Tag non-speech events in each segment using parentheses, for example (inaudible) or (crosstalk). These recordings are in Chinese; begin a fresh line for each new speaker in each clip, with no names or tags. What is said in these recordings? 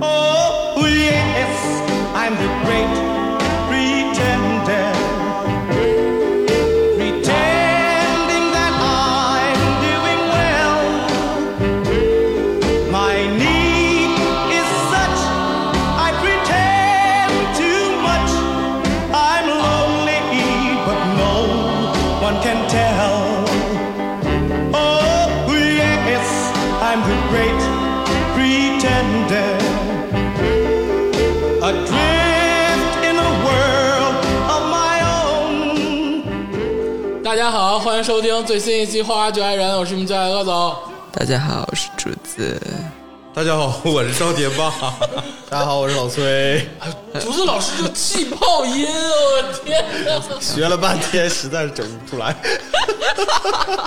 Oh, Oh, I'm the great pretender. Adrift in a world of my own.
大家好，欢迎收听最新一期《花花就爱人》，我是你们最爱的鄂总。
大家好，我是竹子。
大家好，我是赵天霸。
大家好，我是老崔。
竹子老师就气泡音，我天啊哪！
学了半天，实在是整不出来。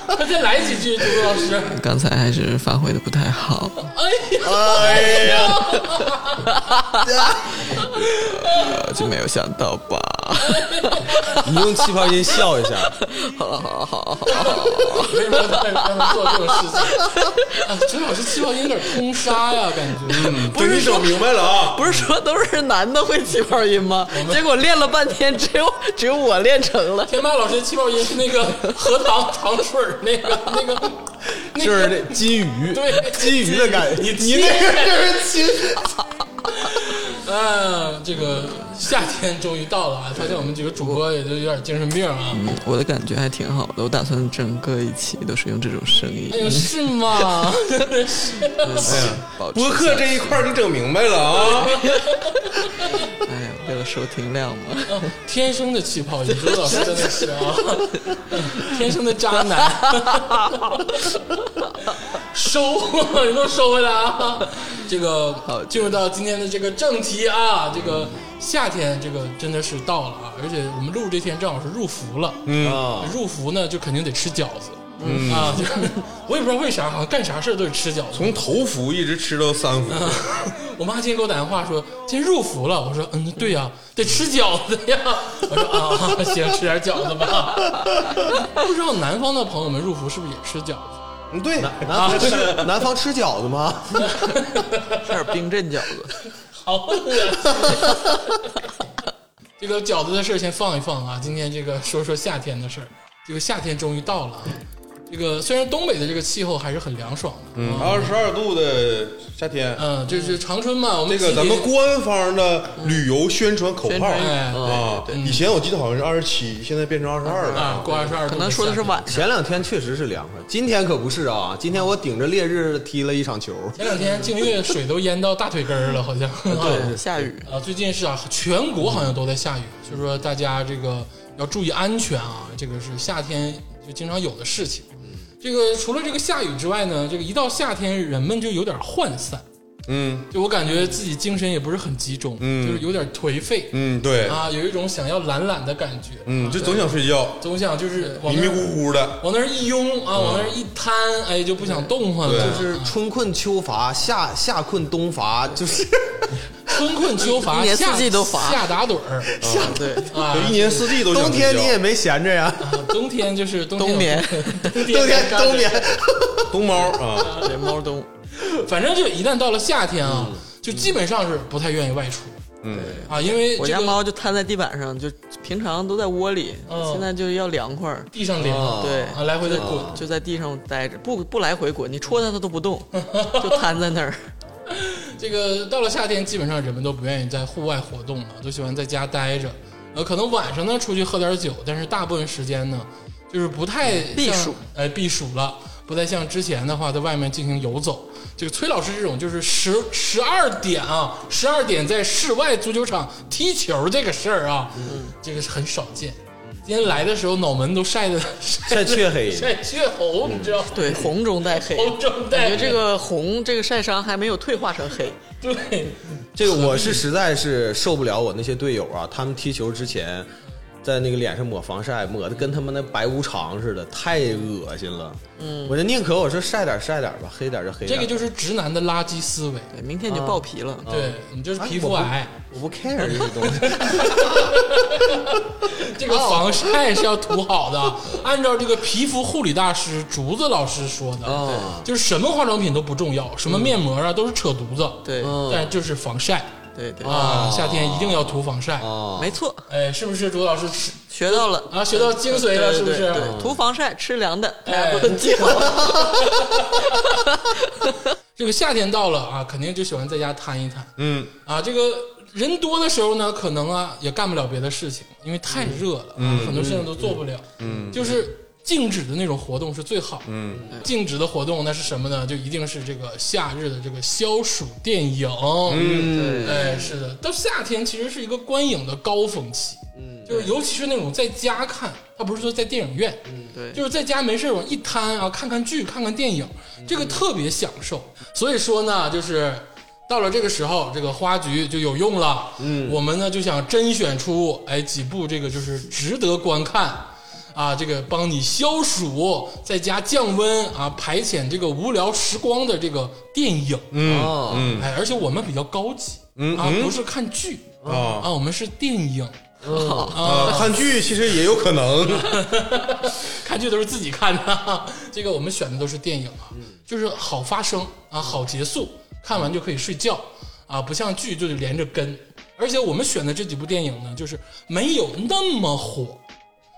快再来几句，竹子老师。
刚才还是发挥的不太好，
哎呀，
哎呀，
我就没有想到吧？
你用气泡音笑一下，
为什么要在让他做这种事情？啊，竹子老师气泡音有点通杀呀，感觉。
不
对
是
你整
说
(laughs) 明白了啊？
不是说都是男的会气泡音吗？结果练了半天，只有只有我练成了。
天霸老师气泡音是那个荷塘糖水儿那个那个，那
就
个
是那金鱼，
对
金鱼的感觉。你你
那个就是亲。
嗯，这个夏天终于到了啊！发现我们几个主播也都有点精神病啊。
嗯我的感觉还挺好的，我打算整个一期都是用这种声音
哎。呦，是吗？ (laughs)
保持
播客这一块儿你整明白了 (laughs) 啊？
哎呀，为了收听量嘛。
天生的气泡，你说老 (laughs) 师真的是啊，天生的渣 (laughs) 男，收，你给我收回来啊！这个
好
进入到今天的这个正题啊，这个夏天这个真的是到了啊，而且我们录这天正好是入伏了，
嗯
啊，
入伏呢就肯定得吃饺子。嗯啊，就是我也不知道为啥，好像干啥事儿都得吃饺子。
从头伏一直吃到三伏，
(laughs) 我妈今天给我打电话说，今天入伏了。我说，嗯，对呀、得吃饺子呀。我说啊， (laughs) 行，吃点饺子吧。 (laughs) 不知道南方的朋友们入伏是不是也吃饺子？
对，南方吃 (laughs) 南方吃饺子
(laughs)
吗？
吃点冰镇饺子，
好恶心。 (laughs) 这个饺子的事儿先放一放啊，今天这个说说夏天的事儿。这个夏天终于到了啊。这个虽然东北的这个气候还是很凉爽的，嗯
二十二度的夏天，
嗯，这是长春嘛，我们
这个
集体
咱们官方的旅游宣传口
宣
号
传
哎
啊，以前我记得好像是二十七，现在变成二十二了。
啊，过二十二度，
可能说的是。晚上。
前两天确实是凉快，今天可不是啊！今天我顶着烈日踢了一场球。
前两天净月水都淹到大腿根儿了，好像。
对，下雨，
啊，最近是啊，全国好像都在下雨，所以说大家这个要注意安全啊，这个是夏天就经常有的事情。
嗯
这个除了这个下雨之外呢，这个一到夏天，人们就有点涣散，
嗯
就我感觉自己精神也不是很集中，就是有点颓废、
嗯，对，
啊，有一种想要懒懒的感觉，
嗯，就总想睡觉，
总想就是往
迷
那
迷
儿
糊嗯糊的。
往那儿一拥啊，往那儿一摊，哎，就不想动换了，
就是春困秋乏，夏夏困冬乏，就是
春困
(laughs)
秋乏，
一年四
夏
季都乏
夏打盹
(laughs)
儿
下对，
哎
啊
就，一年四季都想
冬
睡觉
天你也没闲着呀。
冬天就是冬
冬
天
眠
有，冬
冬
干
天
着
冬眠，
冬猫啊，
对猫冬，
反正就一旦到了夏天啊，就基本上是不太愿意外出
嗯，
啊，因为 (laughs)
我
这
家
个
猫就瘫在地板上，就平常都在窝里，
嗯
现在就要凉快儿，
地上凉，
啊
对
啊，来回的滚。
就在地上待着，不不来回滚，你戳它它都
(laughs)
不动，就瘫在那儿。
这个到了夏天，基本上人们都不愿意在户外活动了，都喜欢在家待着。呃，可能晚上呢出去喝点酒，但是大部分时间呢，就是不太像
嗯避暑，
哎，避暑了，不再像之前的话在外面进行游走。这个崔老师这种就是十十二点啊，十二点在室外足球场踢球这个事儿啊，
嗯
这个是很少见。今天来的时候脑门都晒的 (laughs) 晒
晒黢黑
晒黢红，你知道吗？
对，红中带黑，
红中带
感
黑
觉这个红这个晒伤还没有退化成黑。
对，
这个我是实在是受不了我那些队友啊，他们踢球之前在那个脸上抹防晒，抹的跟他们那白无常似的，太恶心了。嗯，我就宁可我说晒点晒点吧，黑点就黑
这
点。
个就是直男的垃圾思维。
对，明天你就爆皮了。
对你就是
哎
皮肤癌。
我不 care 这个东西。
这个防晒是要涂好的，
哦
(laughs) 按照这个皮肤护理大师竹子老师说的，
哦
就是什么化妆品都不重要，什么面膜啊都是扯犊子，
嗯对哦
但就是防晒
对对，
啊，夏天一定要涂防晒，
啊，
没错，
哎，是不是竹子老师是
学到了。
啊？学到精髓了，
对
是不
对
是？
对，涂防晒，吃凉的，
哎
大家记好。
这个夏天到了啊，肯定就喜欢在家摊一摊，
嗯，
啊，这个人多的时候呢，可能啊也干不了别的事情，因为太热了，啊，很多事情都做不了。嗯，就是静止的那种活动是最好的。嗯，静止的活动那是什么呢？就一定是这个夏日的这个消暑电影。嗯，哎，是的，到夏天其实是一个观影的高峰期。嗯，就是尤其是那种在家看，它不是说在电影院。嗯，
对
就是在家没事儿往一摊啊，看看剧，看看电影，这个特别享受。所以说呢，就是到了这个时候，这个花局就有用了。嗯，我们呢就想甄选出哎几部这个就是值得观看啊，这个帮你消暑，啊在家降温啊，排遣这个无聊时光的这个电影。
哦，
哎，而且我们比较高级，嗯啊，不是看剧
啊
啊，我们是电影。
啊，看剧其实也有可 (laughs) 能，
(laughs) 看剧都是自己看的， (laughs) 这个我们选的都是电影啊，就是好发生啊，好结束，看完就可以睡觉啊，不像剧就得连着跟。而且我们选的这几部电影呢，就是没有那么火，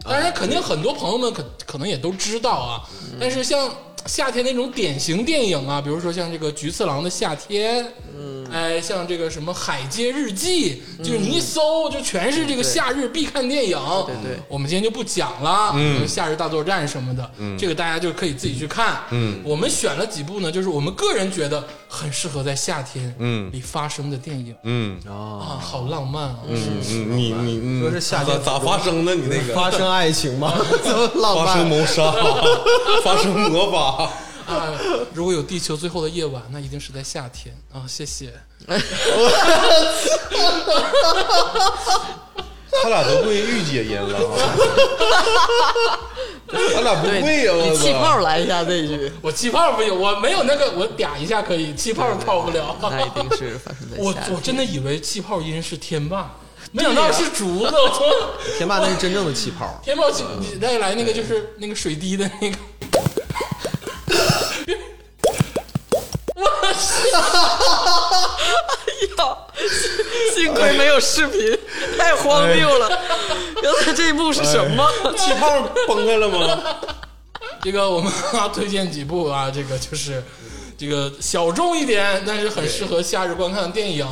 当然肯定很多朋友们可可能也都知道啊，但是像夏天那种典型电影啊，比如说像这个菊次郎的夏天，嗯，哎，像这个什么《海街日记》，就是你一搜就全是这个夏日必看电影，对
对对
我们今天就不讲了，嗯，夏日大作战什么的，这个大家就可以自己去看，嗯，我们选了几部呢，就是我们个人觉得很适合在夏天，嗯，里发生的电影，
嗯
啊，好浪漫啊，
嗯，你你你
说是夏天
咋咋发生的？你那个
发生爱情吗？ (laughs) 怎么浪
发生
漫？啊
谋杀， (laughs) 发生魔法，
啊，如果有地球最后的夜晚，那一定是在夏天啊！谢谢。
他俩都会御姐音了啊， (laughs) 他俩不
对，
会呀，
你
我
气
操！
泡来一下这一句，
我气泡不有，我没有那个，我嗲一下可以，气泡 (laughs) 泡不了。
那一定是发生在
我
夏
(laughs) 我
天。
真的以为气泡音是天霸，没想到是竹子。我从
天霸那是真正的气泡，
天霸气，你再来那个就是那个水滴的那个。 (laughs) 我去！
(laughs) 幸亏没有视频，
(laughs)
太荒谬了。
哎
刚才这一幕是什么？
气泡崩开了吗？ (laughs)
这个我们啊推荐几部啊，这个就是这个小众一点，但是很适合夏日观看的电影，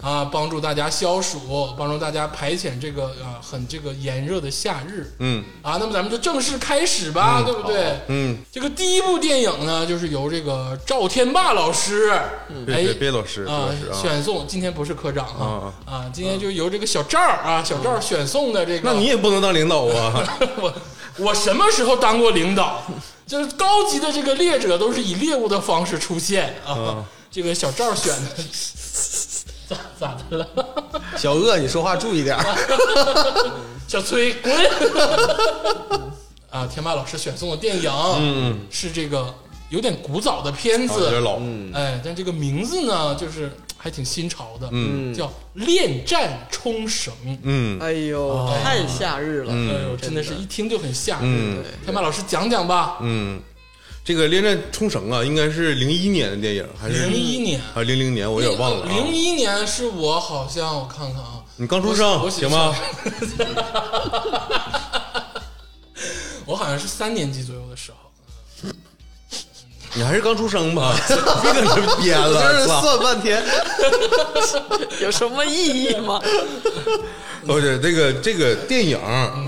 啊，帮助大家消暑，帮助大家排遣这个啊很这个炎热的夏日，嗯，啊，那么咱们就正式开始吧，对不对？嗯，这个第一部电影呢，就是由这个赵天霸老师，哎，
嗯别别老师别
啊
老师啊，
选送，今天不是科长啊，啊，今天就由这个小赵啊，小赵选送的这个，
嗯那你也不能当领导啊。
(laughs)
(laughs)
我我什么时候当过领导？就是高级的这个猎者都是以猎物的方式出现啊。这个小赵选的， (laughs) 咋咋的了？
小鳄，你说话注意点儿。
小崔滚！啊，天霸老师选送的电影，嗯，是这个有点古早的片
哦有点
子，
老，
哎，但这个名字呢，就是还挺新潮的，嗯，叫《恋战冲绳》。
嗯，
哎呦，太夏日
嗯
了！
哎呦，真的是一听就很吓人。天霸老师讲讲吧，
嗯，这个《恋战冲绳》啊，应该是零一年的电影，还是
零一年，
啊零零年，我有点忘了、啊。
零一年是我好像我看看啊，
你刚出
我
生
我写
行吗？
(laughs) 我好像是三年级左右的时候。
你还是刚出生吧？别跟 (laughs) 这编
我就是
了，操！
算半天，
有什么意义吗？
不是哦这个这个电影，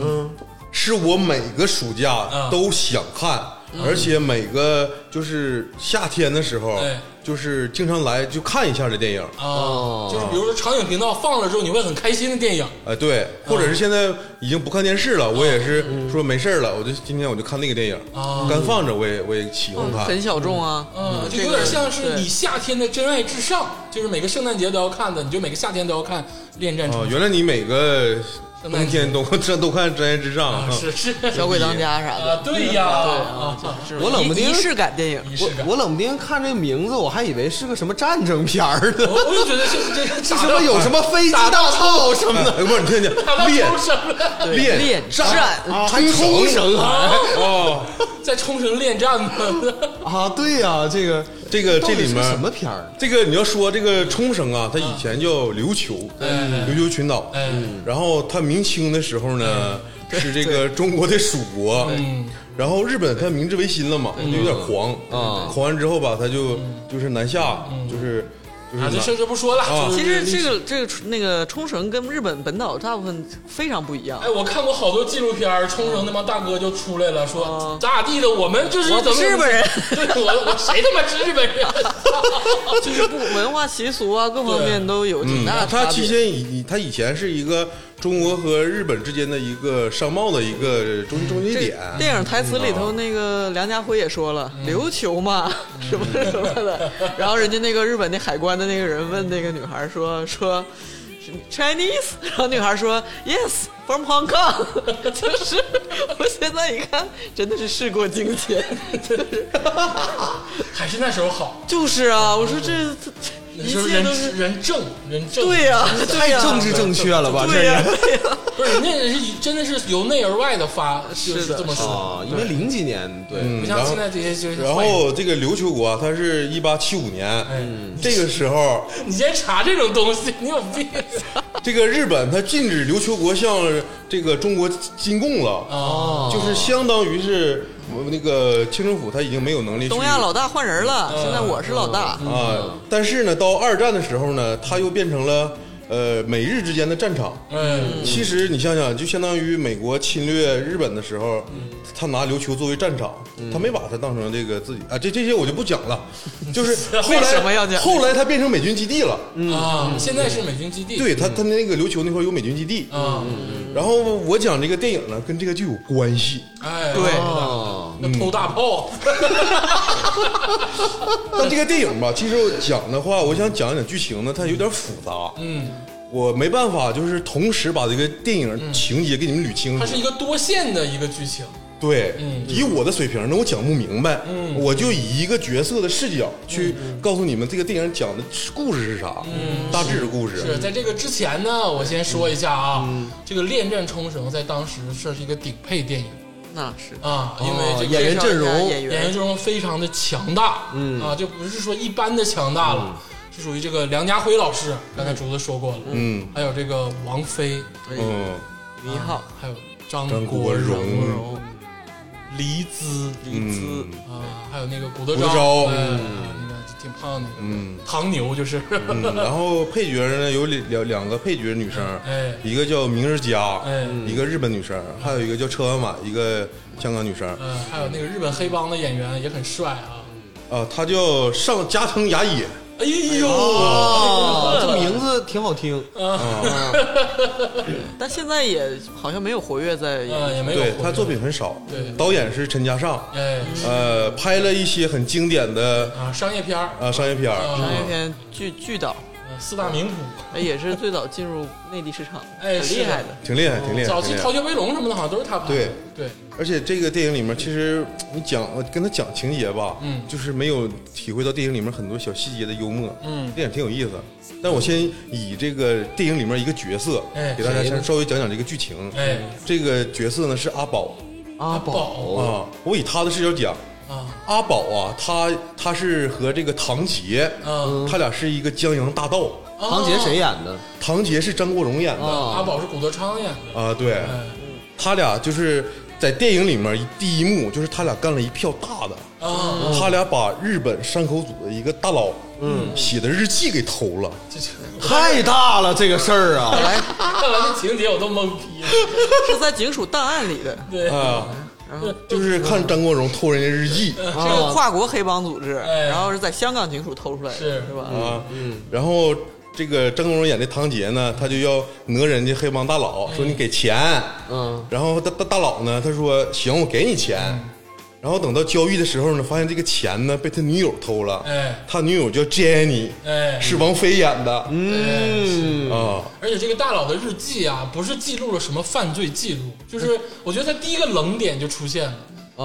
嗯，是我每个暑假
嗯
都想看，而且每个就是夏天的时候
对，
就是经常来就看一下这电影。
啊，就是比如说长影频道放了之后，你会很开心的电影
哎，对，或者是现在已经不看电视了，我也是说没事儿了，我就今天我就看那个电影，干放着我也我也啊喜欢看。
很小众啊，
嗯，就
这
有
个
点像是
对
你夏天的《真爱至上》，就是每个圣诞节都要看的，你就每个夏天都要看《恋战
哦
冲，
原来你每个
圣诞节
冬天都 (laughs) 这都看《真爱至上》
啊
啊，
是是
小鬼当家啥
啊
的，，
对呀，
对
啊
啊，这种
我冷不丁
仪仪式感电影，
仪式感
我，我冷不丁看这名字，我还以为是个什么战争片儿呢，
我我就觉得是这个
是什么
(laughs)
有什么飞机大炮什么的。
哎，不是你听听， (laughs)
打到
恋
冲绳了，
对
恋
恋战
啊，还冲绳啊
哦，
在冲绳恋战嘛，
啊！对呀、这个
这个
到
这
底
里
是
面
什么片儿？
这个你要说这个冲绳啊，它以前叫琉球，
嗯
琉球群岛，
哎
然后它明清的时
(laughs)
候呢，是这个中国的属国，然后日本它明治维新了嘛，它就有点狂
啊
狂完之后吧，它就就是南下，就是就是
嗯啊，这事这不说了。
啊
就是
其实
历史
这个这个那个冲绳跟日本本岛大部分非常不一样
哎，。我看过好多纪录片儿，冲绳那帮大哥就出来了，说
啊
咋咋地的，我们就是
我
怎么
是日本人
(laughs) 对我我谁他妈是日本人？ (laughs)
就是不文化习俗啊，各方面都有挺
嗯
大的
他
差
嗯其
别。
实以他以前是一个中国和日本之间的一个商贸的一个中中心
这
点。
电影台词里头，那个梁家辉也说了“琉球嘛”，什么什么的。然后人家那个日本那海关的那个人问那个女孩说说是 Chinese，然后女孩说 Yes from Hong Kong，就是 (laughs) 我现在一看真的是事过境迁，就是
还是那时候好，
就是啊，我说这这这
你
一
说
切
人
都是
人正人正，
对呀、对呀、
政治正确了吧？这
对呀、
人
对呀、
不是人家是真的是由内而外的发，就是
是的
这么说，
啊，因为零几年对，
不
嗯
像
然后
现在这些就是
然
坏人。
后这个琉球国啊，它是一八七五年，
哎
这个时候，
你今天查这种东西，你有病
这个日本它禁止琉球国向这个中国进贡了，
啊！
就是相当于是呃那个清政府他已经没有能力去
东亚老大换人了，现在我是老大。
啊，但是呢，到二战的时候呢，它又变成了呃美日之间的战场。
嗯，
其实你想想，就相当于美国侵略日本的时候，他拿琉球作为战场，他没把它当成这个自己啊，这这些我就不讲了。就是
(laughs)
后
为什么要
来，
讲
后来它变成美军基地了。
啊，现在是美军基地，
对他，他那个琉球那块儿有美军基地。
啊，
然后我讲这个电影呢，跟这个就有关系。
哎，
对
啊那偷大炮，呃
但这个电影吧，其实我讲的话，我想讲一讲剧情呢，它有点复杂。
嗯，
我没办法，就是同时把这个电影情节给你们捋清楚。
它是一个多线的一个剧情，
对，
嗯
以我的水平呢，我讲不明白，我就以一个角色的视角去告诉你们这个电影讲的故事是啥，大致的故事。
嗯是在这个之前呢，我先说一下啊，这个《恋战冲绳》在当时算是一个顶配电影
那是
啊，因为
哦
这个
演员阵容嗯
演
演
员
员
阵容非常的强大，嗯啊，就不是说一般的强大了，是属于这个梁家辉老师，刚才竹子说过了，
嗯
还有这个王菲，
嗯，
李浩、
还有张
张
国
国荣嗯
荣黎姿，
李兹，
啊，还有那个古德
古德昭
哎
嗯
啊那个挺胖的那个，
嗯，
唐牛就是， (laughs)
嗯，然后配角呢有两两两个配角女生，
哎
一个叫明日佳，
哎
一个日本女生，还有一个叫车婉婉，一个香港女生。
嗯，还有那个日本黑帮的演员也很帅啊，
啊，她叫上加藤雅也，
哎呦，
啊
哦，这名字挺好听，
但现在也好像没有活跃在演
嗯，也没有
对
活跃
她作品很少，
对
导演是陈嘉上，
哎
呃，拍了一些很经典的
啊商业片儿，
啊商业片儿，
哦
商业片巨巨导，
呃四大名捕，
哎也是最早进入内地市场的，
(laughs) 哎
很
是
厉
的
害的。
挺厉害，挺厉害。
早
挺
期
厉害
《逃学威龙》什么的，好像都是他拍的
对，
对，
而且这个电影里面，其实你讲我跟他讲情节吧，
嗯
就是没有体会到电影里面很多小细节的幽默，
嗯
电影挺有意思。但我先以这个电影里面一个角色，
哎
给大家
谁呢
先稍微讲讲这个剧情。
哎，
这个角色呢是阿宝
阿
宝
啊，我以他的视角讲，
啊，
阿宝啊，他他是和这个唐杰，
嗯
他俩是一个江洋大盗。
唐杰谁演的？
唐杰是张国荣演的啊
哦
阿宝是古德昌演的，
对，
哎
他俩就是在电影里面第一幕，就是他俩干了一票大的。
嗯
啊，
他俩把日本山口组的一个大佬，嗯，写的日记给偷了。
这这，
太大了这个事儿啊！
看完这情节我都懵逼了，
嗯是在警署档案
(laughs)
里的
对，
啊，就是看张国荣偷人家日记
嗯
是个
啊
跨国黑帮组织，
哦哎
然后是在香港警署偷出来的，
是嗯
是吧？
啊，然后这个张国荣演的唐杰呢，他就要讹人家黑帮大佬，说你给钱，
嗯，
然后大大大佬呢，他说行，我给你钱，然后等到交易的时候呢，发现这个钱呢被他女友偷了，
哎
他女友叫 Jenny，
哎，
是王菲演的，
嗯
啊，
而且这个大佬的日记啊，不是记录了什么犯罪记录，就是
嗯
我觉得他第一个冷点就出现了，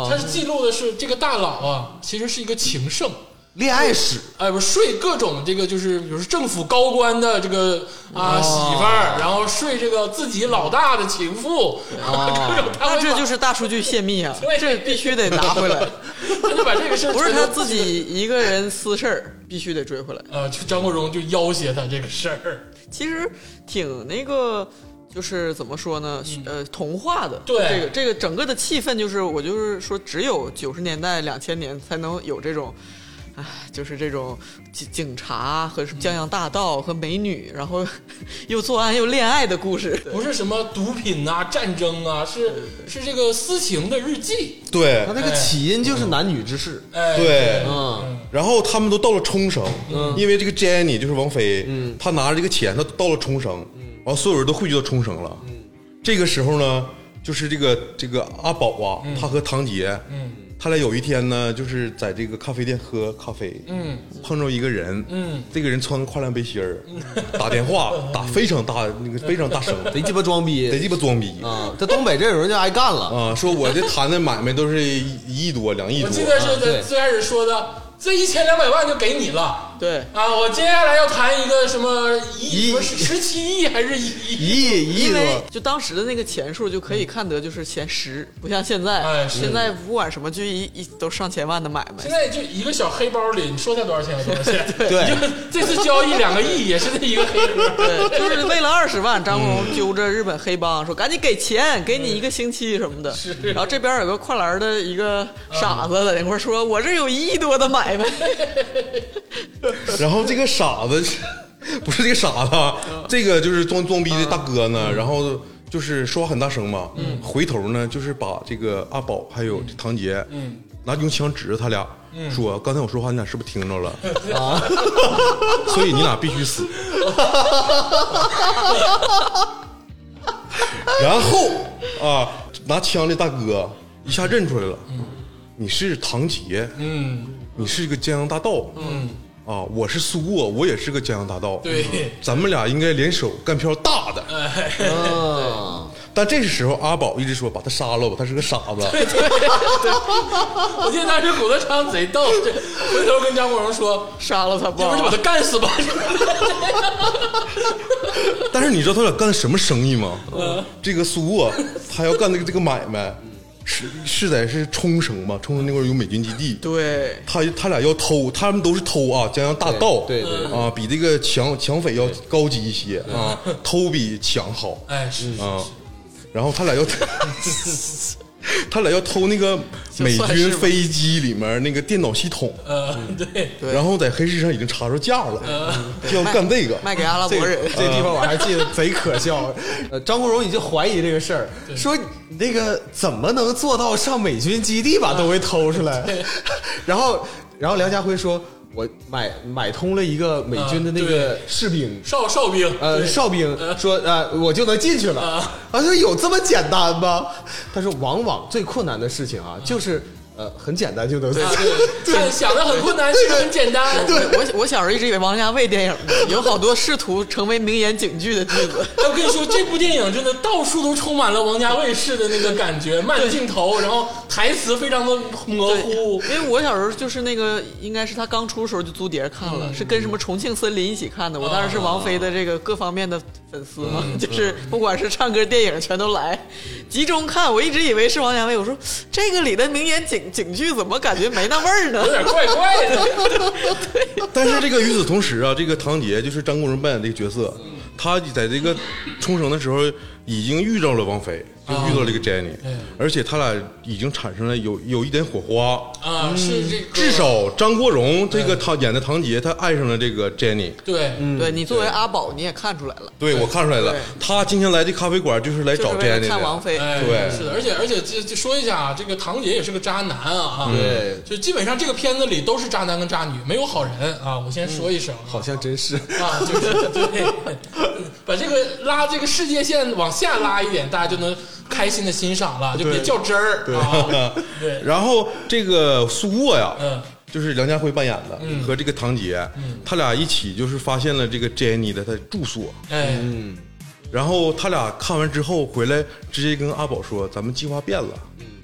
他是记录的是这个大佬啊，其实是一个情圣，
恋爱史
哎，不是睡各种这个就是，比如说政府高官的这个
哦
啊、媳妇儿，然后睡这个自己老大的情妇， (laughs) 各种他
哦那
会
这
把
就是大数据泄密啊
对，
这必须得拿
(laughs)
回来，
他就把这个事儿
不是他
全都
自己一个人私事儿，必须得追回来。
呃，就张国荣就要挟他这个事儿，
其实挺那个，就是怎么说呢？呃，童话的。
嗯对
这个这个整个的气氛，就是我就是说，只有九十年代、两千年才能有这种。唉，就是这种警警察和江洋大盗和美女，然后 (laughs) 又作案又恋爱的故事。
不是什么毒品呐、战争啊，是是这个私情的日记。
对
他，那个起因就是男女之事，
哎，
对
嗯，
然后他们都到了冲绳，
嗯
因为这个 Jenny 就是王菲，她拿着这个钱，她到了冲绳，
嗯
完所有人都汇聚到冲绳了。这个时候呢，就是这个这个阿宝啊，
嗯
他和唐杰，他俩有一天呢，就是在这个咖啡店喝咖啡，
嗯
碰着一个人，
嗯
这个人穿跨栏背心儿，打
(laughs)
电话打非常大那个非常大声，
贼鸡巴嗯装
贼
逼
鸡巴装逼
啊！在东北这有人就挨干了，
啊！说我这谈的买卖都是一亿多两亿
我
多，
记得是
啊对
在最开始说的，这一千两百万就给你了。
对，
啊，我接下来要谈一个什么
一
一什么十七亿还是一
一
亿？
亿一亿
因为
多，
就当时的那个钱数就可以看得就是前十，不像现在，
嗯哎是
现在不管什么剧一一都上千万的买卖
现。在就一个小黑包里，你说它多少钱有多少钱？你
对
就这次交易两个亿也是那一个黑盒。
对，就是为了二十万，张国荣揪着日本黑帮说：“赶紧给钱，给你一个星期什么的。”然后这边有个跨栏的一个傻子在那块儿说：“我这有一亿多的买卖。 (laughs)
(laughs) 然后这个傻子 (laughs) 不是这个傻子啊，这个就是装装逼的大哥呢，然后就是说话很大声嘛，回头呢就是把这个阿宝还有这唐杰，嗯嗯，拿用枪指着他俩。说刚才我说话，你俩是不是听着了啊？所以你俩必须死。
(laughs)
然后啊，拿枪的大哥一下认出来了，你是唐杰，
嗯，
你是个江洋大盗，嗯，啊，我是苏沃，我也是个江洋大盗，嗯
对，
咱们俩应该联手干票大的。
(laughs) 嗯，
但这时候阿宝一直说把他杀了吧，他是个傻子，
我记得当时古德昌贼逗，这回头跟张国荣说”，
杀了他吧！
要不就把他干死吧。
但是你知道他俩干的什么生意吗？
嗯
这个苏沃他要干这个这个买卖，是是在是冲绳嘛，冲绳那块儿有美军基地，
对，
他他俩要偷，他们都是偷啊，江洋大盗，
对对对
啊，比这个抢抢匪要高级一些啊，偷比抢好，
哎，是
啊，然后他俩要， (laughs) 他俩要偷那
(laughs)
个美军飞机里面那个电脑系统，
呃，对，
对
然后在黑市上已经查出价
嗯
了，就要干这个。
卖给阿拉伯
这
人。
这地方我还记得贼可笑。 (laughs) 呃，张国荣已经怀疑这个事儿，说你那个怎么能做到上美军基地把东西偷出来？ (laughs) 然后，然后梁家辉说，我买买通了一个美军的那
啊
个士兵。
哨哨兵，
呃，
对
哨兵
嗯
说，呃，我就能进去了。啊，他说有这么简单吗？他说，往往最困难的事情啊，就是呃，很简单就能做。 (laughs)
啊对看想的很困难，其实很简单。
我我小时候一直以为王家卫电影呢有好多试图成为名言警句的句子。
哎我跟你说，这部电影真的到处都充满了王家卫式的那个感觉，慢镜头，然后台词非常的模
对，
糊。
因为我小时候就是那个，应该是他刚出的时候就租碟看了，是跟什么重庆森林一起看的。我当时是王菲的这个各方面的粉丝嘛， (laughs) 就是不管是唱歌、电影全都来，集中看。我一直以为是王家卫，我说这个里的名言警警句怎么感觉没那味儿呢
有？点怪怪的，
但是这个与此同时啊，这个唐杰就是张国荣扮演这个角色，他在这个冲绳的时候已经遇到了王菲，就遇到了这个 Jenny，而
哎
且他俩已经产生了有有一点火花。
啊，是这个，
至少张国荣这个唐演的唐杰，他爱上了这个 Jenny。
对，
对你作为阿宝，你也看出来了，
对，我看出来了
对，
他今天来这咖啡馆就是来
就
找
是为
Jenny
了
的。
看王菲。
哎，
对
是的，而且而且这这说一下啊，这个堂姐也是个渣男啊，啊，
对
就基本上这个片子里都是渣男跟渣女，没有好人啊，我先说一声啊，
好像真是，
啊，就是对， (laughs) 把这个拉这个世界线往下拉一点，大家就能开心的欣赏了，就别较真儿
(laughs)
啊。对，
然后这个苏沃呀，
嗯
就是梁家辉扮演的，和这个唐杰，他俩一起就是发现了这个 Jenny 的他住所，
哎，
嗯
然后他俩看完之后回来，直接跟阿宝说：“咱们计划变了，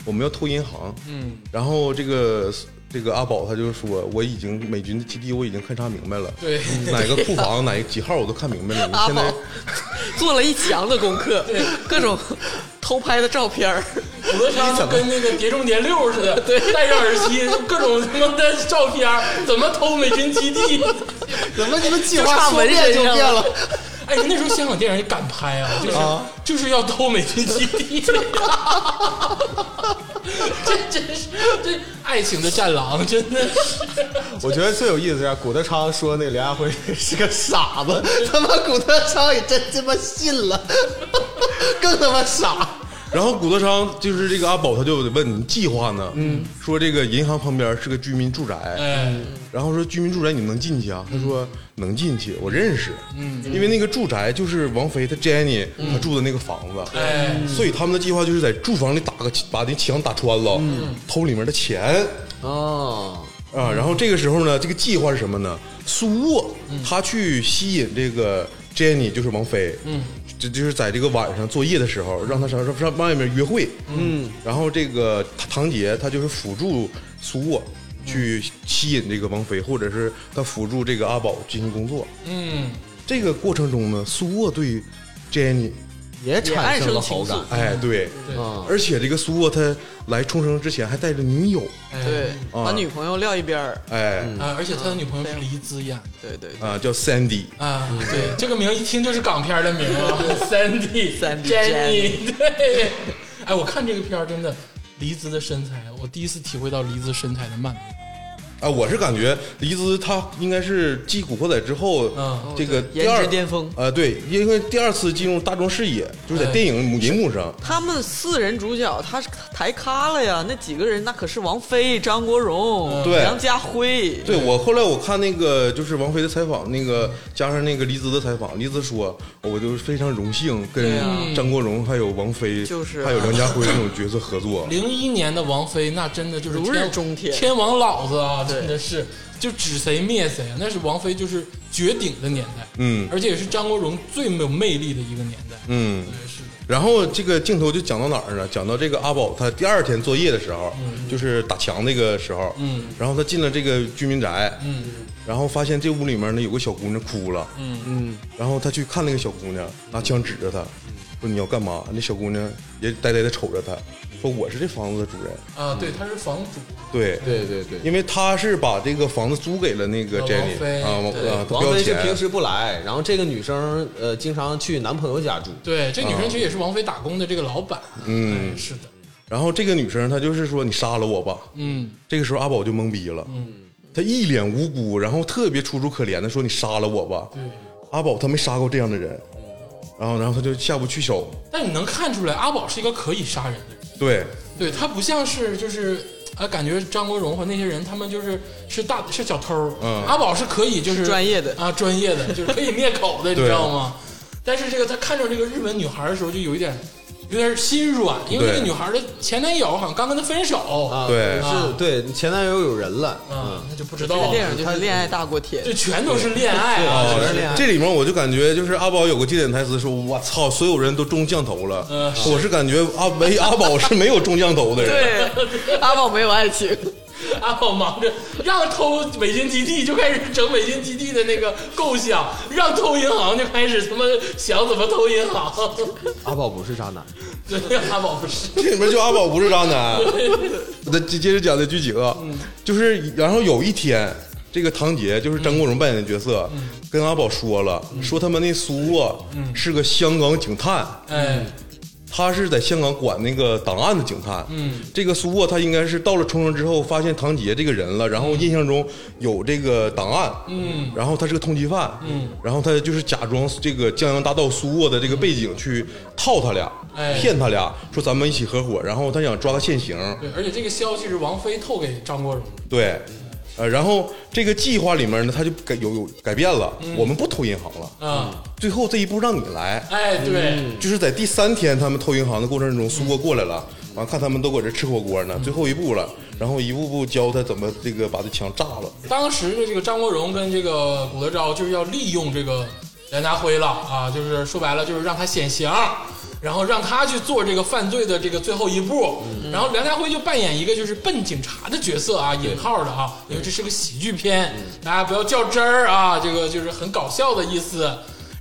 我们要偷银行。”嗯，然后这个。这个阿宝他就说，我已经美军的基地我已经看查明白了，
对
哪个库房 (laughs) 哪个几号我都看明
(laughs)
白了。你
阿
现在 (laughs)
宝做了一墙的功课，各种偷拍的照片儿。
古德纲就跟那个《碟中谍六》似
(laughs)
的，对，戴上耳机，各种他妈的照片儿，怎么偷美军基地？
(laughs) 怎么你们计
就
划
差
说
文
变
人
就
上
变了？
(laughs)
啊
哎，那时候香港电影
(laughs)
也敢拍啊，就是、就是要偷美军基地。这真是这爱情的战狼，真的是
我觉得最有意思是啥？古德昌说那梁家辉 (laughs) 是个傻子，他妈古德昌也真他妈信了， (laughs) 更他妈傻。
然后古德昌就是这个阿宝，他就得问你计划呢，嗯，说这个银行旁边是个居民住宅，
哎，
然后说居民住宅你能进去啊？他说能进去，我认识，嗯，因为那个住宅就是王菲她 Jenny 她住的那个房子，
哎，
所以他们的计划就是在住房里打个把那墙打穿了，偷里面的钱
哦，
啊。然后这个时候呢，这个计划是什么呢？苏沃他去吸引这个 Jenny，就是王菲，嗯。这就是在这个晚上作业的时候，让他上上上外面约会，嗯，然后这个唐唐杰他就是辅助苏沃去吸引这个王菲，或者是他辅助这个阿宝进行工作，
嗯，
这个过程中呢，苏沃对 Jenny，
也产生了
也
好
暗生
感
情
哎，对，
对，
啊。
而且这个苏沃他来冲绳之前还带着女友，
哎
对，把女朋友撂一边儿，
哎，
啊，而且他的女朋友是黎姿演的
对对对，
啊，叫 Sandy，
啊，对，这个名一听就是港片的名啊，Sandy
Sandy
Jenny，对， (laughs) 哎，我看这个片儿真的，黎姿的身材，我第一次体会到黎姿身材的曼妙，
啊，我是感觉黎姿她应该是继《古惑仔》之后
嗯，
这个
哦对
第二
颜值巅峰哎
呃，对，因为第二次进入大众视野，就是在电影银幕上，
他们四人主角，他是抬咖了呀！那几个人，那可是王菲、张国
嗯
荣、
对
梁家辉，
对我后来我看那个就是王菲的采访，那个加上那个黎姿的采访，黎姿说，我就非常荣幸
对
跟
啊
张国荣还有王菲，
就是啊
还有梁家辉这
(laughs)
种角色合作。
零一年的王菲那真的就是
如
天
日中天
天王老子啊，
对
真的是就指谁灭谁啊，那是王菲就是绝顶的年代，
嗯
而且也是张国荣最没有魅力的一个年代，
嗯，
对，是的，
然后这个镜头就讲到哪儿呢？讲到这个阿宝他第二天作业的时候，就是打墙那个时候，
嗯，
然后他进了这个居民宅，
嗯
然后发现这屋里面呢有个小姑娘哭了，
嗯
嗯，然后他去看那个小姑娘，拿枪指着她，说你要干嘛？那小姑娘也呆呆的瞅着他，说我是这房子的主人，
啊，对，她是房主，
对。
对对对，
因为他是把这个房子租给了那个
啊
Jenny
王菲
啊，王
对
啊，他不
王
要
菲是
钱，
平呃时不来，然后这个女生呃经常去男朋友家住。
对，这女生其实也是王菲打工的这个老板，
嗯
哎，是的，
然后这个女生她就是说你杀了我吧，
嗯。
这个时候阿宝就懵逼了，他一脸无辜，然后特别楚楚可怜的说：“你杀了我吧。”阿宝他没杀过这样的人，然后然后他就下不去手，
但你能看出来，阿宝是一个可以杀人的人，
对
对他不像是就是。啊，感觉张国荣和那些人，他们就是是大是小偷，
嗯
阿宝是可以就是
是专业的
啊，专业的就是可以灭口的，你
对
知道吗？但是这个他看着这个日本女孩的时候，就有一点有点心软，因为
对
这个女孩的前男友好像刚跟她分手啊，
对
是对前男友有人了，
嗯
那就不知
这
道
个
了，
电影就是恋爱大过天
这，全都是恋爱
哦
啊，
全是恋爱
这里面我就感觉就是阿宝有个经典台词说：“我操，所有人都中降头了。
嗯
我是感觉阿唯一阿宝是没有中降头的人，
(laughs)
对，阿宝没有爱情，
阿宝忙着让偷美金基地就开始整美金基地的那个构想，让偷银行就开始他妈想怎么偷银行。
阿宝不是渣男，
啊
对，阿宝不是，
(laughs) 这里面就阿宝不是渣男。那接接着讲这剧情啊，就是然后有一天，这个唐杰就是张国荣扮演的角色，跟阿宝说了，说他们那苏啊是个香港警探，
哎，
他是在香港管那个档案的警探。嗯，这个苏沃他应该是到了冲绳之后，发现唐杰这个人了，然后印象中有这个档案。嗯，然后他是个通缉犯。嗯，然后他就是假装这个江洋大盗苏沃的这个背景去套他俩，
哎
骗他俩，说咱们一起合伙，然后他想抓他现行。
对，而且这个消息是王菲透给张国荣的，
对。呃，然后这个计划里面呢，他就改有有改变了，我们不偷银行了，
啊，
最后这一步让你来，
哎，对，
就是在第三天他们偷银行的过程中，苏波过来了，完看他们都搁这吃火锅呢，最后一步了，然后一步步教他怎么这个把这墙炸了。
当时的这个张国荣跟这个古德昭就是要利用这个梁家辉了啊，就是说白了就是让他显形。然后让他去做这个犯罪的这个最后一步，然后梁家辉就扮演一个就是笨警察的角色啊，引号的啊，因为这是个喜剧片，大家不要较真儿啊，这个就是很搞笑的意思。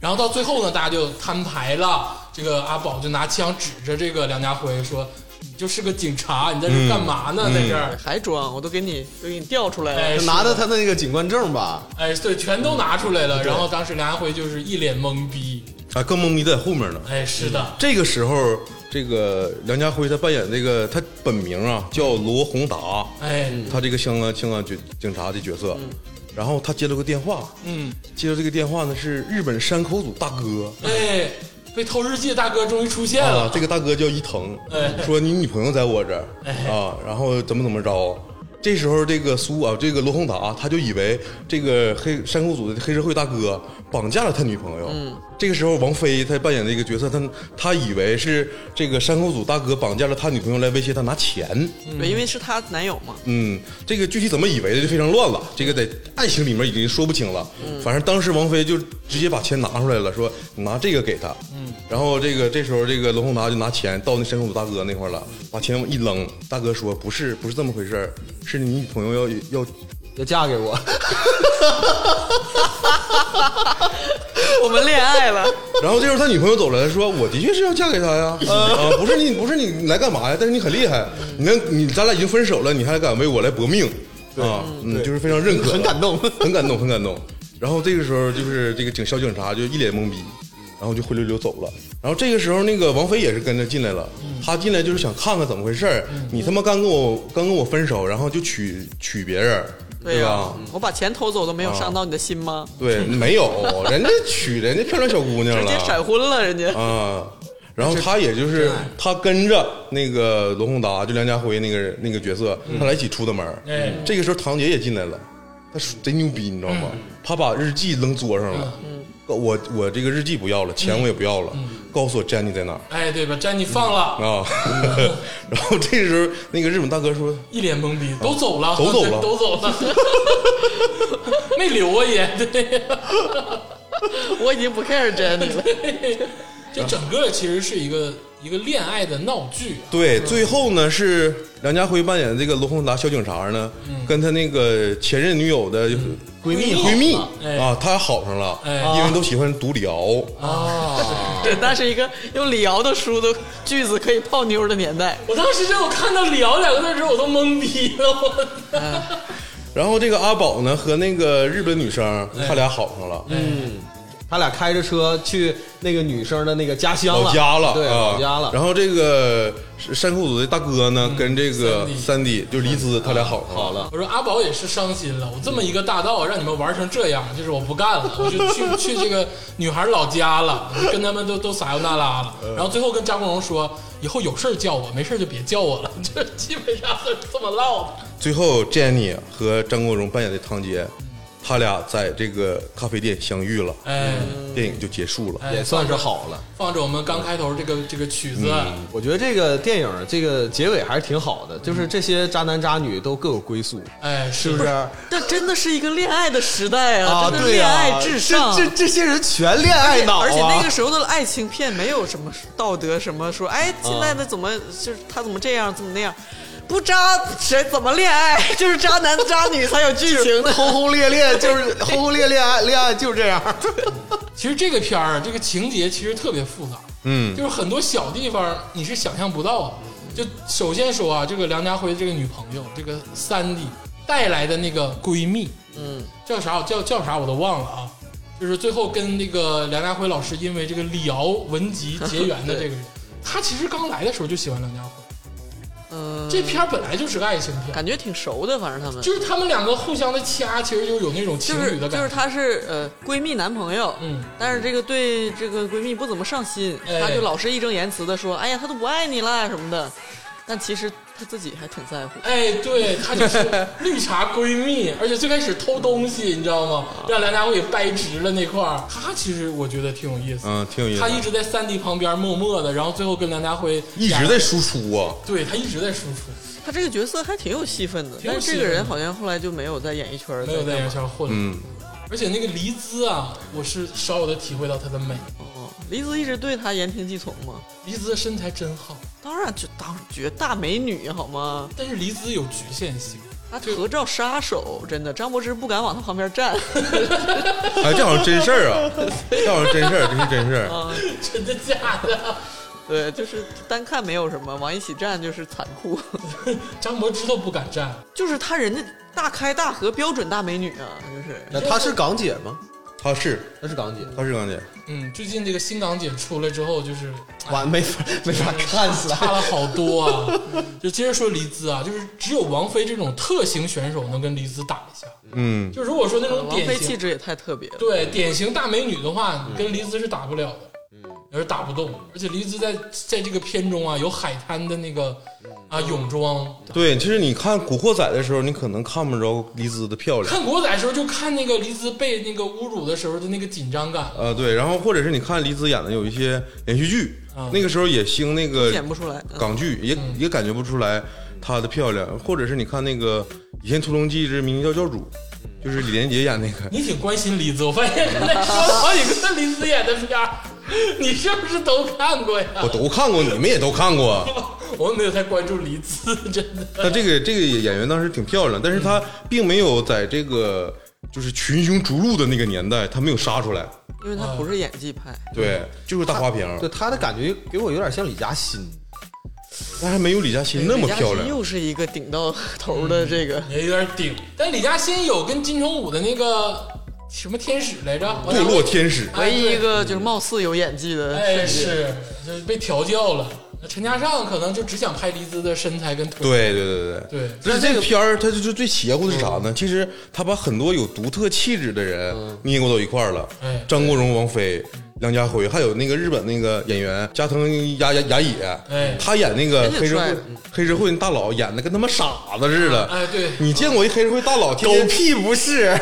然后到最后呢，大家就摊牌了。这个阿宝就拿枪指着这个梁家辉说：“你就是个警察，你在这儿干嘛呢？在这
哎
儿，
还装，我都给你都给你调出来
哎
了，
就嗯拿着他的那个警官证吧，
哎，对，全都拿出来了。然后当时梁家辉就是一脸懵逼。
啊，更懵逼在后面呢。
哎，是的，
这个时候，这个梁家辉他扮演这个他本名啊叫罗宏达，
哎，
他这个香港香港警啊警察的角色，然后他接了个电话，
嗯，
接到这个电话呢是日本山口组大哥。
哎，被偷日记的大哥终于出现
啊
了，，
这个大哥叫伊藤
哎，
说你女朋友在我这儿啊，然后怎么怎么着。这时候，这个苏啊，这个罗宏达，他就以为这个黑山口组的黑社会大哥绑架了他女朋友。嗯，这个时候，王菲她扮演的一个角色，她她以为是这个山口组大哥绑架了他女朋友来威胁他拿钱。
嗯
对，因为是她男友嘛，
嗯，这个具体怎么以为的就非常乱了，这个在爱情里面已经说不清了。反正当时王菲就直接把钱拿出来了，说你拿这个给他。嗯，然后这个这时候这个罗宏达就拿钱到那山口组大哥那块儿了，把钱往一扔，大哥说不是不是这么回事儿是你女朋友要要
要嫁给我， (laughs)
我们恋爱了，
嗯
然后这时候他女朋友走了，说：“我的确是要嫁给他呀，啊，不是你，不是你来干嘛呀？但是你很厉害，你能，你咱俩已经分手了，你还敢为我来搏命啊？嗯，就是非常认可，
很感动
(laughs) 很感动，很感动。然后这个时候就是这个警小警察就一脸懵逼，然后就灰溜溜走了。然后这个时候那个王菲也是跟着进来了，她进来就是想看看怎么回事儿你他妈刚跟我刚跟我分手，然后就娶娶别人，对
呀、
啊
吧？
我把钱偷走都没有伤到你的心吗？
对，没有，人家娶人家漂亮小姑娘了，
啊
直接闪婚了，人家
啊，然后他也就是他跟着那个罗宏达，就梁家辉那个人那个角色，他俩一起出的门儿。
嗯哎
这个时候唐杰也进来了，他说贼牛逼，你知道
嗯
吗？他把日记扔桌上了，告我我这个日记不要了，钱我也不要
嗯
了，告诉我詹妮在哪儿
哎，对吧？詹妮放了，
啊。 (laughs) 然后这时候那个日本大哥说
一脸懵逼，都走了，
嗯都走
(laughs)
了
都走
(laughs)
了，没留啊也 (laughs) 对。
我已经不 care Jenny
啊
了，
这整个其实是一个一个恋爱的闹剧啊，
对，最后呢是梁家辉扮演的这个罗宏达小警察呢，跟他那个前任女友的闺蜜闺蜜
哎
啊，他好上了，
哎
因为都喜欢独聊，
对，那是一个用李敖的书都句子可以泡妞的年代，
我当时让我看到“聊”两个字的时候，我都懵逼了，我
然后这个阿宝呢和那个日本女生，他俩好上了，
他俩开着车去那个女生的那个家乡
老家了，
对，
啊
老家了。
然后这个山口组的大哥呢，跟这个三弟就黎姿，他俩好上
好
了。
了，
我说阿宝也是伤心了，我这么一个大盗让你们玩成这样，就是我不干
(laughs)
了，我就去去这个女孩老家了，跟他们都都撒由那拉了，
嗯
然后最后跟张国荣说，以后有事儿叫我，没事儿就别叫我了，
嗯
就是基本上都是这么唠的。
最后，Jenny 和张国荣扮演的唐杰，他俩在这个咖啡店相遇了，
哎，
电影就结束了。
哎
也算是好了。
放着我们刚开头这个这个曲子，
我觉得这个电影这个结尾还是挺好的，就是这些渣男渣女都各有归宿，
哎，是
是不是？
这真的是一个恋爱的时代啊，
啊，
真的呃恋
对呀、
爱至上。
这这这些人全恋爱脑啊！
而且那个时候的爱情片没有什么道德，什么说哎，
嗯
现在的怎么、就是他怎么这样，怎么那样，不渣谁怎么恋爱， (laughs) 就是渣男渣女才有剧
(laughs)
情的。
(laughs) 轰轰烈烈就是轰轰烈烈爱恋爱就是
(laughs)
这样，
其实这个片儿这个情节其实特别复杂，嗯，就是很多小地方你是想象不到的。
嗯
就首先说啊，这个梁家辉这个女朋友，这个三弟带来的那个闺蜜，嗯，叫啥叫叫啥我都忘了啊，就是最后跟那个梁家辉老师因为这个李敖文集结缘的这
(laughs)
个人，他其实刚来的时候就喜欢梁家辉，
嗯，
这片儿本来就是个爱情片，
感觉挺熟的，反正他们
就是他们两个互相的掐，其实就有那种情
就
侣
是
的感觉，
就是她是呃闺蜜男朋友，
嗯，
但是这个对这个闺蜜不怎么上心，
哎
她就老是义正言辞的说，哎呀，他都不爱你了什么的，但其实她自己还挺在乎。
哎，对，她就是 (laughs) 绿茶闺蜜，而且最开始偷东西，你知道吗？让梁家辉给掰直了那块儿。她其实我觉得挺有意思，
嗯，挺有意思
她
的。
一直在三弟旁边默默的，然后最后跟梁家辉
一直在输出啊，
对她一直在输出，
她这个角色还挺有戏份的，
挺有
但
戏
是
份的
这个人好像后来就没有在演艺圈儿
没有在
干嘛
院校混。
嗯，
而且那个黎姿啊，我是少有的体会到她的美。
哦，黎姿一直对他言听计从嘛，
黎姿的身材真好，
当然就当绝大美女好吗？
但是黎姿有局限性。 (laughs)
她合照杀手，真的，张柏芝不敢往她旁边站。 (laughs)
哎，这好像真事儿啊，这好像真事儿，这是真事儿。
真的假的？ (laughs)
对，就是单看没有什么，往一起站就是残酷。 (laughs)
张柏芝都不敢站，
就是她人家大开大合，标准大美女啊，就是
那她是港姐吗？
她是
那是港姐，
她是港姐，
嗯，最近这个新港姐出来之后，就是
(laughs) 完没法没法看起
差
来。
了好多啊。 (laughs) 就接着说黎姿啊，就是只有王菲这种特型选手能跟黎姿打一下。
嗯，
就如果说那种
王
典
菲气
型
质也嗯太特别了，
对典型大美女的话，跟黎姿是打不了的，
嗯
也是打不动。而且黎姿在在这个片中啊，有海滩的那个
嗯
啊泳装。
对，其实你看《古惑仔》的时候，你可能看不着黎姿的漂亮。
看国仔的时候，就看那个黎姿被那个侮辱的时候的那个紧张
嗯
感。
呃，对，然后或者是你看黎姿演的有一些连续剧，
啊
那个时候也兴那个
嗯演不出来。嗯
港剧，也、也感觉不出来她的漂亮，或者是你看那个以前《屠龙记之明教教主》，就是李连杰演那
嗯
个，
你挺关心黎姿，我发现
(laughs)
刚才说了好几个黎姿演的片儿，你是不是都看过呀？
我都看过，你们也都看过。啊
我们没有太关注黎姿，真的。
(laughs)
那这个这个演员当时挺漂亮，但是她并没有在这个就是群雄逐鹿的那个年代，她没有杀出来。
因为
啊
她不是演技派，
对，就是大花瓶，
(laughs) 就她的感觉给我有点像李嘉欣，
但还没有李嘉欣那么漂
李嘉欣
亮。嗯
又是一个顶到 (laughs) 头的这个，
也有点顶。但李嘉欣有跟金城武的那个什么天使来着？
堕落嗯天使，
哎
唯一一
嗯
个就是貌似有演技的
哎
瞬间。
是，就是被调教了。那陈嘉上可能就只想拍黎姿的身材跟腿。
对对对对
对
但是这个片儿，它就是最邪乎的是啥
嗯
呢？其实他把很多有独特气质的人捏过到一块儿了
哎，嗯
张国荣、王菲。梁家辉，还有那个日本那个演员加藤雅雅雅
哎
也，他演那个
人家
黑社会
帅嗯
黑社会大佬，演的跟他妈傻子似的。
哎对嗯
你见过一黑社会大佬天天
屁不 (laughs) 是，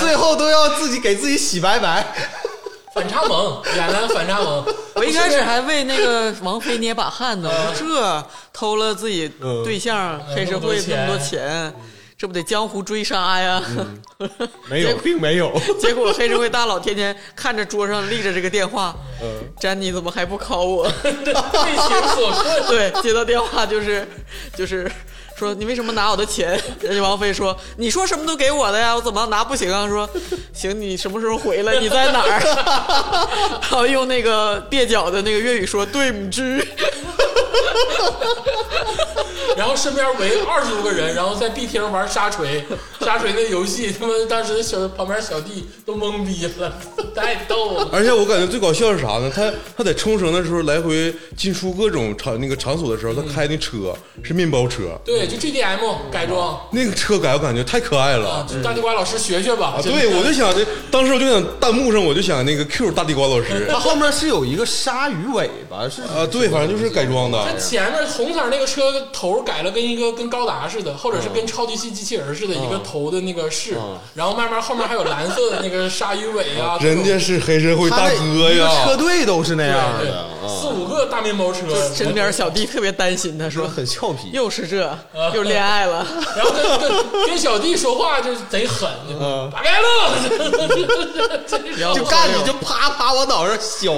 最后都要自己给自己洗白白。
反差
(laughs)
萌，演了反差萌。
(laughs) 我一开始还为那个王菲捏把汗呢，我说这偷了自己对象黑社会嗯那么多钱，这不得江湖追杀呀？
(laughs) 没有，并没 (laughs) 有。
(laughs) 结果黑社会大佬天天看着桌上立着这个电话，詹妮怎么还不 call 我？
(laughs)
(laughs)
为情所困。
对，接到电话就是就是说你为什么拿我的钱？ (laughs) 人家王菲说你说什么都给我的呀，我怎么拿不行啊？说行，你什么时候回来？你在哪儿？ (laughs) 然后用那个蹩脚的那个粤语说对唔住，
然后身边围二十多个人，然后在 B 厅玩沙
(laughs)
锤，沙锤那游戏，他们当时小旁边小弟都懵逼
(laughs)
了，太逗了。
而且我感觉最搞笑是啥呢？他他在冲绳的时候来回进出各种场那个场所的时候，他
嗯
开那车是面包车，
对，就 GDM 改装
那个车改我感觉太可爱
啊
了。，
就大地瓜老师学学吧。
嗯啊，
真的
对，我就想这，当时我就想弹幕上我就想那个 Q 大地瓜老
(laughs)
师
它后面是有一个鲨鱼尾巴，是
啊，对，反正就是改装
它
的，
前面红色那个车头改了，跟一个跟高达似的，或者是跟超级系机器人似的，一个头的那个饰，然后慢慢后面还有蓝色的那个鲨鱼尾啊，
人家是黑社会
它
大
那
哥
一个车
呀，
队都是那
对
样
对
的，啊
四五个大面包车， (laughs)
身边小弟特别担心，他
说
说
很俏皮。
又是这又恋爱了，
然后跟跟跟小弟说话就是贼狠，打开了，
就干你就啪啪往脑上削，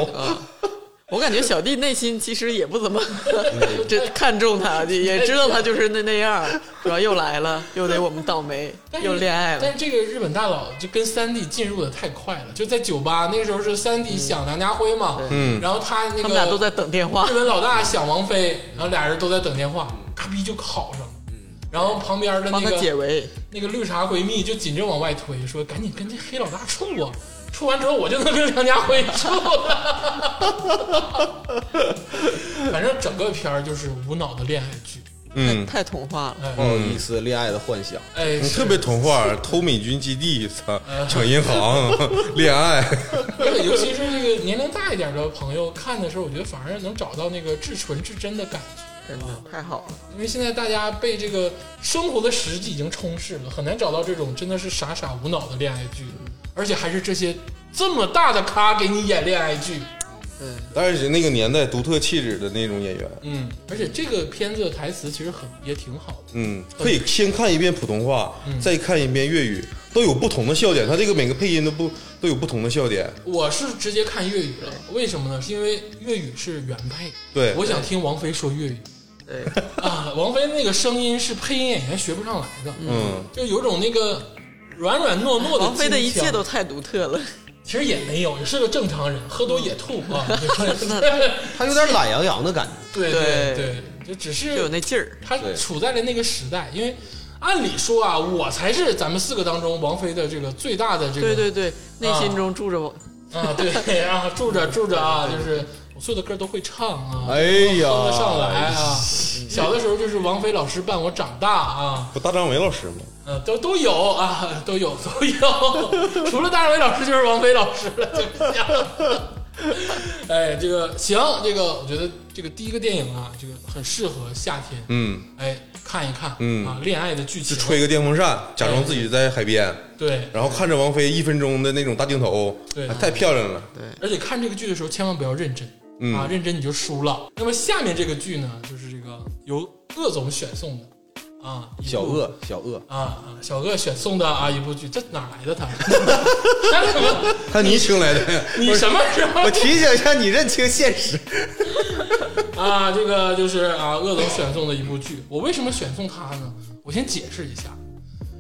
我感觉小弟内心其实也不怎么 (laughs) 这看重他，也知道他就是那那样，然后又来了，又得我们倒霉， (laughs) 又恋爱
但
了。
是这个日本大佬就跟三 D 进入的太快了，就在酒吧那个时候是三 D 想梁家辉嘛，嗯，然后他那个
嗯他们俩都在等电话
日，本老大想王菲，然后俩人都在等电话，咔逼就考上了。
嗯
然后旁边的那
帮他解
个
围。
那个绿茶闺蜜就紧着往外推，说赶紧跟这黑老大处啊，处完之后我就能跟梁家辉处了。反正整个片儿就是无脑的恋爱剧，
嗯，
太童话了，
抱有一丝恋爱的幻想。
哎，
你
是
嗯特别童话，偷美军基地，操，
嗯
抢
(laughs)
银行， (laughs) 恋爱，
而且尤其是这个年龄大一点的朋友看的时候，我觉得反而能找到那个至纯至真的感觉。
真的太好了。
因为现在大家被这个生活的实际已经充斥了，很难找到这种真的是傻傻无脑的恋爱剧，而且还是这些这么大的咖给你演恋爱剧。
但是那个年代独特气质的那种演员，
嗯，而且这个片子的台词其实很也挺好的。
嗯，可以先看一遍普通话，
嗯
再看一遍粤语，都有不同的笑点。它这个每个配音都不都有不同的笑点。
我是直接看粤语了，为什么呢？是因为粤语是原配，
对
我想听王菲说粤语
对，
啊， (laughs) 王菲那个声音是配音演员学不上来的，
嗯，
就有种那个软软糯糯的。
哎王菲的一切都太独特了，
其实也没有，也是个正常人，喝多也吐啊。
嗯 (laughs)
它有点懒洋洋的感觉。
对对对，就只
就是有那劲儿。
他处在了那个时代，因为按理说啊，我才是咱们四个当中王菲的这个最大的这个
对对对，内心中住着我，
啊，对啊，住着住着啊，就是我所有的歌都会唱啊，
哎呀哎
哼得上来啊。小的时候就是王菲老师伴我长大啊，
不大张伟老师吗？
呃，都都有啊，都有 (laughs) 都有，除了大张伟老师就是王菲老师了，就是这样。哎，这个行，这个我觉得这个第一个电影啊，这个很适合夏天，
嗯，
哎，看一看，
嗯
啊，恋爱的剧情，
就吹个电风扇，假装自己在海边，
对，
然后看着王菲一分钟的那种大镜头，
嗯对
哎太漂亮了。 (laughs)
而且看这个剧的时候千万不要认真、
嗯
啊，认真你就输了。那么下面这个剧呢，就是这个由鄂总选送的啊，一部
小恶小 (laughs) 恶，
啊啊，小鄂选送的啊一部剧，这哪来的他？ (laughs) 他什么？
他你请来的，
你什么时候
我提醒一下你认清现实。
啊？这个就是啊，鄂总选送的一部剧。我为什么选送它呢？我先解释一下，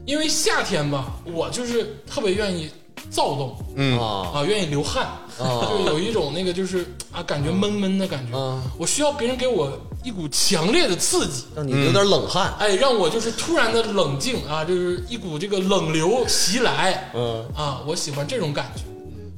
因为夏天吧，我就是特别愿意躁动，
啊，
啊，愿意流汗， (laughs) 就有一种那个就是啊，感觉闷闷的感觉
嗯。
我需要别人给我一股强烈的刺激，
让你有点冷汗。
哎，让我就是突然的冷静啊，就是一股这个冷流袭来。
嗯，
啊，我喜欢这种感觉。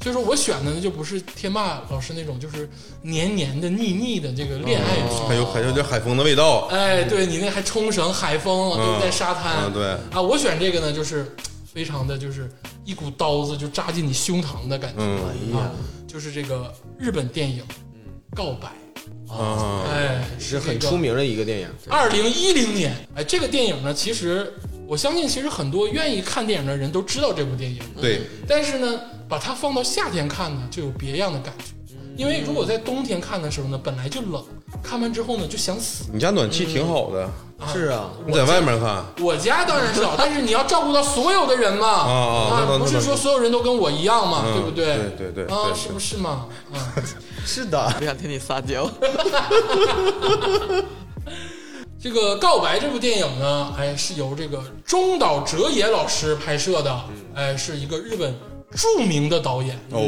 所以说我选的呢，就不是天霸老师那种就是黏黏的、腻腻的这个恋爱剧。
还有还有点海风的味道。
哎，对你那还冲绳海风，啊对不对？沙滩，
嗯对
啊，我选这个呢，就是非常的就是一股刀子就扎进你胸膛的感觉。
嗯
啊，就是这个日本电影《告白》，
啊，
哎，
嗯是很出。名的一个电影。
二零一零年，哎，这个电影呢，其实我相信，其实很多愿意看电影的人都知道这部电影，
对，
但是呢，把它放到夏天看呢，就有别样的感觉。因为如果在冬天看的时候呢，本来就冷，看完之后呢就想死。
你家暖气挺好的，
是啊，
你在外面看，
我家当然是好，但是你要照顾到所有的人嘛，
啊那倒
不是
那倒
说所有人都跟我一样嘛，
嗯
对不对？
对对对
啊，
对
是不是嘛？啊，
是的，
不想听你撒娇。
这个《告白》这部电影呢，哎，是由这个中岛哲也老师拍摄的，
嗯
哎，是一个日本著名的导演
哦，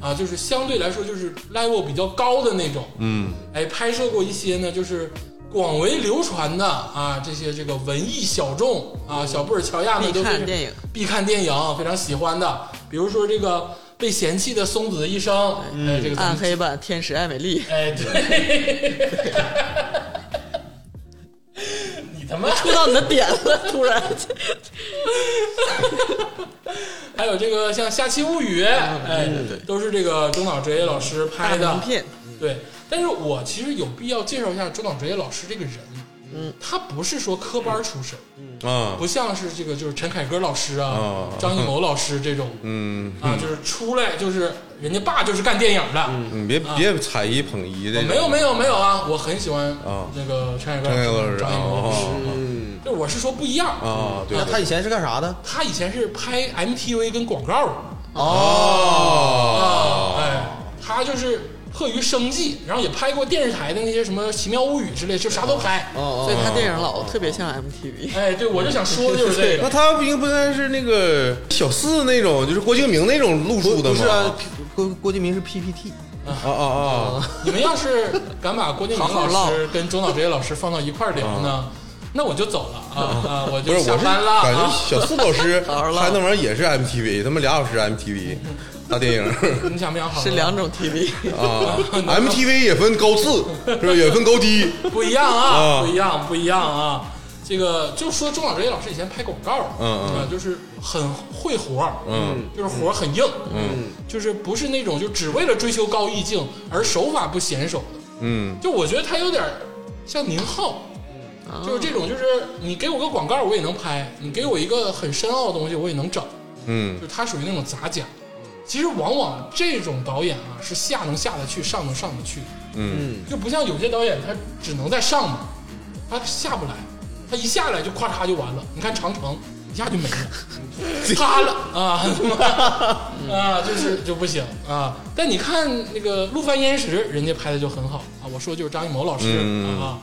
啊，就是相对来说就是 level 比较高的那种，
嗯，
哎，拍摄过一些呢，就是广为流传的啊，这些这个文艺小众啊，小布尔乔亚呢
必
都
看
是
电影
必看电影非常喜欢的，比如说这个被嫌弃的松子一生，
嗯
哎，这个
暗黑版《天使爱美丽》，
哎，对， (laughs) 你他妈。
触到你的点了，突然。
还有这个像《下期物语》，
嗯
哎，都是这个中岛哲也老师拍的
大名片。
对，但是我其实有必要介绍一下中岛哲也老师这个人。嗯，他不是说科班出身，
啊
不，像是这个就是陈凯歌老师啊、
哦
张艺谋老师这种，
嗯
啊，就是出来就是人家爸就是干电影的。
嗯，别别踩一捧一的，
我啊哦没有没有没嗯有啊，我很喜欢
啊
那个陈凯歌
张开
老
老
师、哦
师
张艺谋老师，
啊
就我是说不一样
啊。啊，对
那他以前是干啥的？
他以前是拍 MTV 跟广告的，啊，
哦，
哎，他就是迫于生计，然后也拍过电视台的那些什么《奇妙物语》之类，就啥都拍。
所以他电影老特别像 MTV。
哎，对，我就想说的就是这
那
个。
(laughs) 他不应不应该是那个小四那种，就是郭敬明那种路数的
不是啊
吗？，
郭郭敬明是 PPT，
啊啊啊！
你们要是敢把郭敬明
好好
老
唠
师跟中岛哲也老师放到一块儿聊呢，那我就走了啊啊，我
不，
就是下
我是
班了
感觉
啊。
小四老师
好好唠
拍那玩意儿也是 MTV，他们俩小时 MTV 大电影
(laughs) 你想不想好好
是
唠？
两种 TV，
啊，MTV 也分高次，是吧？也分高低
不一样啊，
啊
不一样，不一样啊。这个就说中岛哲也老师以前拍广告，
嗯嗯
啊，就是很会活儿，嗯，就是活儿很硬，嗯，就是不是那种就只为了追求高意境而手法不娴熟的，
嗯，
就我觉得他有点像宁浩，就是这种，就是你给我个广告我也能拍，你给我一个很深奥的东西我也能整，
嗯
就他属于那种杂讲。其实往往这种导演啊，是下能下得去，上能上得去，
嗯
就不像有些导演他只能在上嘛，他下不来，他一下来就咔嚓就完了。你看长城一下就
(laughs)
没了，塌了啊啊，就是就不行啊。但你看那个《陆犯焉识》，人家拍的就很好啊。我说就是张艺谋老师、
嗯
啊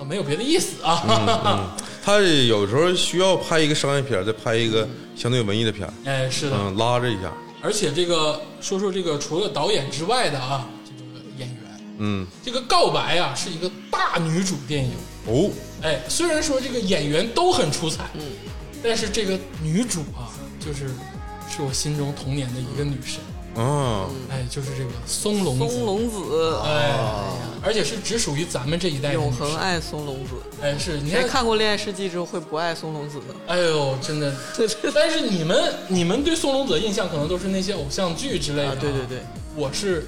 啊，没有别的意思啊。
嗯，他有时候需要拍一个商业片儿，再拍一个相对文艺的片儿，
(laughs) 哎，是的，
嗯，拉着一下，
而且这个说说这个除了导演之外的啊，这个演员，
嗯
这个《告白》啊是一个大女主电影，
哦，
哎，虽然说这个演员都很出彩，嗯，但是这个女主啊，就是是我心中童年的一个女神，
啊，
哎，就是这个松隆
嗯松
子，
隆子，哦
哎，而且是只属于咱们这一代的
永
女
恒
神，
爱松隆子。
哎，是你
谁
看，
看过《恋爱世纪》之后会不爱松隆子呢？
哎呦，真
(laughs)
的，但是你们你们对松隆子的印象可能都是那些偶像剧之类的、
啊，对对，对，
我是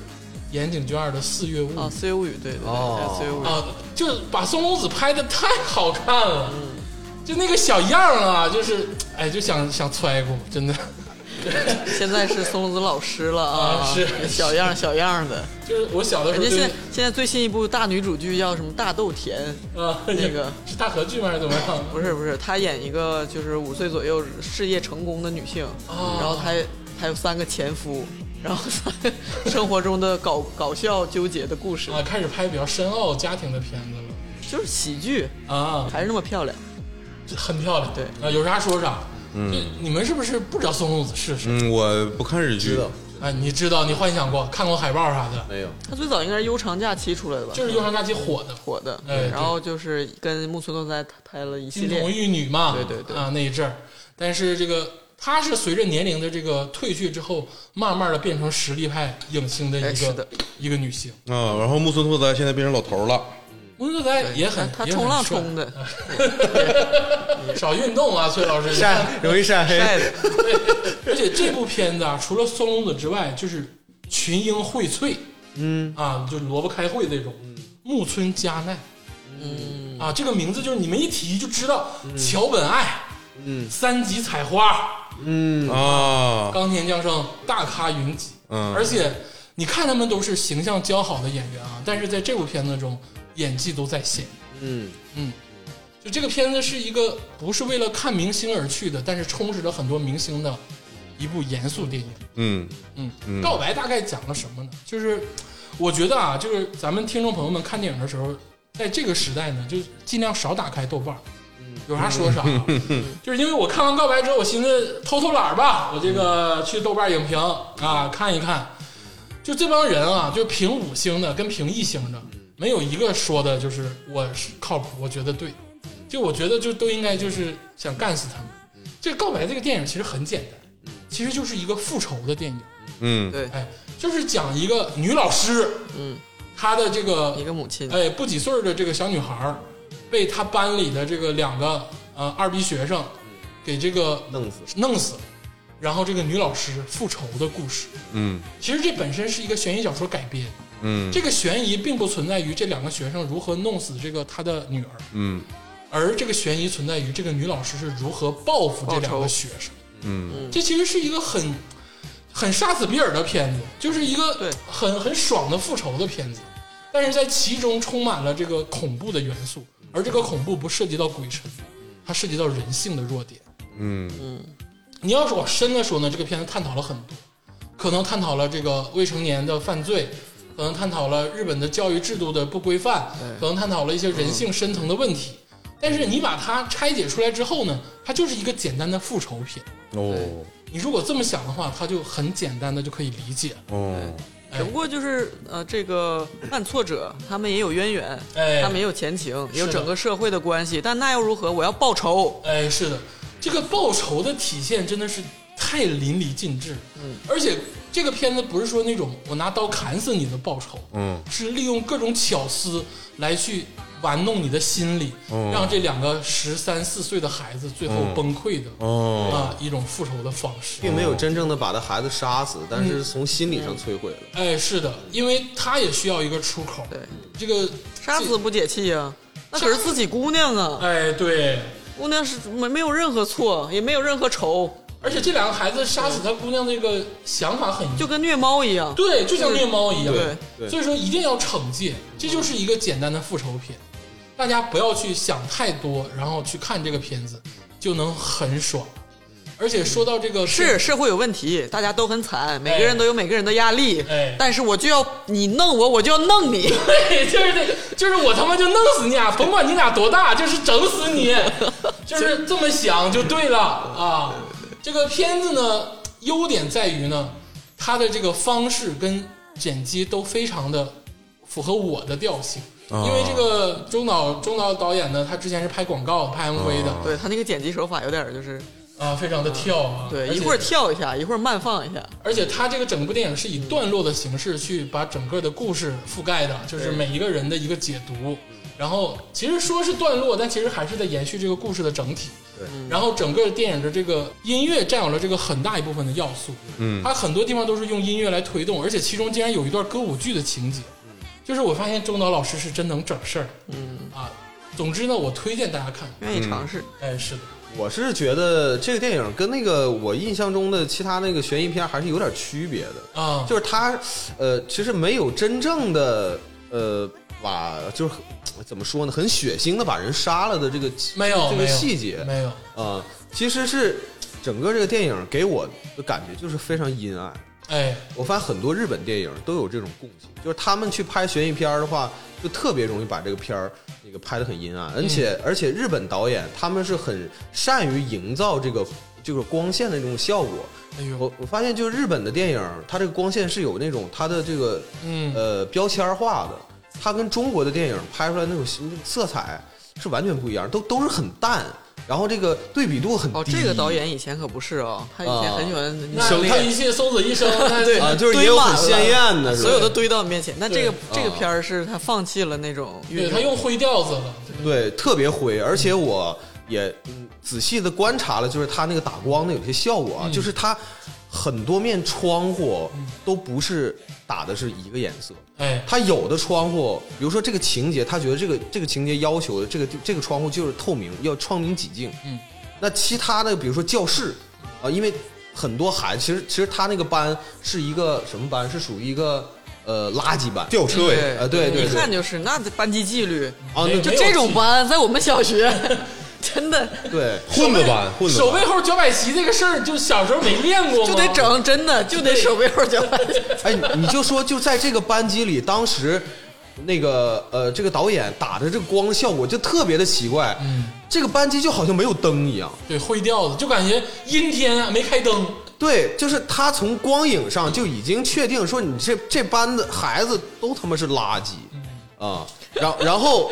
岩井俊二的《四月物语
啊，《四月物语》对对对，
哦
对四月物语》
啊，就把松隆子拍的太好看了，
嗯
就那个小样儿啊，就是哎，就想想揣过，真的， (laughs)
现在是松隆子老师了
啊
啊，
是
小样儿小样儿的。
就是我小的时候
人家
就
现在现在最新一部大女主剧叫什么《大豆田》，
啊，
那个
是大合剧吗？还是怎么样？
不是不是，她演一个就是五岁左右事业成功的女性，
哦
然后她她有三个前夫，然后三个生活中的搞搞笑纠结的故事，
啊，开始拍比较深奥家庭的片子
就是喜剧，
了啊，
还是那么漂亮。
很漂亮，
对
啊，有啥说啥。嗯，你们是不是不知道松隆子是谁？
嗯，我不看日
知
剧，
道
啊，你知道，你幻想过，看过海报啥的，
没有？
她最早应该是《悠长假期》出来的吧？
就是《悠长假期》火的，
火的，
哎对
然后就是跟木村拓哉拍了一
金
系
童
列，
玉女嘛，
对对对
啊那一阵儿，但是这个他是随着年龄的这个退去之后，慢慢的变成实力派影星的一个、
哎是的
一个女星，
啊，然后木村拓哉现在变成老头了，
木村拓哉也很
他他
也很
冲浪
帅
冲的
(laughs) 少运动啊，崔老师
(laughs)
你看
晒容易晒黑，
晒的，
(laughs) 而且这部片子啊，除了松隆子之外，就是群英荟萃，嗯啊，就萝卜开会那种。
嗯
木村佳奈，嗯啊，这个名字就是你们一提就知道，桥本爱，嗯，三级采花，
啊，
钢铁降生，大咖云集，
嗯
而且你看他们都是形象姣好的演员啊，但是在这部片子中演技都在线，
嗯，
嗯，就这个片子是一个不是为了看明星而去的，但是充斥着很多明星的一部严肃电影。
嗯
嗯，告白大概讲了什么呢？就是我觉得啊，就是咱们听众朋友们看电影的时候，在这个时代呢，就尽量少打开豆瓣儿。有啥说啥啊， (laughs) 就是因为我看完告白之后，我寻思偷偷懒儿吧，我这个去豆瓣影评啊看一看，就这帮人啊，就评五星的跟评一星的，没有一个说的就是我是靠谱，我觉得对，就我觉得就都应该就是想干死他们。这个告白这个电影其实很简单，其实就是一个复仇的电影，
嗯
对，
哎，就是讲一个女老师，
嗯，
她的这个
一个母亲，
哎不几岁儿的这个小女孩儿，被她班里的这个两个呃二逼学生给这个
弄死。
弄死，然后这个女老师复仇的故事。
嗯
其实这本身是一个悬疑小说改编，
嗯
这个悬疑并不存在于这两个学生如何弄死这个他的女儿，
嗯
而这个悬疑存在于这个女老师是如何报复这两
报
个
仇
学生。
嗯
这其实是一个很很杀死比尔的片子，就是一个
对
很很爽的复仇的片子，但是在其中充满了这个恐怖的元素，而这个恐怖不涉及到鬼神，它涉及到人性的弱点。
嗯
你要是往深的说呢，这个片子探讨了很多，可能探讨了这个未成年的犯罪，可能探讨了日本的教育制度的不规范，可能探讨了一些人性深层的问题。但是你把它拆解出来之后呢，它就是一个简单的复仇片。
哦
你如果这么想的话，它就很简单的就可以理解了。
哦
哎
只不过就是呃，这个犯错者他们也有渊源，
哎
他们也有前情，也
是
有
的
整个社会的关系，但那又如何？我要报仇，
哎，是的，这个报仇的体现真的是太淋漓尽致。嗯，而且这个片子不是说那种我拿刀砍死你的报仇，
嗯
是利用各种巧思来去玩弄你的心理，
嗯
哦
让这两个十三四岁的孩子最后崩溃的、
嗯
哦
啊一种复仇的方式。
并没有真正的把他孩子杀死，但是从心理上摧毁了。
哎，是的，因为他也需要一个出口。
对，
这个
杀死不解气啊。那可是自己姑娘啊，
哎，对，
姑娘是没没有任何错，也没有任何仇，
而且这两个孩子杀死他姑娘这个想法很一样
就跟虐猫一样。
对，就像虐猫一样。
对
对
所以说一定要惩戒，这就是一个简单的复仇片。大家不要去想太多，然后去看这个片子，就能很爽。而且说到这个
是，社会有问题，大家都很惨，每个人都有每个人的压力。
哎
但是我就要你弄我，我就要
(laughs)
弄你。
对，就是这个，就是我他妈就弄死你啊！甭管你俩多大，就是整死
(laughs)
你，就是这么想就对了啊。这个片子呢，优点在于呢，它的这个方式跟剪辑都非常的符合我的调性，因为这个中岛中岛导演呢，他之前是拍广告、拍 MV 的，
对他那个剪辑手法有点就是，
啊，非常的跳啊，
对，
而且
一会儿跳一下，一会儿慢放一下，
而且他这个整部电影是以段落的形式去把整个的故事覆盖的，就是每一个人的一个解
嗯
读。然后其实说是段落，但其实还是在延续这个故事的整体。对，然后整个电影的这个音乐占有了这个很大一部分的要素。嗯，它很多地方都是用音乐来推动，而且其中竟然有一段歌舞剧的情节。
嗯
就是我发现中岛老师是真能整事儿。嗯啊，总之呢，我推荐大家看。
愿意尝试。
哎，是的，
我是觉得这个电影跟那个我印象中的其他那个悬疑片还是有点区别的，
啊，
就是它，呃，其实没有真正的，呃，把就是很怎么说呢，很血腥的把人杀了的这个
没有
这
没
个
有
细节啊、
没有，
其实是整个这个电影给我的感觉就是非常阴暗。
哎，
我发现很多日本电影都有这种共性，就是他们去拍悬疑片儿的话，就特别容易把这个片儿那个拍得很阴暗，而且、
嗯
而且日本导演他们是很善于营造这个这个光线的这种效果。
哎呦，
我我发现就是日本的电影，它这个光线是有那种它的这个
嗯，
呃标签儿化的，它跟中国的电影拍出来那种色彩是完全不一样，都都是很淡，然后这个对比度很低。
哦，这个导演以前可不是哦，他以前很喜欢
那他一切松子一生，那
(laughs) 对
啊，就是也
堆
有
满
很
了
鲜艳的，是吧
所有的堆到你面前。那这个
对哦
这个片儿是他放弃了那种运
对
用，
他用灰调子了，
对，特别灰，而且我也嗯仔细的观察了，就是它那个打光的有些效果
嗯
啊，就是它很多面窗户都不是打的是一个颜色，
哎，
它有的窗户，比如说这个情节，他觉得这个这个情节要求的这个这个窗户就是透明，要窗明几净，
嗯，
那其他的比如说教室啊，因为很多孩子，其实其实他那个班是一个什么班，是属于一个呃垃圾班，
吊车尾，
对
啊对对
一
对
看就是那班级纪律，
啊，
没
那
有
就这种班在我们小学 (laughs) 真的
对。
混子版，混子
手背
版。
后脚摆齐这个事儿，就小时候没练过吗，
就得整，真的就得手背后脚板。
哎，你就说就在这个班级里，当时那个呃，这个导演打的这个光效果就特别的奇怪，
嗯，
这个班级就好像没有灯一样。
对灰调子，就感觉阴天啊，没开灯，
对，就是他从光影上就已经确定说你这这班的孩子都他妈是垃圾啊、然然后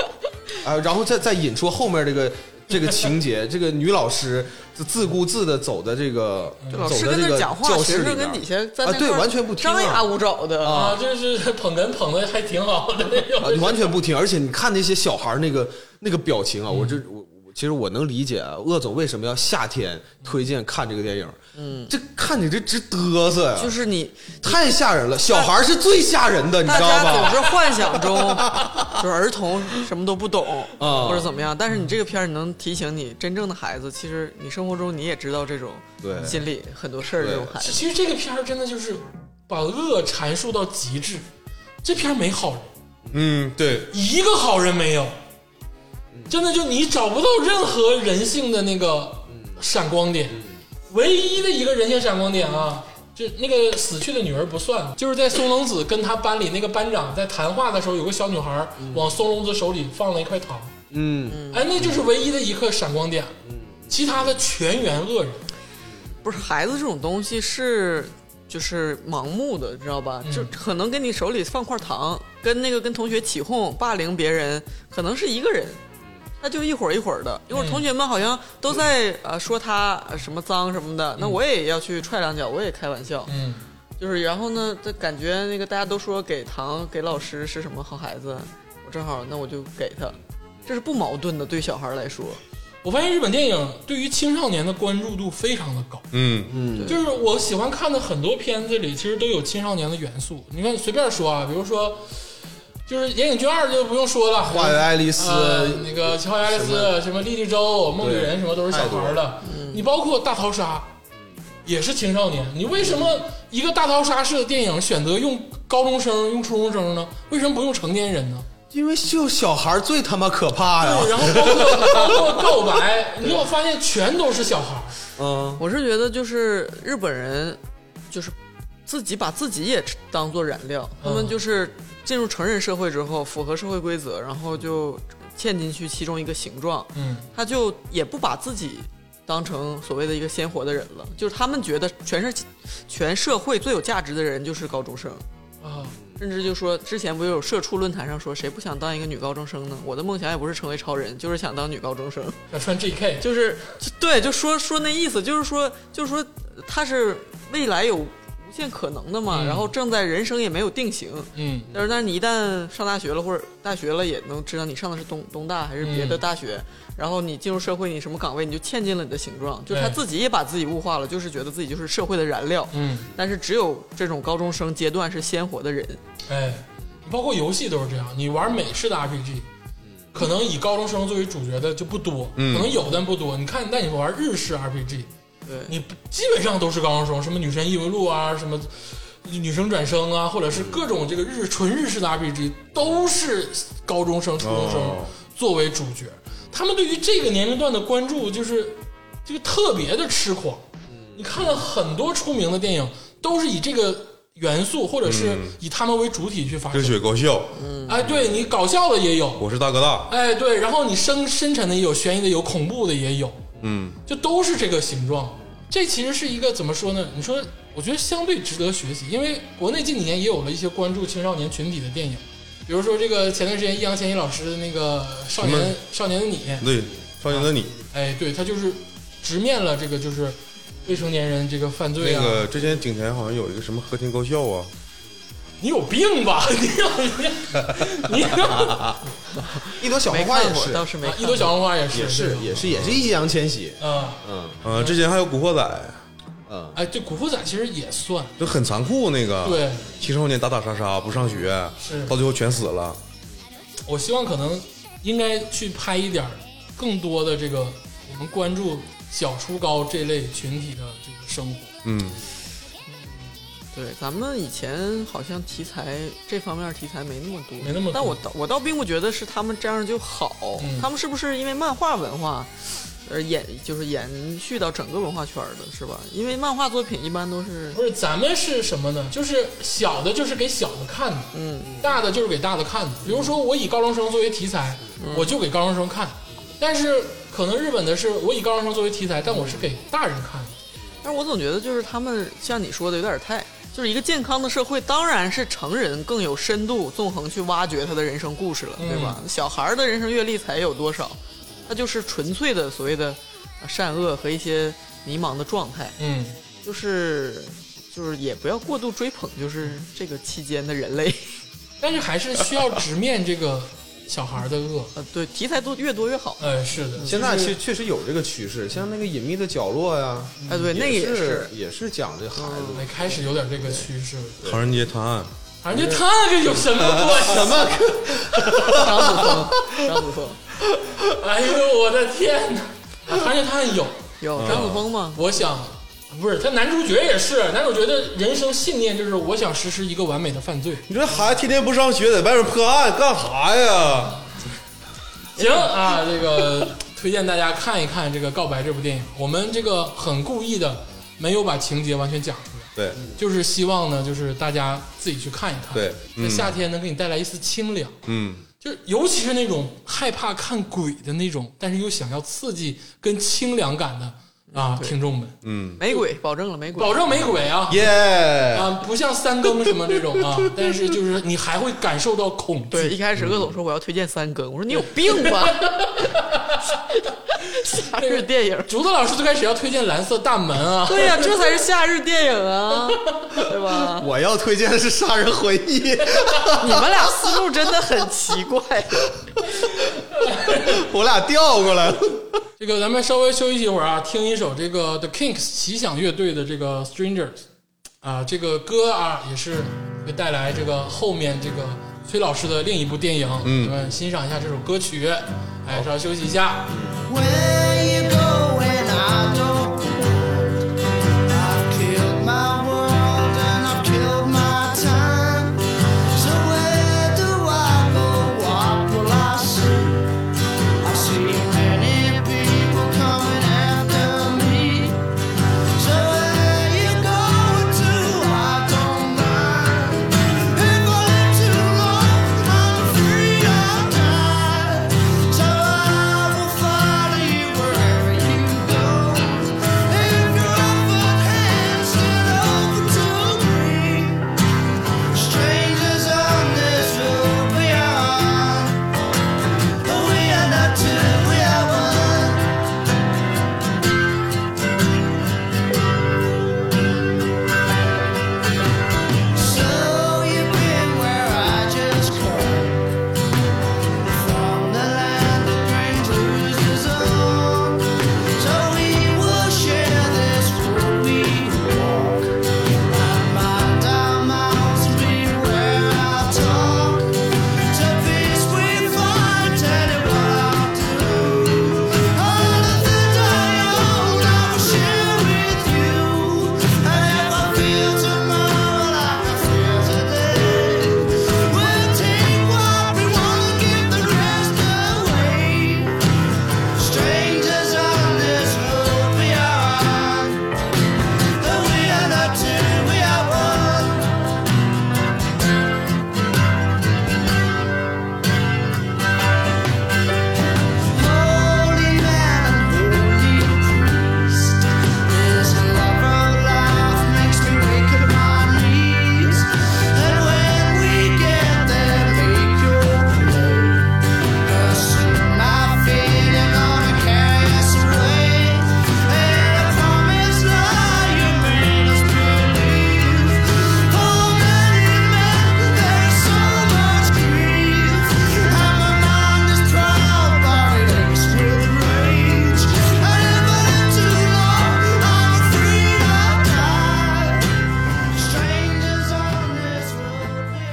啊、然后再再引出后面这个这个情节，这个女老师自自顾自的走在这个
老
走
师
在
跟
这
那
个
讲话，
教
学
室里
生
面
跟底下在
啊
那，
对，
块儿
完全不听啊
张牙舞爪的
啊，就是捧哏捧的还挺好的那
啊，
种，
你完全不听，而且你看那些小孩儿那个那个表情啊，
嗯
我这我我其实我能理解啊，鄂总为什么要夏天推荐看这个电影，嗯，这看你这直嘚瑟呀，
就是你
太吓人了，小孩儿是最吓人的，你
大
知道
家总
吧？
是幻想中，就是儿童什么都不懂
(laughs) 啊
或者怎么样。但是你这个片儿，你能提醒你真正的孩子，其实你生活中你也知道这种
对
心理很多事儿，这种孩子
其实这个片儿真的就是把恶阐述到极致，这片儿没好人，
嗯，对，
一个好人没有，真的就你找不到任何人性的那个闪光点，唯一的一个人性闪光点啊，就那个死去的女儿不算，就是在松隆子跟他班里那个班长在谈话的时候，有个小女孩往松隆子手里放了一块糖，
嗯，
哎，那就是唯一的一个闪光点，其他的全员恶人，
不是孩子这种东西是。就是盲目的，知道吧？就可能跟你手里放块糖，跟那个跟同学起哄、霸凌别人，可能是一个人，那就一会儿一会儿的。一会儿同学们好像都在呃说他呃什么脏什么的，那我也要去踹两脚，我也开玩笑。
嗯，
就是然后呢，他感觉那个大家都说给糖给老师是什么好孩子，我正好那我就给他，这是不矛盾的，对小孩来说，
我发现日本电影对于青少年的关注度非常的高。
嗯嗯
就是我喜欢看的很多片子里，其实都有青少年的元素。你看，随便说啊，比如说，就是《岩井俊二》就不用说了，
花园爱丽丝
呃，那个《花园爱丽丝》什么《莉莉周》《梦里人》什么都是小孩儿的。你包括《大逃杀》，也是青少年。你为什么一个大逃杀式的电影选择用高中生、用初中生呢？为什么不用成年人呢？
因为就小孩儿最他妈可怕呀
对，，然后包括包括告白，你有发现全都是小孩儿。
嗯，
我是觉得就是日本人，就是自己把自己也当做燃料，他们就是进入成人社会之后，符合社会规则，然后就嵌进去其中一个形状，
嗯，
他就也不把自己当成所谓的一个鲜活的人了，就是他们觉得全是全社会最有价值的人就是高中生。
啊，
甚至就说之前不就有社畜论坛上说谁不想当一个女高中生呢？我的梦想也不是成为超人，就是想当女高中生。
要穿 GK，
就是就对，就说说那意思，就是说，就是说，他是未来有无限可能的嘛，然后正在人生也没有定型，
嗯
但是但是你一旦上大学了或者大学了，也能知道你上的是东东大还是别
嗯
的大学，然后你进入社会，你什么岗位你就嵌进了你的形状，就是他
对
自己也把自己物化了，就是觉得自己就是社会的燃料，
嗯，
但是只有这种高中生阶段是鲜活的人，
哎，包括游戏都是这样，你玩美式的 RPG。可能以高中生作为主角的就不多，可能有但不多。你看，那你玩日式 RPG，
对
你不基本上都是高中生，什么女神异闻录啊，什么女生转生啊，或者是各种这个日纯日式的 RPG，都是高中生、初中生
哦
作为主角。他们对于这个年龄段的关注就是这个特别的痴狂。
嗯
你看了很多出名的电影，都是以这个元素或者是
嗯
以他们为主体去发
热
生。
血高校，
哎，对你搞笑的也有，
我是大哥大，
哎，对，然后你深深沉的也有，悬疑的有，恐怖的也有，
嗯，
就都是这个形状。这其实是一个怎么说呢？你说，我觉得相对值得学习，因为国内近几年也有了一些关注青少年群体的电影，比如说这个前段时间易烊千玺老师的那个《少
什么
年少年的你》，
对，少年的你，
哎，对他就是直面了这个就是未成年人这个犯罪
那
啊。
个之前景甜好像有一个什么和田高校啊，
你有病吧？ (laughs) 你
(laughs)
有你有啊！
一朵小
没
红花
看
也
过，
是，
倒是没看
一朵小红花也是，
也是
对吧
也是也是易烊千玺，
啊，
嗯
啊，之前还有古惑仔，
嗯，
哎，对，《古惑仔》其实也算
就很残酷那个，
对。
青少年打打杀杀不上学
是，
到最后全死了，
我希望可能应该去拍一点儿更多的这个我们关注小初高这类群体的这个生活。
嗯，
对，咱们以前好像题材这方面题材没那么多，
没那么多
但我倒我倒并不觉得是他们这样就好，
嗯
他们是不是因为漫画文化而延就是延续到整个文化圈儿的，是吧？因为漫画作品一般都是
不是，咱们是什么呢？就是小的，就是给小的看的，嗯，大的就是给大的看的。比如说，我以高中生作为题材，我就给高中生看；但是可能日本的是，我以高中生作为题材，但我是给大人看的。
但是我总觉得就是他们像你说的有点太，就是一个健康的社会，当然是成人更有深度、纵横去挖掘他的人生故事了，对
嗯
吧？小孩儿的人生阅历才有多少，他就是纯粹的所谓的呃善恶和一些迷茫的状态，
嗯，
就是就是也不要过度追捧，就是这个期间的人类， (laughs)
但是还是需要直面这个小孩的恶。
呃，对，题材多越多越好。
呃，是的，
现在确确实有这个趋势，像那个隐秘的角落呀，
哎，对，那个
也
也
是嗯也是讲这孩子
哎，开始有点这个趋势了。
《唐人街探案
反正就他跟有什么关系？
什么
张子枫，张子枫
哎呦，我的天哪！而且他有，
有张子枫吗？
我想，不是他男主角也是，男主角的人生信念就是我想实施一个完美的犯罪。
你说孩子天天不上学，在外面破案干啥呀？
行啊，这个 (laughs) 推荐大家看一看这个《告白》这部电影。我们这个很故意的没有把情节完全讲出来，
对
就是希望呢，就是大家自己去看一看。
对
在夏天能给你带来一丝清凉。
嗯，
就是尤其是那种害怕看鬼的那种，但是又想要刺激跟清凉感的啊，听众们，
没鬼，保证了没鬼
保。证没鬼啊
耶、
啊，不像三更什么这种啊，但是就是你还会感受到恐
对，
惧。
一开始鄂总说我要推荐三更，我说你有病吧？夏日电影，
竹子老师最开始要推荐《蓝色大门》啊，
对呀、这才是夏日电影啊，对吧？
我要推荐的是《杀人回忆》，
你们俩思路真的很奇怪。
我俩调过来了。
这个咱们稍微休息一会儿啊，听一首这个 The Kinks 奇想乐队的这个 Strangers 啊，这个歌啊也是会带来这个后面这个崔老师的另一部电影，嗯，们欣赏一下这首歌曲，哎，稍微休息一下。
Where you going? I don't know. I've killed my world and I've killed my time. So where do I go? What will I see? I see many people coming after me. So where you going to? I don't mind. If I live too long, I'm free or die. So I will follow you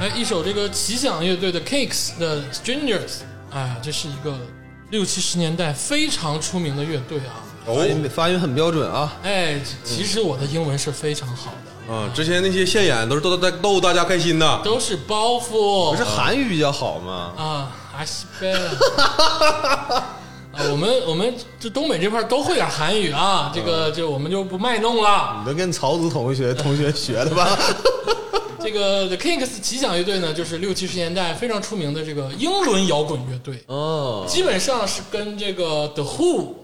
哎一首这个奇想乐队的 Cakes 的 Strangers，哎，这是一个六七十年代非常出名的乐队啊。
发
哦
音发音很标准啊，
哎，其实我的英文是非常好的，
啊，之前那些现演都是逗大逗大家开心的，
都是包袱
不是韩语比较好吗？
啊，还是呗。 (laughs) 啊，我们我们这东北这块儿都会点韩语啊，这个这我们就不卖弄了。
你都跟曹子同学同学学的 (laughs) 吧？
这个 The Kinks 奇想乐队呢，就是六七十年代非常出名的这个英伦摇滚乐队，
哦，
基本上是跟这个 The Who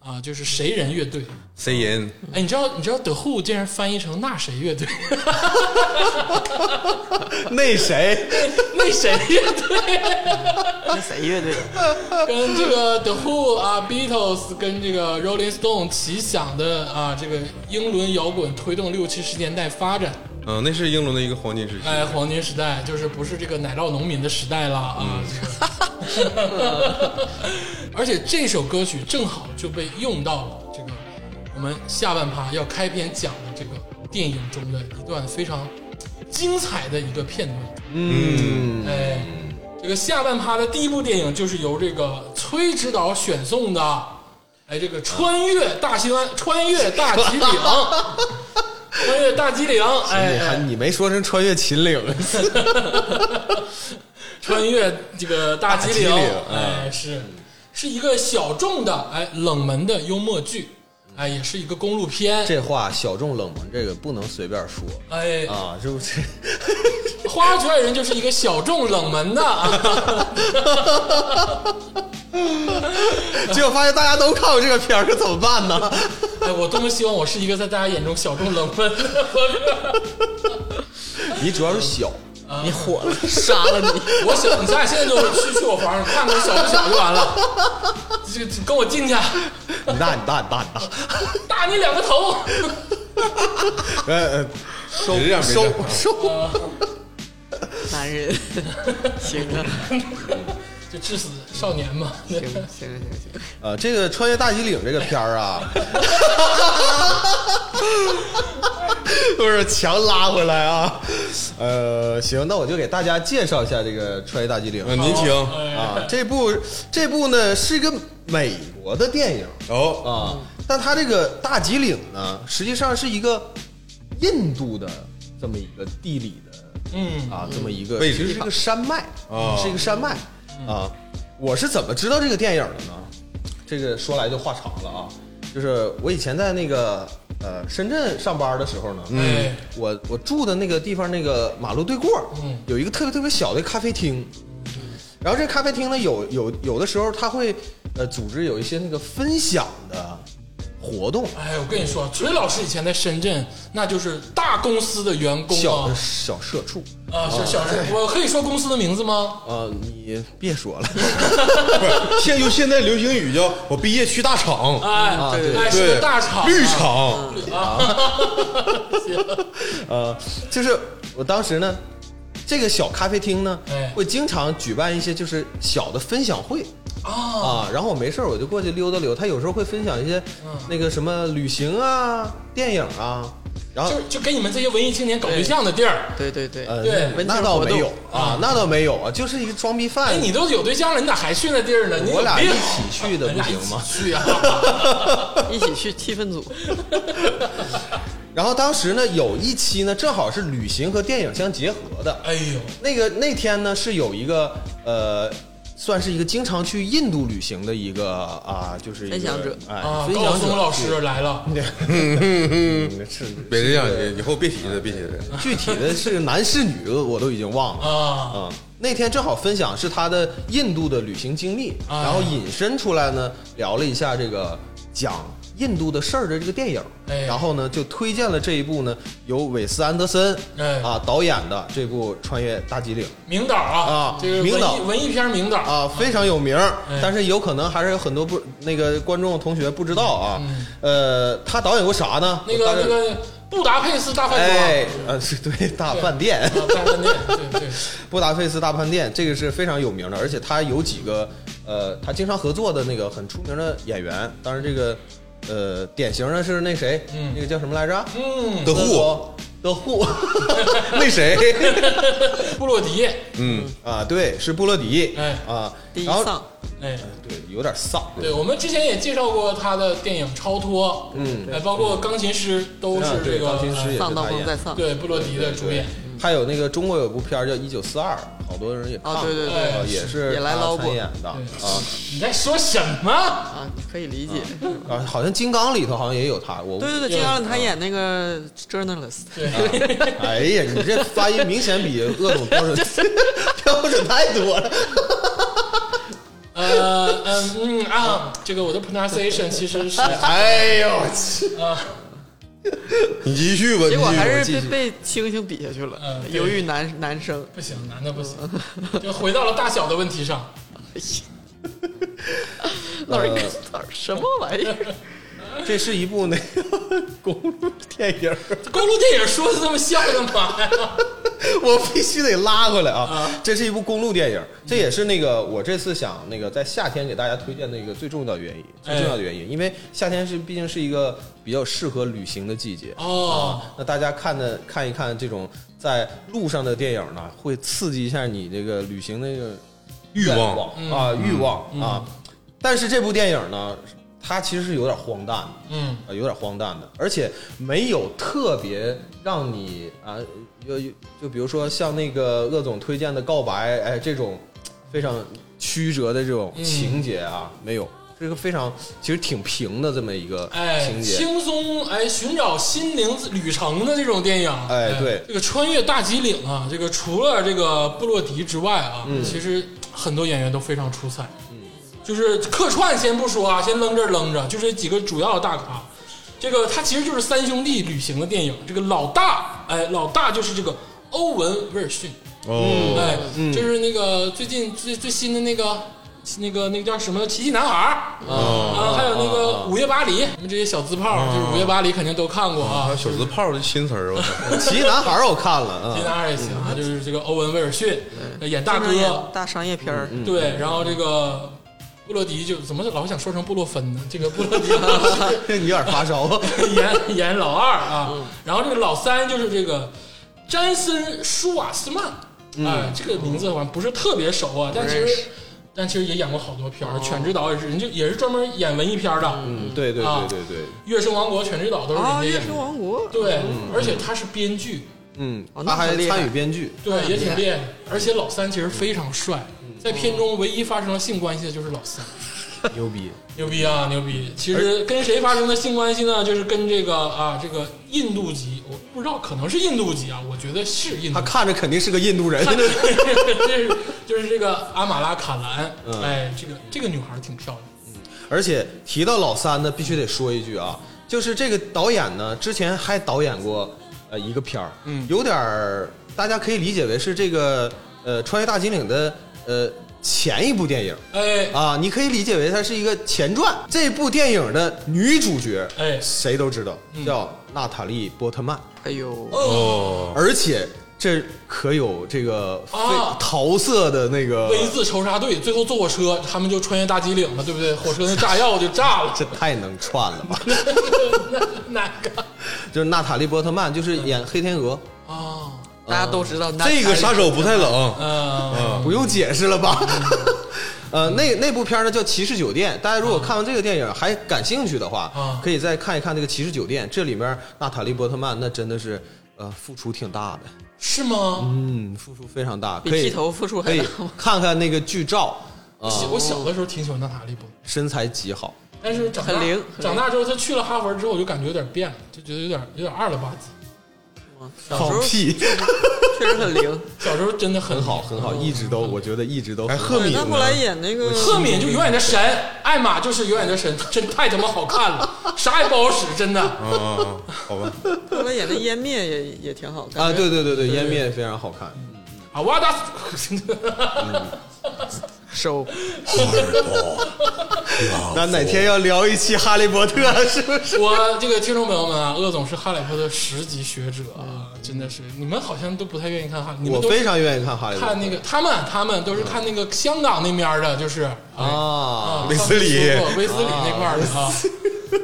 啊，就是谁人乐队。
谁人
哎，你知道你知道 The Who 竟然翻译成那谁乐队， (laughs)
那谁，
那谁乐队，
(laughs) 那谁乐队？
(laughs) 跟这个 The Who 啊，Beatles 跟这个 Rolling Stone 奇想的啊，这个英伦摇滚推动六七十年代发展。
嗯，那是英伦的一个黄金时期。
哎，黄金时代就是不是这个奶酪农民的时代了啊！这个而且这首歌曲正好就被用到了这个我们下半趴要开篇讲的这个电影中的一段非常精彩的一个片段。
嗯，
哎，这个下半趴的第一部电影就是由这个崔指导选送的，哎，这个穿越大兴安，穿越大吉岭，穿越大吉岭，哎，哎
你还你没说成穿越秦岭， (laughs)
穿越这个大吉
大吉
岭
岭，
哎，是是一个小众的哎冷门的幽默剧，哎，也是一个公路片，
这话小众冷门这个不能随便说
哎，
啊，是不是？ (laughs)
花圈人就是一个小众冷门的 (laughs) 啊，
结果发现大家都看过这个片儿，可怎么办呢？ (laughs)
哎，我多么希望我是一个在大家眼中小众冷门的播客，
你主要是 (laughs) 小，
你火了，杀了你！
(laughs) 我想你咱俩现在就去去我房上看看我小不小就完了，这这跟我进去，啊
你大你大你大你大，
打你两个头。 (laughs)
呃，收
别这样别这样啊
收收，
男人， (laughs) 行啊，
就致死少年嘛，
行行啊行行，
呃，这个穿越大吉岭这个片儿啊， (laughs) 都是强拉回来啊，呃，行，那我就给大家介绍一下这个穿越大吉岭
嗯，您请
啊，这部这部呢是一个美国的电影，
哦，
啊，但它这个大吉岭呢，实际上是一个印度的这么一个地理的
嗯
啊，这么一个
位
其
置
实是一个山脉
啊
是一个山脉啊。我是怎么知道这个电影的呢？这个说来就话长了啊，就是我以前在那个呃深圳上班的时候呢，
哎
我我住的那个地方那个马路对过儿，
嗯
有一个特别特别小的咖啡厅。然后这咖啡厅呢，有有有的时候他会呃组织有一些那个分享的活动，
哎，我跟你说，崔老师以前在深圳，那就是大公司的员工
小
啊
的，小社畜。
啊，小
哦
小事，我可以说公司的名字吗？
呃，你别说了， (laughs)
不是， (laughs) 现用现在流行语叫我毕业去大厂，
哎，
对
哎，是
对，
个大厂，
绿厂，
呃，就是我当时呢，这个小咖啡厅呢
哎，
会经常举办一些就是小的分享会，
啊，
啊，然后我没事儿我就过去溜达溜达。他有时候会分享一些
嗯
那个什么旅行啊、电影啊，然后
就就给你们这些文艺青年搞对象的地儿。
对对对，
呃，
对
那
文
那
青
倒
活
没有
动
啊，那倒没有啊，就是一个装逼
哎，
犯。
你都有对象了，你咋还去那地儿呢？你有
我俩一
病
起去的不行吗？
去
(laughs)
啊！
一起去气氛组，
然后当时呢，有一期呢，正好是旅行和电影相结合的。
哎呦，
那个那天呢，是有一个呃，算是一个经常去印度旅行的一个啊，就是一个
分享者
哎，
啊，
分
高
享者
松老师来了，
嗯是
别这样，以以后别提了，别提了。
具体的是男是女，我都已经忘了。
啊，
啊、那天正好分享是他的印度的旅行经历，
啊
然后引申出来呢，聊了一下这个讲印度的事儿的这个电影，
哎
然后呢就推荐了这一部呢由韦斯安德森、
哎
啊导演的这部《穿越大吉岭
名导啊
啊，
这个文
名导
艺文艺片名》导，
啊，非常有名儿
哎，
但是有可能还是有很多不那个观众同学不知道啊，呃，他导演过啥呢？
嗯那
我
个
当时
那个布达佩斯大饭
哎
店，，
呃，是对大
对
饭店。
啊大饭店，对 (laughs)
(laughs)
对，
布达佩斯大饭店，这个是非常有名的，而且他有几个呃，他经常合作的那个很出名的演员，当然这个呃，典型的是那谁，
嗯
那个叫什么来着？
嗯，
德
德
护，
国的户， (laughs) 那谁
(laughs) 布洛迪，
啊？对，是布洛迪，
哎
啊，
第一
然后
丧，
哎，
对，有点丧，
对，我们之前也介绍过他的电影《超脱》，嗯，哎，包括《钢琴师》都是
啊
这
对
个呃
钢琴师也是
丧到
他
不能
演
再
的，
丧。
对布洛迪的主演，
还有那个中国有部片儿叫《一九四二》，好多人也看
啊，
过，
对对
哎
对
啊也是
也来
他
捞过
参演的啊
你在说什么？
啊，可以理解。
啊，好像《金刚》里头好像也有他，我
对对对，
对
金刚他演那个 journalist，
嗯 (laughs)
对，
哎呀，你这发音明显比鄂总标准 (laughs) 标准太多了。
呃，嗯嗯啊，这个我的 pronunciation 其实
(laughs)
是
哎呦我去！
你继续吧，你
结果
继续
还
吧。
是被被星星比下去了
嗯，
(laughs)
对
由于男男生。
不行，男的不行，就回到了大小的问题上。
呃
老人跟老人什么玩意儿？
这是一部那个公路电影儿， (laughs)
公路电影说的这么像干嘛呀？
我必须得拉回来啊！这是一部公路电影儿，这也是那个我这次想那个在夏天给大家推荐的一个最重要的原因，最重要的原因，因为夏天是毕竟是一个比较适合旅行的季节。
(laughs) 哦，
那大家看的看一看这种在路上的电影呢，会刺激一下你这个旅行那个
欲望
愿
嗯
啊，欲望啊。但是这部电影呢，它其实是有点荒诞的，
嗯
啊，有点荒诞的，而且没有特别让你啊，有有就比如说像那个鄂总推荐的《告白》，哎，这种非常曲折的这种
嗯
情节啊，没有，这个非常其实挺平的这么一个
哎，
情节，
轻松哎，寻找心灵旅程的这种电影，
哎对
这个穿越大吉岭啊，这个除了这个布洛迪之外啊，
嗯
其实很多演员都非常出彩，嗯，就是客串先不说啊，先扔这儿扔着，就是几个主要的大咖，这个他其实就是三兄弟旅行的电影，这个老大哎，老大就是这个欧文威尔逊，
哦，
哎，就是那个最近最最新的那个那个那个叫什么《奇迹男孩》啊，还有那个《午夜巴黎》，你们这些小字炮儿，就是《午夜巴黎》肯定都看过啊
还有。小字炮这新词儿，我操！
(laughs) 奇异男孩》我看了
奇迹
啊，
男孩也行啊，就是这个欧文威尔逊呃演大
经常
哥
演，大商业片儿，
嗯
对，然后这个布洛迪就怎么老想说成布洛芬呢？这个布洛迪
这 (laughs) 你有点
(laughs)
发烧啊。
演演老二啊，
嗯
然后这个老三就是这个詹森舒瓦斯曼，哎，这个名字好像不是特别熟啊，但其
嗯不认
实
识哦
但其实也演过好多片儿，犬之岛也是，人家也是专门演文艺片儿的，
嗯，对对
啊
对对对，
月升王国》《犬之岛》都是人
啊，《
家
月
演
升
的，
王国》嗯
对，而且他是编剧，
嗯
哦，那
他还
很厉害嗯
参与
(laughs)
编剧，
对，也挺厉害的，而且老三其实非常帅，在片中唯一发生了性关系的就是老三。
牛逼。
牛逼啊，牛逼！其实跟谁发生的性关系呢？就是跟这个啊，这个印度籍，我不知道，可能是印度籍啊，我觉得是印度
他
籍。
看着肯定是个印
(laughs)
度人，
就是就是这个阿玛拉卡兰，
嗯
哎，这个这个女孩挺漂亮，
(laughs) 而且提到老三呢，必须得说一句啊，就是这个导演呢，之前还导演过呃一个片儿，
嗯
有点儿大家可以理解为是这个呃《穿越大金领》的呃前一部电影
哎，
啊，你可以理解为它是一个前传。这部电影的女主角，
哎嗯
谁都知道，叫娜塔莉波特曼，
哎呦，
哦，
而且这可有这个非
啊
桃色的那个，
V 字仇杀队，最后坐火车，他们就穿越大吉岭了，对不对？火车那炸药就炸了，
(laughs) 这太能串了吧？
哪个
就是娜塔莉波特曼，就是演黑天鹅。
啊？
大家都知
哦
道那
这个杀手不太冷，啊
嗯，
不用解释了吧？呃，那那部片儿呢叫《骑士酒店》，大家如果看完这个电影还感兴趣的话，
啊
可以再看一看这个《骑士酒店》，这里面娜塔莉波特曼那真的是呃付出挺大的，
是吗？
嗯，付出非常大，
比
可以
剃头付出还
可以
大吗 (laughs)
看看那个剧照，啊、
我小的时候挺喜欢娜塔莉波特。
身材极好，
但是长大
很灵很灵
长大之后，他去了哈佛之后，我就感觉有点变了，就觉得有点有点二了吧唧。
小时候
屁，
确实很灵。
小时候真的很
很好很好，一直都我觉得一直都
还
很好
赫敏
他
呢
后来演那个
赫敏就永远的神，艾玛就是永远的神，真太他妈好看了，啥也不好使，真的。
啊啊，啊好吧，
后来演的《湮灭》也也挺好看
啊，对对对对，湮灭非常好看，
啊，哇达，
收
哦
那哪天要聊一期《哈利波特》是不是？
(laughs) 我这个听众朋友们啊，鄂总是哈利波特十级学者啊，真的是，你们好像都不太愿意看哈，你
我
们都
非常愿意看《哈利波特
看》那个他们他们都是看那个香港那边的，就是
啊
啊，
威斯理
嗯
威斯理那块儿的啊。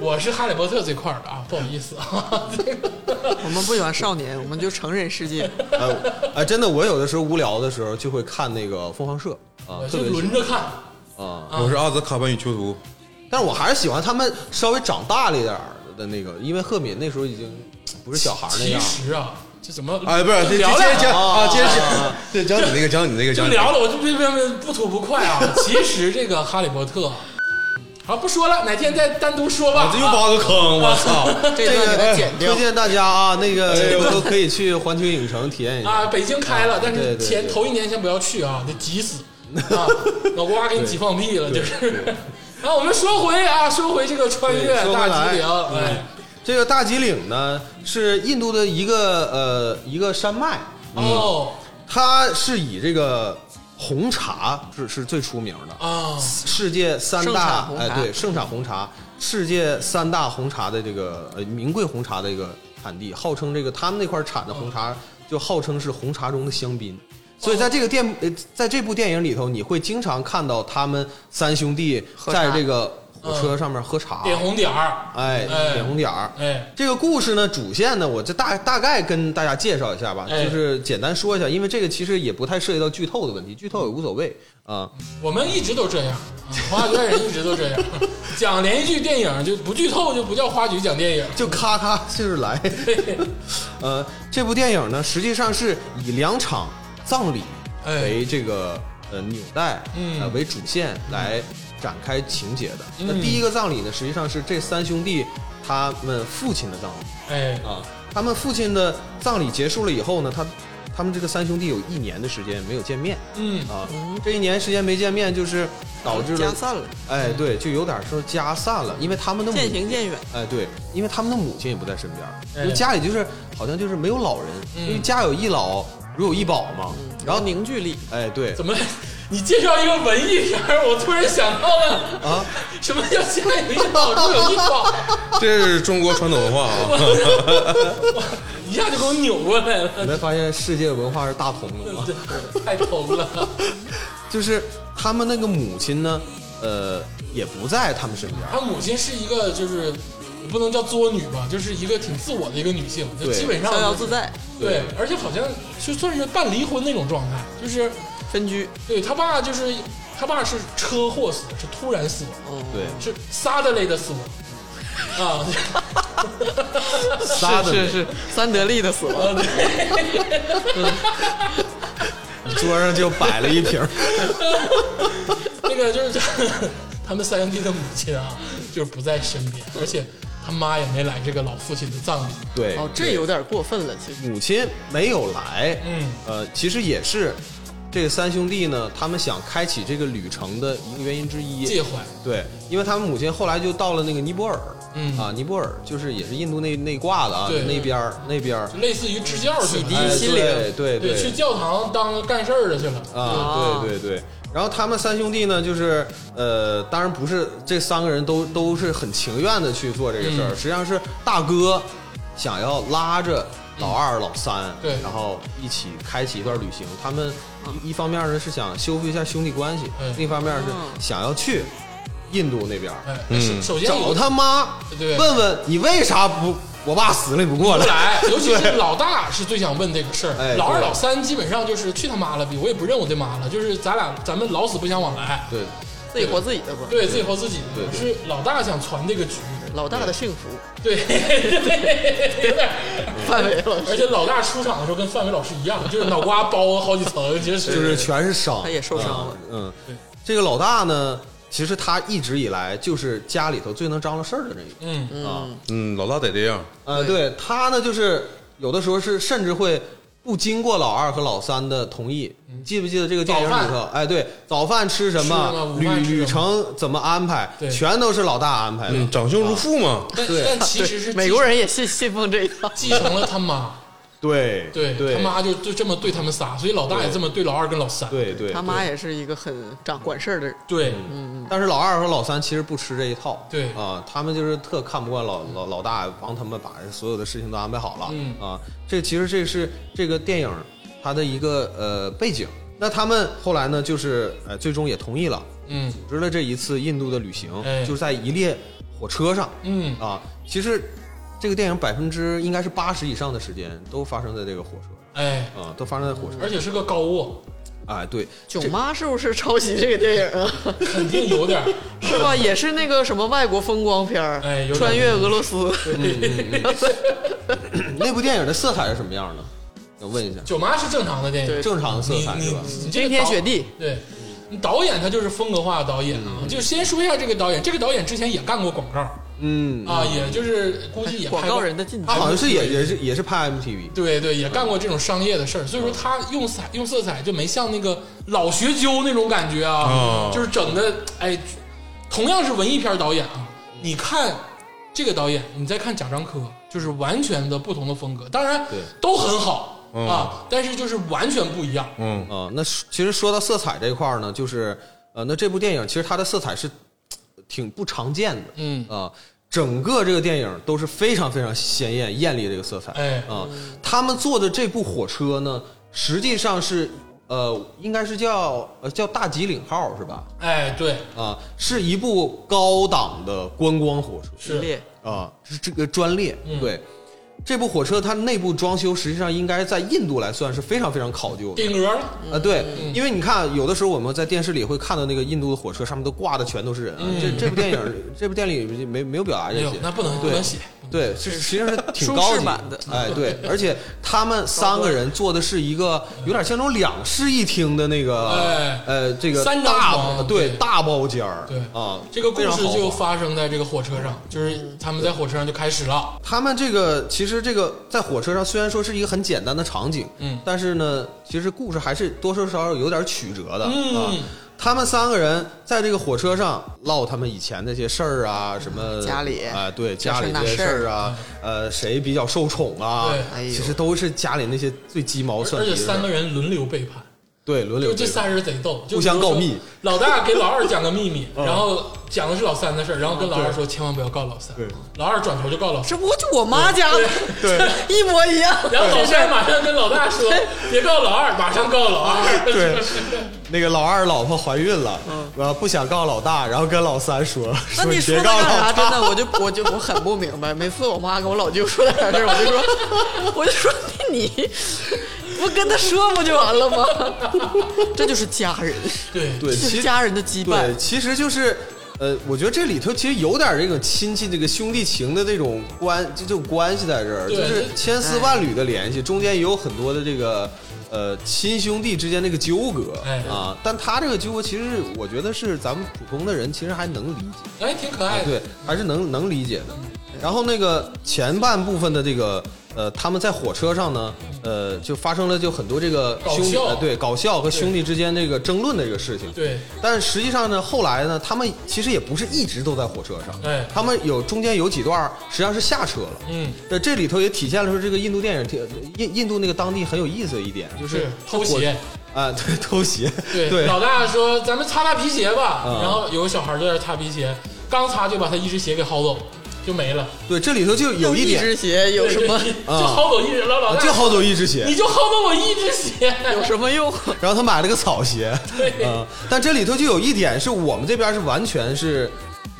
我是哈利波特这块儿的啊，不好意思
(laughs)
啊，这个
我们不喜欢少年，我们就成人世界。
哎哎，真的，我有的时候无聊的时候就会看那个凤凰社啊，特
就
别
轮
喜
着看。
啊，
我是阿兹卡班与囚徒，
但是我还是喜欢他们稍微长大了一点儿的那个，因为赫敏那时候已经不是小孩儿那
其
样。
实啊，这怎么
哎，不是，
就
接
聊
接
聊
讲啊，接
啊啊
着接着讲你那个，讲你那个，
就
讲你那啊
聊
个
了，我就别别别不吐不快啊。其实这个《哈利波特》，啊好不说了，哪天再单独说
啊
吧。啊
这又挖个
(laughs)
坑，我操！
这段给它剪掉
推。荐大家啊，那
哎呦
个都可以去环球影城体验一下。
啊，北京开了，但
对
是
对
前
对
头一年先不要去啊，得急
(laughs)
死啊！脑瓜给你挤放屁了，就是。 (laughs) 然后我们说回啊，说回这个穿越
对说回
大
来
吉岭，
嗯
哎，
这个大吉岭呢，是印度的一个呃一个山脉，
哦
它是以这个红茶是是最出名的，
啊，
世界三
盛产
大
红茶
哎对盛产红茶，世界三大红茶的这个呃名贵红茶的一个产地，号称这个他们那块产的红茶就号称是红茶中的香槟。所以在这个电呃，在这部电影里头，你会经常看到他们三兄弟
喝茶嗯
在这个火车上面喝茶，
点红点儿，
哎，
哎
点红点儿。
哎，
这个故事呢，主线呢，我这大大概跟大家介绍一下吧，
哎
就是简单说一下，因为这个其实也不太涉及到剧透的问题，剧透也无所谓啊、
我们一直都这样，啊花局人一直都这样， (laughs) 讲连续剧电影就不剧透就不叫花局讲电影，
就咔咔就是
(laughs)
来。呃，这部电影呢，实际上是以两场葬礼
哎
为这个呃纽带，
嗯
呃为主线来展开情节的。那
嗯
第一个葬礼呢，实际上是这三兄弟他们父亲的葬礼。
哎，
啊，他们父亲的葬礼结束了以后呢，他他们这个三兄弟有一年的时间没有见面
嗯，
啊，这一年时间没见面，就是导致
加
了，
散了，
哎，对，就有点说家散了，因为他们的母
渐，行渐远。
哎，对，因为他们的母亲也不在身边
哎
儿，就家里就是好像就是没有老人，因为家有一老如有一宝嘛，
嗯
然后
凝聚力，
哎，对
怎么你介绍一个文艺片儿，我突然想到了
啊，
(laughs) 什么叫家有一宝如有一宝，
这是中国传统文化啊。
(laughs) 一下就给我扭过来了。 (laughs)
你们发现世界文化是大同的吗？
太头了，
就是他们那个母亲呢，呃，也不在他们身边儿，
他母亲是一个就是不能叫作女吧，就是一个挺自我的一个女性，就
对
基本上
逍遥自在，
对，而且好像就算是半离婚那种状态，就是
分居。
对他爸就是他爸是车祸死的，是突然死亡，
哦，
对，
是撒的类的死亡啊， (laughs)
仨的
是是三得利的死了。
桌上就摆了一瓶儿。
那个就是 (laughs) 他们三兄弟的母亲啊，就是不在身边，而且他妈也没来这个老父亲的葬礼，
对，
哦，这有点过分了，其实。
母亲没有来，
嗯，
呃，其实也是这三兄弟呢，他们想开启这个旅程的一个原因之
介
一。
怀，
对，因为他们母亲后来就到了那个尼泊尔，
嗯
啊，尼泊尔就是也是印度那那挂的啊
对，
那边儿那边儿，
就类似于支教去了，
哎
涤心灵
对对
对，去教堂当干事儿的去了。
啊，对对对。然后他们三兄弟呢，就是呃，当然不是这三个人都都是很情愿的去做这个事儿，
嗯
实际上是大哥想要拉着老二、老三，
对
然后一起开启一段旅行。他们嗯一一方面呢是想修复一下兄弟关系
嗯，
另一方面是
哦
想要去印度那边儿
哎，
嗯
首首先
找
有
他妈，
对
问问你为啥不我爸死了你不过
不
来？
来，尤其是老大是最想问这个事儿，
哎
老二
对
老三基本上就是去他妈了，比我也不认我的妈了，就是咱俩咱们老死不相往来，
对，
自己活自己的吧。
对自己和自己
对对
是老大想传这个局，
老大的幸福，
对， (laughs) 有点
范伟老师
而且老大出场的时候跟范伟老师一样，就是脑瓜包了好几层，其实
就是全是伤，
他也受伤了。
嗯，这个老大呢，其实他一直以来就是家里头最能张罗事儿的那个
嗯嗯
啊，
嗯，老大得这样，
呃，对他呢，就是有的时候是甚至会不经过老二和老三的同意。你记不记得这个电影
嗯
里
早
头？哎，对，早饭吃什
吃什么
么，
午
旅
饭吃什么
旅程怎么安排
对，
全都是老大安排的。
嗯，长兄如父嘛。
但
对
但其实是继
美国人也信信奉这一套。
继承了他妈，
对
对
对
他妈就就这么对他们仨，所以老大也这么对老二跟老三，
对对
他，妈也是一个很掌管事儿的人，
对
但是老二和老三其实不吃这一套，
对
啊，他们就是特看不惯老老老大帮他们把所有的事情都安排好了，
嗯
啊，这其实这是这个电影它的一个呃背景。那他们后来呢，就是呃最终也同意了，
嗯
组织了这一次印度的旅行，
哎
就是在一列火车上
嗯
啊，其实这个电影百分之应该是八十以上的时间都发生在这个火车
哎，
啊，都发生在火车。
而且是个高卧，
哎，对，
囧妈是不是抄袭这个电影啊？
(laughs) 肯定有点儿。
是吧？也是那个什么外国风光片儿，
哎有点
穿越俄罗斯。
那部电影的色彩是什么样的？我问一下，
九妈是正常的电影，
正常的色
你
彩是
你
吧？
你这个
冰天
导
雪地，
对。你导演他就是风格化的导演啊，就先说一下这个导演，这个导演之前也干过广告
嗯，
啊，也就是估计也拍过
广告人的禁忌
他好像是也
对
也是也是拍 MTV，
对对，也干过这种商业的事儿，所以
嗯
说他用彩用色彩就没像那个老学究那种感觉啊，
嗯
哦
就是整的哎，同样是文艺片导演啊，你看这个导演，你再看贾樟柯，就是完全的不同的风格，当然
对
都很好
嗯
啊，但是就是完全不一样，
嗯，
啊、那说其实说到色彩这一块儿呢，就是呃，那这部电影其实它的色彩是嘖挺不常见的，
嗯
啊、整个这个电影都是非常非常鲜艳艳丽这个色彩，
哎
啊、他们坐的这部火车呢，实际上是呃，应该是叫呃叫大吉岭号是吧？
哎，对，
啊、是一部高档的观光火车，
系
是
列，
啊，是这个专列。
嗯
对，这部火车它内部装修实际上应该在印度来算是非常非常考究的。
顶格了，
啊，对，
嗯
因为你看，有的时候我们在电视里会看到那个印度的火车上面都挂的全都是人啊。这这部电影，这部电影里没没有表达
哎
这
呦
些，，
嗯那不能不
对
能写，
对，是实际上是挺高
舒
级
适版的
哎，对，而且他们三个人坐的是一个有点像那种两室一厅的那个，
哎
呃，这个
三张
大
床
对
对
大包间儿，
对
啊，
这个故
非常
事
豪华
就发生在这个火车上，就是他们在火车上就开始了，
他们这个其实这个在火车上虽然说是一个很简单的场景，
嗯
但是呢，其实故事还是多多少少有点曲折的、
嗯
啊。他们三个人在这个火车上唠他们以前那些事儿
嗯
啊，什么
家里
啊、对
这
家里
事儿那
这
事
些事
儿
儿啊，呃，谁比较受宠啊
对？
哎呦
其实都是家里那些最鸡毛蒜
而
皮
且
的事儿
三个人轮流背叛。
对轮流
就这
对
仨人贼逗，就
互相
比如说
告密。嗯
老大给老二讲个秘密，然后讲的是老三的事儿，然后跟老二说千万不要告老三。老二转头就告老三，
这不就我妈家的，
对
(laughs) 一模一样。
然后老三马上跟老大说别告老二，马上告老二。
对，那个老二老婆怀孕了，呃，不想告老大，然后跟老三说，
嗯那
说
你说那
别告
干啥？
老
真的，
大，
我就我就我很不明白。每次我妈跟我老舅说点事儿，我就说，我就说你不跟他说不就完了吗？ (laughs) 这就是家人，
(laughs) 对
对，
这
其
是
实
家人的羁
对，
绊。
其实就是，呃，我觉得这里头其实有点这种亲戚这个兄弟情的这种关，这种关系在这儿，
对
就是
这
千丝万缕的联系，中间也有很多的这个。呃，亲兄弟之间这个纠葛、
哎
啊，但他这个纠葛其实我觉得是咱们普通的人其实还能理解，啊
哎，挺可爱的。
对，还是能能理解的。然后那个前半部分的这个呃，他们在火车上呢，呃，就发生了就很多这个
搞
兄弟
笑
呃对搞笑和兄弟之间这个争论的这个事情。
对
但实际上呢，后来呢，他们其实也不是一直都在火车上，
哎
他们有中间有几段儿实际上是下车了。
嗯，
呃，这里头也体现了说这个印度电影挺印印度那个当地很有意思的一点，就是是
偷鞋。
啊，对，偷鞋，
对，
对
老大说咱们擦擦皮鞋吧，
嗯
然后有个小孩在那擦皮鞋，刚擦就把他一只鞋给薅走，就没了。
对，这里头就有一
一
点
只鞋有什么
对就
啊
薅走一只了，老
啊
大
就薅走一只
(laughs)
鞋
你，就薅走我一只鞋， (laughs)
有什么用？
然后他买了个草鞋，
对
嗯，但这里头就有一点是我们这边是完全是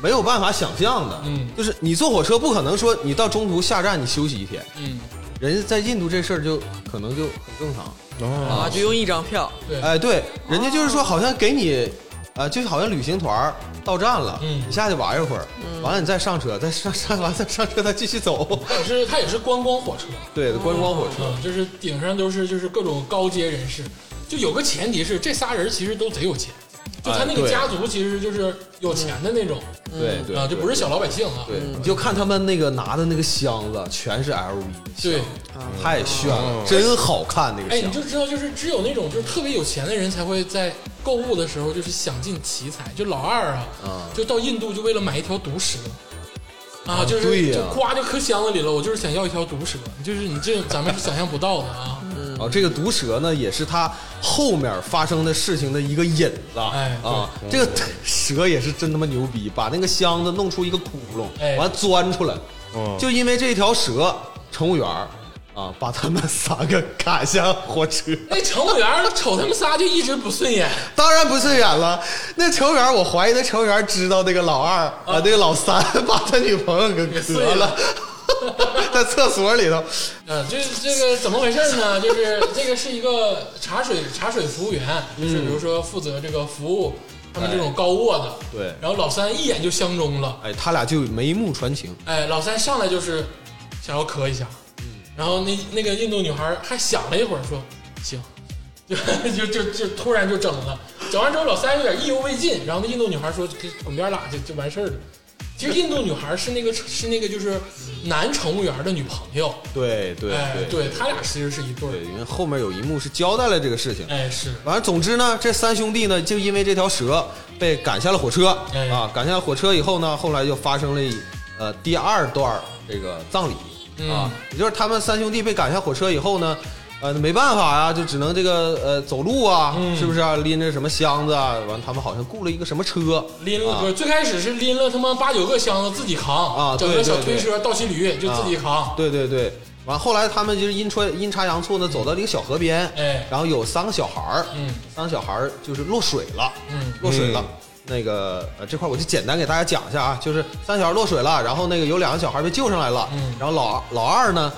没有办法想象的，
嗯
就是你坐火车不可能说你到中途下站你休息一天，
嗯，
人家在印度这事儿就可能就很正常，
哦，
啊，就用一张票。
对，
哎，对，人家就是说好像给你，呃，就好像旅行团儿到站了，
嗯
你下去玩一会儿，完了你再上车，再上上完再上车再继续走， (laughs)
他也是他也是观光火车，
对，观光火车，
嗯，就是顶上都是就是各种高阶人士，就有个前提是这仨人其实都贼有钱，就他那
哎
个
对
家族其实就是有钱的那种
对对
啊，就不是小。老百姓啊，
对，你就看他们那个拿的那个箱子，全是 LV 的箱
对哦
子，太炫了，
嗯
真好看那
哎，
个
你
箱
就
子。
知道就是只有那种就是特别有钱的人才会在购物的时候就是想尽奇才，就老二啊，
啊
就到印度就为了买一条毒蛇。啊，
啊
就是、
对呀
就呱就搁箱子里了，我就是想要一条毒蛇，就是你这咱们是想象不到的啊！
哦，这个毒蛇呢，也是他后面发生的事情的一个引子。
哎
啊，这个蛇也是真他妈牛逼，把那个箱子弄出一个窟
哎
窿，完了钻出来，
哦
就因为这一条蛇，乘务员儿啊，把他们 (laughs) 三个赶下火车。
那乘务员儿瞅他们仨就一直不顺眼，
当然不是远了，那乘务员儿，我怀疑那乘务员儿知道那个老二啊，那个老三把他女朋友给
啊给
割
碎了
了。 (laughs) 在厕所里头，
呃，这这个怎么回事呢？就是这个是一个茶水茶水服务员，就是比如说负责这个服务他们这种高卧的，
对
然后老三一眼就相中了，
哎，他俩就眉目传情，
哎，老三上来就是想要磕一下，然后那那个印度女孩还想了一会儿说行，就就就就突然就整了，整完之后老三有点意犹未尽，然后那印度女孩说给滚边儿拉去就完事儿了。其实印度女孩是那个是那个就是男乘务员的女朋友，
对对
哎，
对
对，他俩其实是一对儿
对，，啊因为后面有一幕是交代了这个事情。
哎是，
完了，总之呢，这三兄弟呢，就因为这条蛇被赶下了火车
哎
啊，赶下了火车以后呢，后来就发生了一呃第二段这个葬礼啊
嗯，
也就是他们三兄弟被赶下火车以后呢，呃，没办法呀、就只能这个呃走路啊，
嗯
是不是啊？拎着什么箱子啊？完，他们好像雇了一个什么车，
拎
啊
了不是最开始是拎了他妈八九个箱子自己扛
啊
整
对
个小
对啊
推
对
车倒骑驴就自己扛，
对对对，完后来他们就是阴差阴差阳错的走到了一个小河边，
哎
然后有三个小孩儿，
嗯，
三个小孩儿就是落水了，
嗯，
落水了。那个呃，这块儿我就简单给大家讲一下啊，就是三个小孩儿落水了，然后那个有两个小孩儿被救上来了，
嗯
然后老老二呢，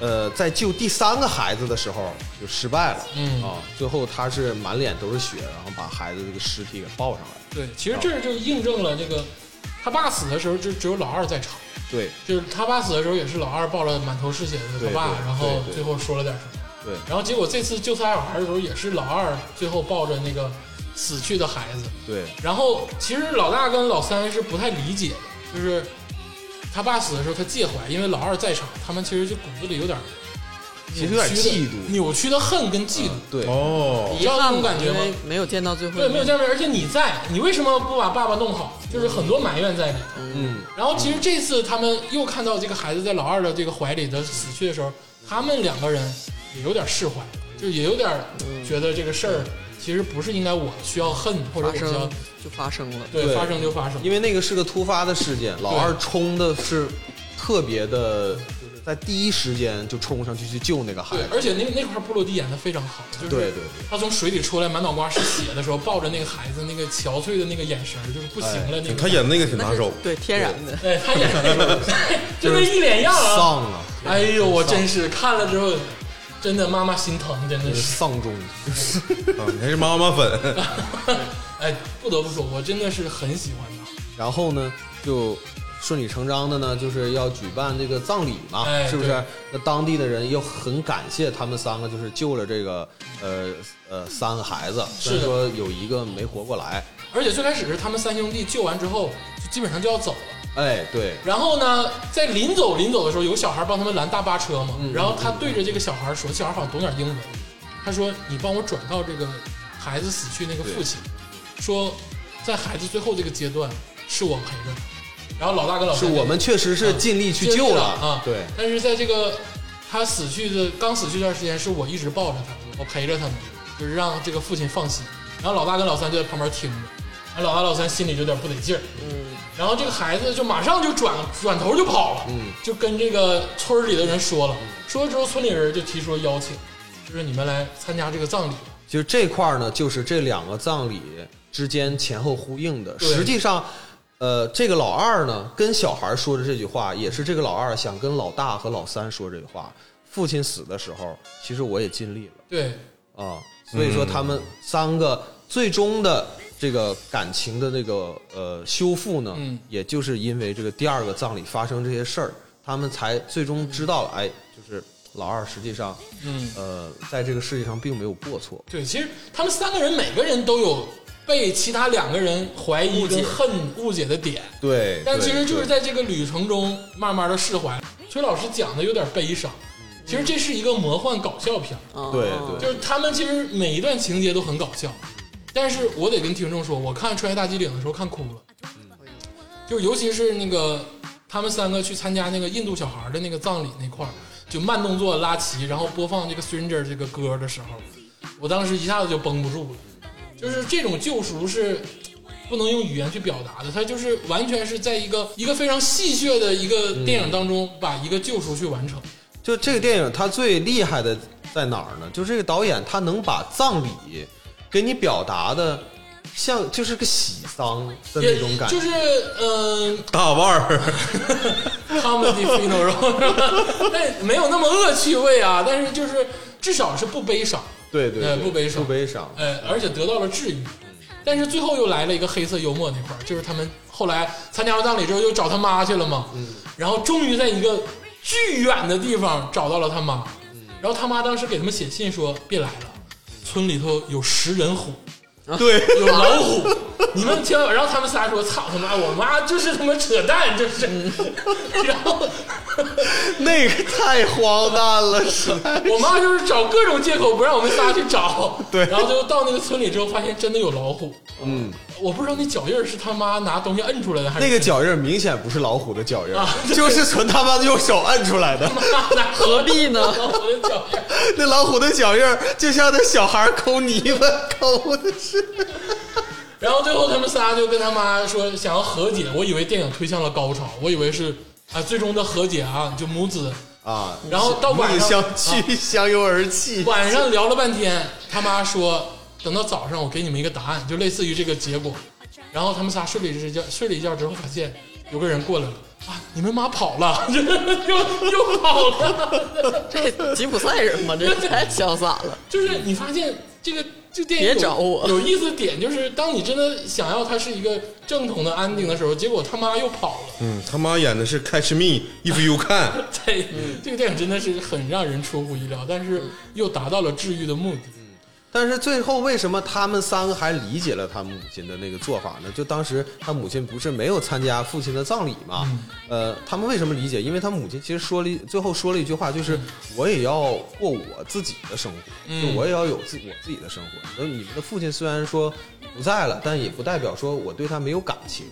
呃，在救第三个孩子的时候就失败了，
嗯
啊，最后他是满脸都是血，然后把孩子这个尸体给抱上来了，
对，其实这就印证了这个他爸死的时候就只有老二在场，
对
就是他爸死的时候也是老二抱了满头是血的
对
他爸，
对
然后
对对
最后说了点什么，
对，
然后结果这次救他小孩的时候也是老二最后抱着那个死去的孩子，
对，
然后其实老大跟老三是不太理解的，就是他爸死的时候他介怀，因为老二在场，他们其实就骨子里有点
其实有点
扭曲的
嫉妒，
扭曲的恨跟嫉妒。
对，
哦，
你知道那种
嗯遗憾嘛
感觉吗
因为没有见到最后
对，
一
没有
面。
见面，而且你在，你为什么不把爸爸弄好？就是很多埋怨在里头。
嗯，
然后其实这次他们又看到这个孩子在老二的这个怀里的死去的时候，他们两个人也有点释怀，就也有点觉得这个事儿其实不是应该我需要恨或者
发
我需要
生就发生了，
对
对
发生就发生。
因为那个是个突发的事件，老二冲的是特别的，就是在第一时间就冲上去去救那个孩
对
子，。
而且那那块布洛迪演的非常好，就是
对对
他从水里出来满脑瓜是血的时候，抱着那个孩子那个憔悴的那个眼神儿，就是不行
哎
了那个。
他演那个挺拿手，
对，天然的。
对他演那
(laughs)
个，就那一脸样啊，
丧啊，
哎呦，我真是看了之后，真的妈妈心疼，真的
就是
是。
丧钟。
啊，你还是妈妈粉，
(laughs) 哎，不得不说，我真的是很喜欢他。
然后呢，就顺理成章的呢，就是要举办这个葬礼嘛，
哎
是不
对
是？那当地的人又很感谢他们三个，就是救了这个呃呃三个孩子，虽
是
然
的
说有一个没活过来。
而且最开始是他们三兄弟救完之后，就基本上就要走了。
哎，对，
然后呢，在临走临走的时候，有个小孩帮他们拦大巴车嘛。
嗯
然后他对着这个小孩说，小孩好像懂点英文，他说：“你帮我转告这个孩子死去那个父亲，说在孩子最后这个阶段是我陪着他。”然后老大跟老
是
三就
我们确实是尽力去救
了
了
啊，
对。
但是在这个他死去的刚死去这段时间，是我一直抱着他，我陪着他们，就是让这个父亲放心。然后老大跟老三就在旁边听着，然后老大老三心里就有点不得劲儿，
嗯，
然后这个孩子就马上就转转头就跑了，
嗯，
就跟这个村儿里的人说了，说了之后村里人就提出了邀请，就是你们来参加这个葬礼。
其实这块儿呢，就是这两个葬礼之间前后呼应的。
对
实际上，呃，这个老二呢跟小孩说的这句话，也是这个老二想跟老大和老三说这句话。父亲死的时候，其实我也尽力
对，
了啊，所以说他
嗯
们三个最终的这个感情的这个呃修复呢，
嗯
也就是因为这个第二个葬礼发生这些事儿，他们才最终知道了，哎，就是老二实际上
嗯，
呃在这个世界上并没有过错。
对，其实他们三个人每个人都有被其他两个人怀疑跟恨误解的点，
对，
但其实
对
就是
对
在这个旅程中慢慢的释怀。崔老师讲的有点悲伤，其实这是一个魔幻搞笑片，
哦
对对
就是他们其实每一段情节都很搞笑，但是我得跟听众说，我看《穿越大机岭》的时候看哭了，就是尤其是那个他们三个去参加那个印度小孩的那个葬礼那块儿，就慢动作拉齐，然后播放这个 Stranger 这个歌的时候，我当时一下子就绷不住了，就是这种救赎是不能用语言去表达的，它就是完全是在一个一个非常戏谑的一个电影当中，把一个救赎去完成。
就这个电影，它最厉害的在哪儿呢？就这个导演，他能把葬礼给你表达的像就是个喜丧的那种感觉，
就是嗯、
大腕儿， (laughs)
comedy funeral，是吧但没有那么恶趣味啊，但是就是至少是不悲伤，
对对
呃
对，
不悲伤
不悲伤，
呃，而且得到了治愈。但是最后又来了一个黑色幽默那块儿，就是他们后来参加完葬礼之后又找他妈去了嘛，然后终于在一个巨远的地方找到了他妈，然后他妈当时给他们写信说别来了，村里头有食人虎，呃
对，
有老虎，你们千万。然后他们仨说：“操他妈，我妈就是他妈扯淡，这是。” (laughs) 然后
那个太荒诞了，实在
(laughs) 我妈就是找各种借口不让我们仨去找。对，然后最后到那个村里之后，发现真的有老虎。嗯，我不知道那脚印儿是他妈拿东西摁出来的还是
(laughs) 那个脚印儿明显不是老虎的脚印儿
啊，对
(laughs) 就是纯他妈的用手摁
(laughs)
出来的。
(laughs) 拿
(laughs) 何必
(laughs)
呢？
老虎的脚印儿。
那老虎的脚印儿就像那小孩抠泥巴抠的是，
然后最后他们仨就跟他妈说想要和解，我以为电影推向了高潮，我以为是啊最终的和解啊，就母子。
啊，
然后到晚
你
上
相
啊
去相拥而泣。
晚上聊了半天，他妈说等到早上我给你们一个答案，就类似于这个结果。然后他们仨睡了一觉，睡了一觉之后发现有个人过来了啊，你们妈跑了， (laughs) 又又跑了，
这吉普赛人嘛，这太潇洒了。
就是你发现这个。这电影有
别找我
有意思的点就是，当你真的想要它是一个正统的安定的时候，结果他妈又跑了。
嗯，他妈演的是 Catch Me If
(laughs)
You Can，
这这个电影真的是很让人出乎意料，但是又达到了治愈的目的。
但是最后为什么他们三个还理解了他母亲的那个做法呢？就当时他母亲不是没有参加父亲的葬礼嘛？呃，他们为什么理解？因为他母亲其实说了一，最后说了一句话，就是我也要过我自己的生活，就我也要有自我自己的生活。那你们的父亲虽然说不在了，但也不代表说我对他没有感情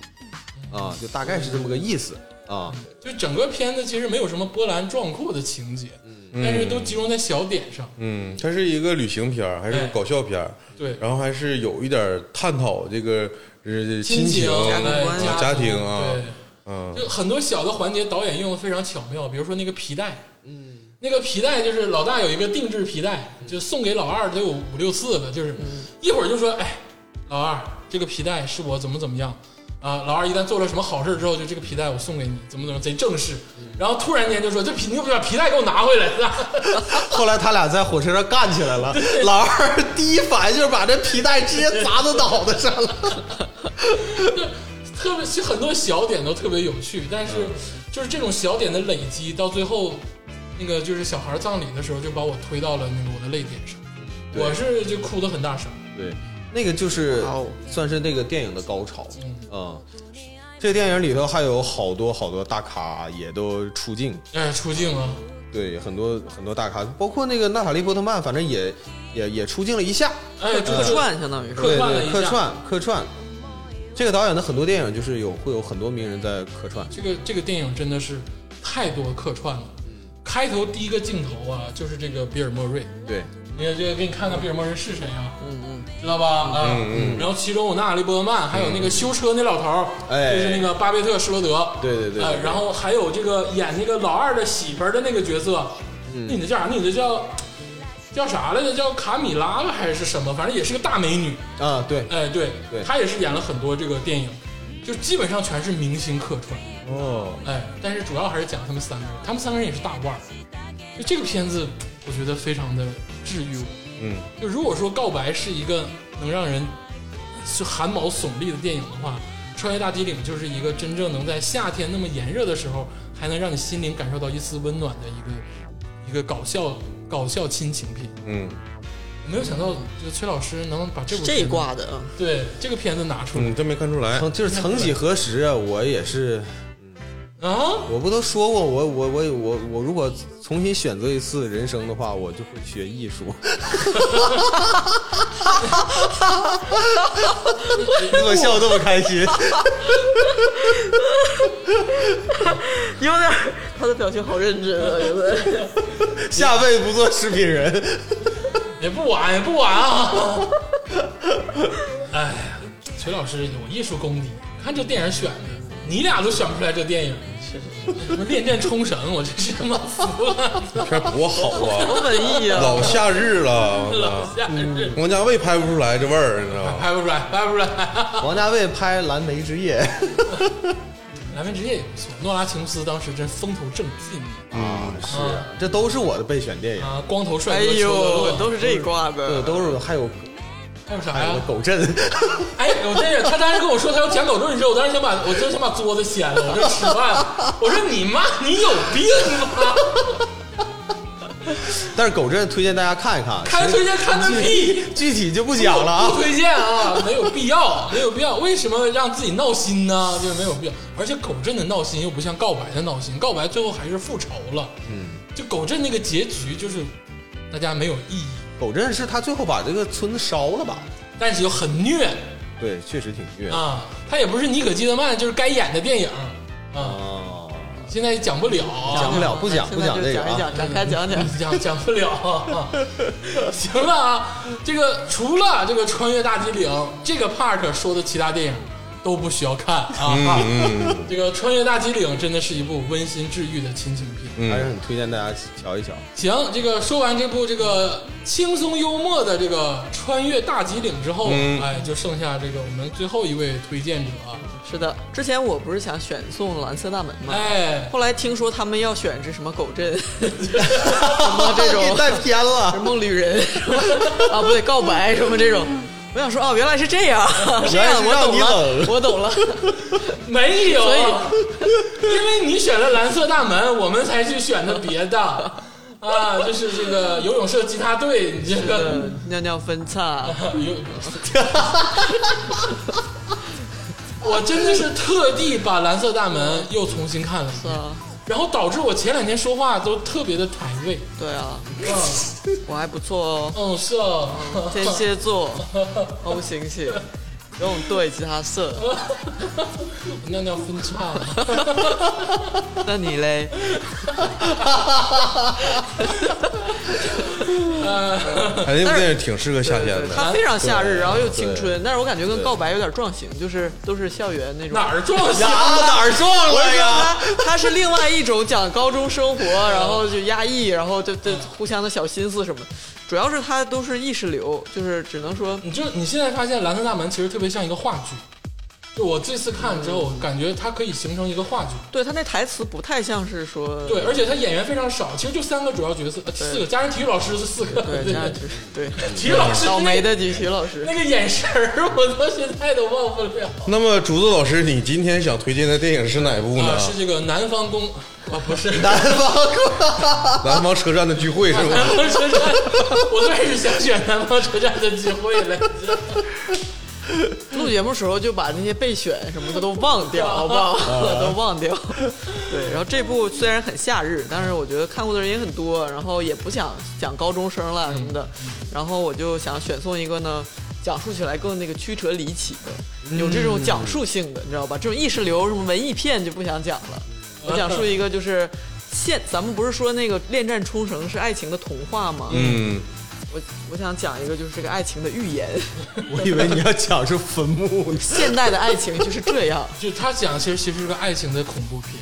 啊，就大概是这么个意思啊。
就整个片子其实没有什么波澜壮阔的情节，但是都集中在小点上。
嗯，它是一个旅行片儿，还是个
哎
搞笑片儿，
对
然后还是有一点儿探讨这个呃亲
情、
家庭
哎
观
啊家庭啊，
对，
嗯，
就很多小的环节导演用的非常巧妙，比如说那个皮带，嗯，那个皮带就是老大有一个定制皮带，就送给老二得有五六次了，就是一会儿就说，哎，老二这个皮带是我怎么怎么样。啊，老二一旦做了什么好事之后，就这个皮带我送给你，怎么怎么贼正式，然后突然间就说这皮你把皮带给我拿回来，
后来他俩在火车上干起来了，老二 (laughs) 第一反应就是把这皮带直接砸到脑袋上了。
特别是很多小点都特别有趣，但是就是这种小点的累积，到最后那个就是小孩葬礼的时候，就把我推到了那个我的泪点上，
对
我是就哭得很大声。
对，那个就是
哇哦
算是那个电影的高潮。
嗯
嗯，这个电影里头还有好多好多大咖也都出镜，
哎，出镜啊，
对，很多很多大咖，包括那个娜塔莉波特曼，反正也也也出镜了一下，
哎，这
客
个
串相当于是
客
对
串了
对，
一下
客串客串。这个导演的很多电影就是有会有很多名人在客串，
这个这个电影真的是太多客串了。开头第一个镜头啊，就是这个比尔莫瑞，
对，
你看这个给你看看比尔莫瑞是谁啊？嗯嗯，知道吧？啊，
嗯
然后其中有娜里波特曼，还有那个修车那老头儿，
哎
就是那个巴贝特施罗德，
对对对
呃
对
然后还有这个演那个老二的媳妇儿的那个角色，
嗯
那女的叫啥？那女的叫叫啥来着？叫卡米拉吧还是什么？反正也是个大美女，
啊对，
哎，对，
对
她也是演了很多这个电影，就基本上全是明星客串，
哦，
哎，但是主要还是讲他们三个人，他们三个人也是大腕儿，就这个片子我觉得非常的治愈我。
嗯，
就如果说告白是一个能让人是汗毛耸立的电影的话，《穿越大机灵》就是一个真正能在夏天那么炎热的时候，还能让你心灵感受到一丝温暖的一个一个搞笑搞笑亲情片。
嗯
没有想到这个崔老师能把这部
这
片
一
子
挂的啊，
对这个片子拿出来、
嗯，真没看出
(laughs)
来，
曾就是曾几何时啊，我也是
啊，
我不都说过，我我我我我如果重新选择一次人生的话，我就会学艺 (laughs) 术。你怎么笑得这么开 (laughs) 心？
有点儿他的表情好认真啊，有点儿。
下辈子不做食品人。
也不晚也不晚啊。 (laughs) 哎呀，崔老师有艺术功底，看这电影选的，你俩都选不出来这电影。什么恋战冲绳，我真是他妈服了，
这多好
多
啊！
文艺啊！
老夏日
(laughs)
了，
老
我
吓人，
操王家卫拍不出来这味儿，你知道吗？
拍不出来，拍不出来。
王家卫拍《蓝莓之夜》
蓝莓之夜也不错，诺拉琼斯当时真风头正劲
(laughs) 啊，是啊，这都是我的备选电影，
啊，光头帅
哎
哥裘德
呦
洛，
都是这一挂
对，
的，
都是还有
还有啥
还有
呀？
狗镇，
啊
(laughs)
哎，我真是，他当时跟我说他要讲狗证，你知道，我当时想把我真想把桌子掀了，我这吃饭了，我说你妈，你有病吧？
但是狗镇推荐大家看一看，
看推荐看个屁，
具体就不讲了
不
啊。 (laughs)
推荐啊，没有必要，没有必要。为什么让自己闹心呢？就是没有必要。而且狗镇的闹心又不像告白的闹心，告白最后还是复仇了。嗯，就狗镇那个结局就是大家没有意义，
狗镇是他最后把这个村子烧了吧？
但是又很虐
对，确实挺虐啊。
啊。他也不是尼可基德曼就是该演的电影
哦
啊，现在讲不了，
讲不了，不讲
现
不
在
讲
就
这个
讲一
啊。
讲，展开讲讲。
讲讲不了、啊行了啊，这个除了这个穿越大吉岭这个 part 说的其他电影都不需要看啊。
嗯
嗯
(laughs) 这个穿越大吉岭真的是一部温馨治愈的亲情片。
还是很推荐大家瞧一瞧。
行，这个说完这部这个轻松幽默的这个穿越大吉岭之后，哎，就剩下这个我们最后一位推荐者，
(laughs)
啊
是的，之前我不是想选送蓝色大门吗？
哎，
后来听说他们要选这什么狗镇， (laughs) 什么这种
给哦带偏了，
梦旅人 (laughs) 啊，不对，告白什么这种。我想说哦，原来是这样， (laughs) 这
原来
样
是
我
让
懂
你
了， (laughs) 我懂了。
(laughs)
没有
所以，
因为你选了蓝色大门，我们才去选的别的啊，就是这个游泳社吉他队，你这个
嗯尿尿分叉，
游， (laughs) 我真的是特地把蓝色大门又重新看了一
是
遍，
啊，
然后导致我前两天说话都特别的抬位。
对啊，
嗯，
我还不错哦，
嗯是 (laughs) 哦，
天蝎座，O 哦型血， (laughs) 游泳队吉他社，
尿尿分叉了。
那你嘞？
哎，那部电影挺适合夏天的，
它非常夏日，然后又青春，但是我感觉跟告白有点撞型，就是都是校园那
(laughs)
种。
哪儿撞型？
哪儿撞了呀？
他他是另外一种讲高中生活，然后就压抑，然后就就互相的小心思什么的，主要是他都是意识流，就是只能说
你就你现在发现《蓝色大门》其实特别像一个话剧，就我这次看之后，我感觉它可以形成一个话剧。
对他那台词不太像是说
对，而且它演员非常少，其实就三个主要角色，呃四个，加上体育老师是四个。
对这样就是对
体育老师
倒霉
那
的体育老师
那个眼神儿，我到现在都忘不了。
那么竹子老师，你今天想推荐的电影是哪部
啊，
呢？
是这个南方公啊，不是南
南方
南方车站的聚会是吧？
方车站， (laughs) 我最开始想选南方车站的机会了。
录节目时候就把那些备选什么的都忘掉，好不好？都忘掉。对，然后这部虽然很夏日，但是我觉得看过的人也很多，然后也不想讲高中生了什么的，然后我就想选送一个呢，讲述起来更那个曲折离奇的，有这种讲述性的，你知道吧？这种意识流什么文艺片就不想讲了，我讲述一个就是。现咱们不是说那个《恋战冲绳》是爱情的童话吗？
嗯，
我我想讲一个就是这个爱情的寓言，
(laughs) 我以为你要讲是坟墓呢。
现代的爱情就是这样。 (laughs)
就他讲，其实其实是个爱情的恐怖片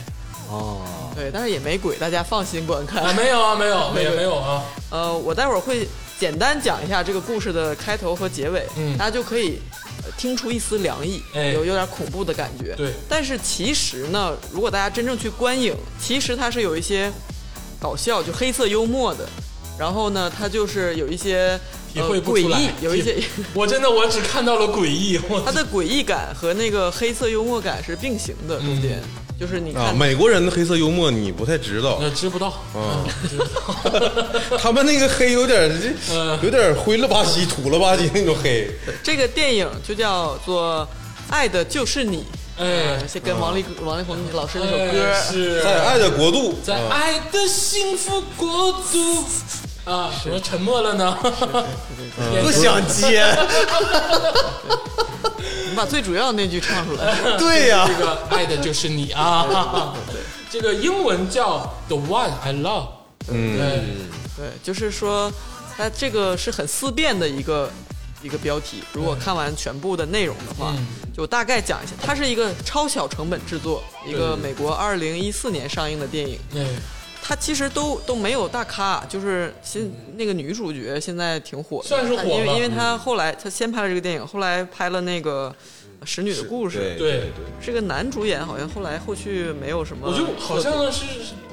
对，但是也没鬼，大家放心观
啊，
看。
没有啊，没有，没有没有啊，
呃，我待会儿会简单讲一下这个故事的开头和结尾，
嗯
大家就可以呃听出一丝凉意，
哎
有有点恐怖的感觉。
对
但是其实呢，如果大家真正去观影，其实它是有一些搞笑，就黑色幽默的。然后呢，它就是有一些
体
呃
会不
诡
出来
异，，有
(laughs)
一些
体我真的我只看到了诡异，我 (laughs)
它的诡异感和那个黑色幽默感是并行的，中间、
嗯
就是你看、
啊，美国人的黑色幽默你不太知道 (laughs)
呃，知不到，
啊，
知不到。
他们那个黑有点
嗯
有点灰了吧唧、土了吧唧那种黑。
这个电影就叫做《爱的就是你》，
哎
呃，是跟王力王力宏老师那首歌，
哎是
在爱的国度，
在
啊
爱的幸福国度啊，怎么沉默了呢？
不想接，
你把最主要的那句唱
(laughs)
出来。
(laughs) 对
(laughs)
呀、
这个爱的就是你啊，这个英文叫 The One I Love，嗯，
对，就是说，它这个是很思辨的一个一个标题。如果看完全部的内容的
嗯
话，就大概讲一下，它是一个超小成本制作，一个美国二零一四年上映的电影。
对，
它其实都都没有大咖，就是现那个女主角现在挺火的，
算是火
因
了
为因为她后来她先拍了这个电影，后来拍了那个《使女的故事》
对
对
对，
这个男主演好像后来后续没有什么
我
嗯特
就
别，
好像是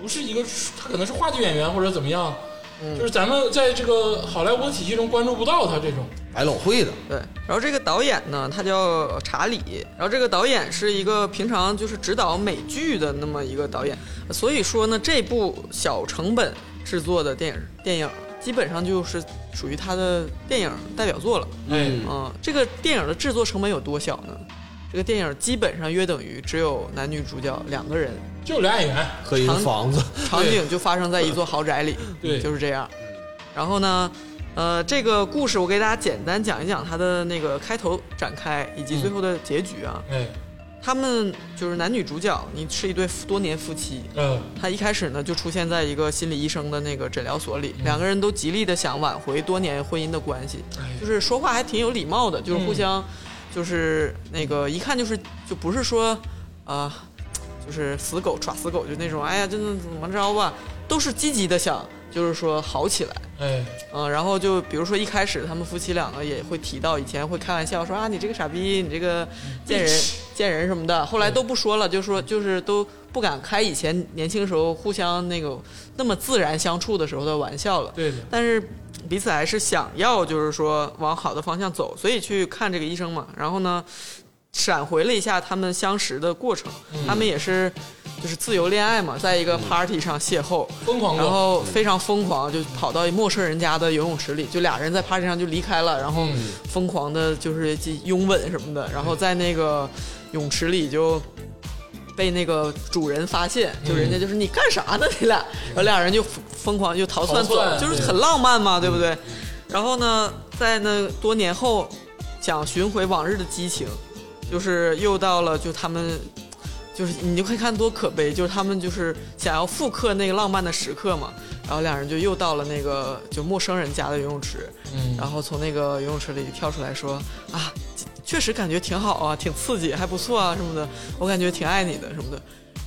不是一个，他可能是话剧演员或者怎么样，
嗯
就是咱们在这个好莱坞的体系中关注不到他这种。
百老汇的，
对。然后这个导演呢，他叫查理，然后这个导演是一个平常就是指导美剧的那么一个导演，所以说呢，这部小成本制作的电影电影基本上就是属于他的电影代表作了。
哎，
嗯，这个电影的制作成本有多小呢？这个电影基本上约等于只有男女主角两个人，
就俩演员，
和一个
长
房子，
场景就发生在一座豪宅里，
对嗯
就是这样。然后呢，呃，这个故事我给大家简单讲一讲它的那个开头展开以及最后的结局啊。
哎，
他们就是男女主角，你是一对夫多年夫妻，
嗯，
他一开始呢就出现在一个心理医生的那个诊疗所里，两个人都极力的想挽回多年婚姻的关系，就是说话还挺有礼貌的，就是互相，就是那个一看就是就不是说啊、就是死狗耍死狗就那种，哎呀，真的怎么着吧，都是积极的想，就是说好起来。
哎，
嗯，然后就比如说一开始他们夫妻两个也会提到以前会开玩笑说啊你这个傻逼，你这个贱
嗯
人贱人什么的，后来都不说了，就说就是都不敢开以前年轻时候互相那个那么自然相处的时候的玩笑了。
对的
但是彼此还是想要就是说往好的方向走，所以去看这个医生嘛。然后呢，闪回了一下他们相识的过程，
嗯
他们也是就是自由恋爱嘛，在一个 party 上邂逅。
疯狂
然
过，
后非常疯狂，就跑到陌生人家的游泳池里，就俩人在 party 上就离开了，然后
嗯
疯狂的就是拥吻什么的，然后在那个泳池里就。被那个主人发现，
嗯
就人家就是你干啥呢你俩，然后俩人就疯疯狂就逃窜
逃
走
窜，嗯
就是
对
很浪漫嘛，对不对？然后呢，在那多年后，想寻回往日的激情，就是又到了就他们，就是你就可以看多可悲，就是他们就是想要复刻那个浪漫的时刻嘛。然后两人就又到了那个就陌生人家的游泳池，
嗯，
然后从那个游泳池里跳出来说啊，确实感觉挺好啊，挺刺激，还不错啊什么的，我感觉挺爱你的什么的。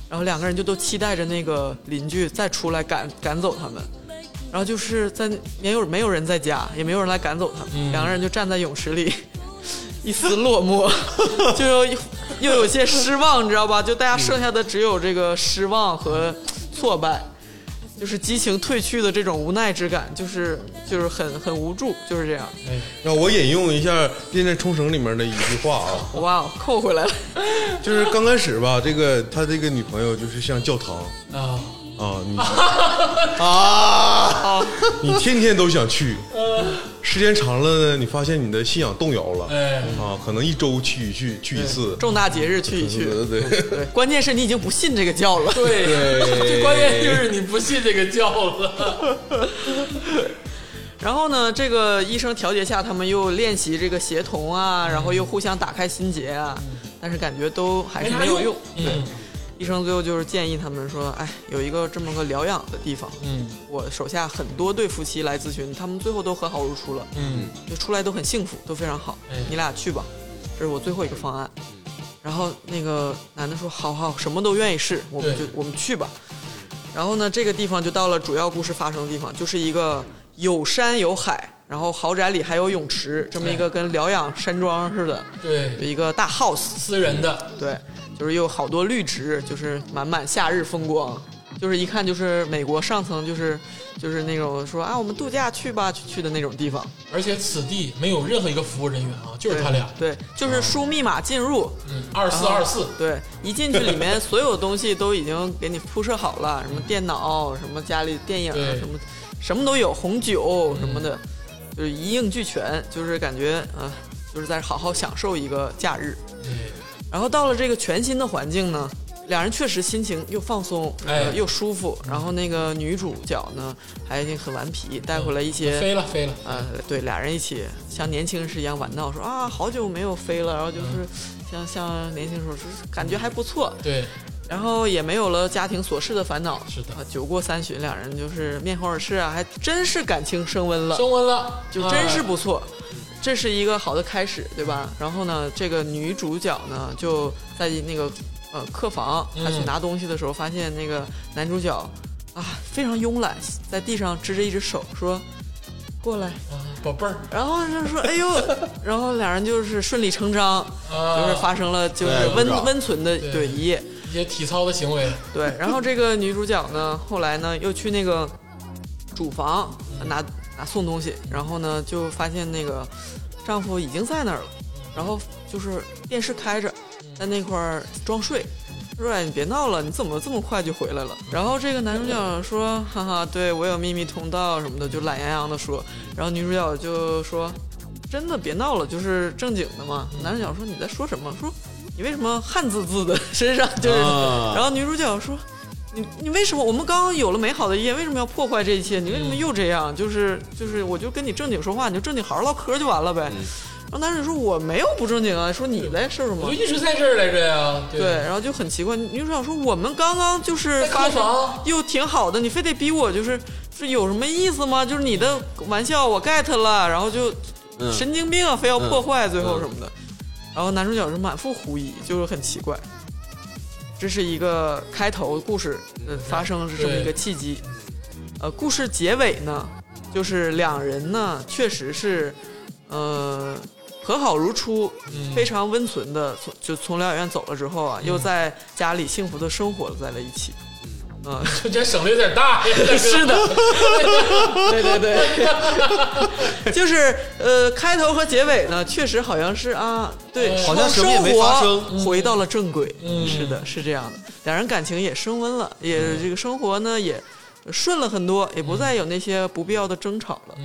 然后两个人就都期待着那个邻居再出来赶赶走他们。然后就是在没有没有人在家，也没有人来赶走他们，两个人就站在泳池里，一丝落寞， (laughs) 就又又有些失望，你知道吧？就大家剩下的只有这个失望和挫败，就是激情褪去的这种无奈之感，就是就是很很无助，就是这样。
让我引用一下《恋战冲绳》里面的一句话啊，
(laughs) 哇哦，扣回来了，
就是刚开始吧，这个他这个女朋友就是像教堂
啊，
啊，
(laughs)
你啊，你天天都想去，
嗯
时间长了呢，你发现你的信仰动摇了
哎，
啊，可能一周去一去去一次，
(laughs) 重大节日嗯去一去。
对对对，
对，关键是你已经不信这个教了。 (laughs)
对， (laughs) 这关键就是你不信这个教了，
然后呢，这个医生调节下，他们又练习这个协同啊，然后又互相打开心结啊，但是感觉都还是没有用。
嗯
医生最后就是建议他们说，哎，有一个这么个疗养的地方。
嗯
我手下很多对夫妻来咨询，他们最后都和好如初了，
嗯，
就出来都很幸福，都非常好
哎。嗯
你俩去吧，这是我最后一个方案。然后那个男的说：“好好，什么都愿意试，我们就
对
我们去吧。”然后呢，这个地方就到了主要故事发生的地方，就是一个有山有海，然后豪宅里还有泳池，这么一个
哎
跟疗养山庄似的，
对，
一个大 house。
私人的，
对，就是有好多绿植，就是满满夏日风光，就是一看就是美国上层，就是就是那种说啊，我们度假去吧，去去的那种地方。
而且此地没有任何一个服务人员啊，就是
对
他俩，
对，就是输密码进入，啊
嗯，二四二四，
对，一进去里面所有东西都已经给你铺设好了，什么电脑，什么家里电影，
对
什么什么都有，红酒什么的，就是一应俱全，就是感觉啊、呃就是在好好享受一个假日。然后到了这个全新的环境呢，两人确实心情又放松，
哎
呃又舒服。然后那个女主角呢，还很顽皮，带回来一些、
哎飞了飞了，
呃，对，俩人一起像年轻时一样玩闹，说啊，好久没有飞了，然后就是像像年轻时候，就是感觉还不错，
对，
然后也没有了家庭琐事的烦恼。
是的
啊酒过三巡，俩人就是面红耳赤啊，还真是感情升温了，
升温了，
就真是
啊
不错。这是一个好的开始，对吧？然后呢，这个女主角呢就在那个呃客房，她去拿东西的时候，发现那个男主角啊非常慵懒，在地上支着一只手，说过来。
啊宝贝儿，
然后就说：“哎呦！”然后俩人就是顺理成章，
啊
就是发生了就是
对
温
不知道
温存的
对
对一夜。
一些体操的行为，
(laughs) 对，然后这个女主角呢，后来呢又去那个主房拿拿送东西，然后呢就发现那个丈夫已经在那儿了，然后就是电视开着，在那块儿装睡。说哎，你别闹了，你怎么这么快就回来了？然后这个男主角说，哈哈，对我有秘密通道什么的，就懒洋洋的说。然后女主角就说，真的别闹了，就是正经的嘛。男主角说你在说什么？说你为什么汗滋滋的，身上就是
啊
然后女主角说：“你你为什么？我们刚刚有了美好的一夜，为什么要破坏这一切？你为什么又这
嗯
样？就是就是，我就跟你正经说话，你就正经好好唠嗑就完了呗。
嗯
然后男主说：“我没有不正经啊，说你呗，是什
我
么
就？”一直在这儿来着呀。
对，，然后就很奇怪。女主角说：“我们刚刚就是
在客
发生
房
又挺好的，你非得逼我，就是是有什么意思吗？就是你的玩笑我 get 了，然后就
嗯
神经病啊，非要破坏最
嗯
后什么的。然后男主角是满腹狐疑，就是很奇怪。这是一个开头故事呃发生是这么一个契机，呃，故事结尾呢，就是两人呢确实是，呃，和好如初，非常温存的从就从疗养院走了之后啊，又在家里幸福的生活在了一起。嗯，
这这省略有点大呀。这
(laughs) 是的，对对对，就是呃，开头和结尾呢，确实好像是啊，对，
好像什么也没发生嗯
生活回到了正轨，是的，是这样的，两人感情也升温了，也、这个生活呢也顺了很多，也不再有那些不必要的争吵了。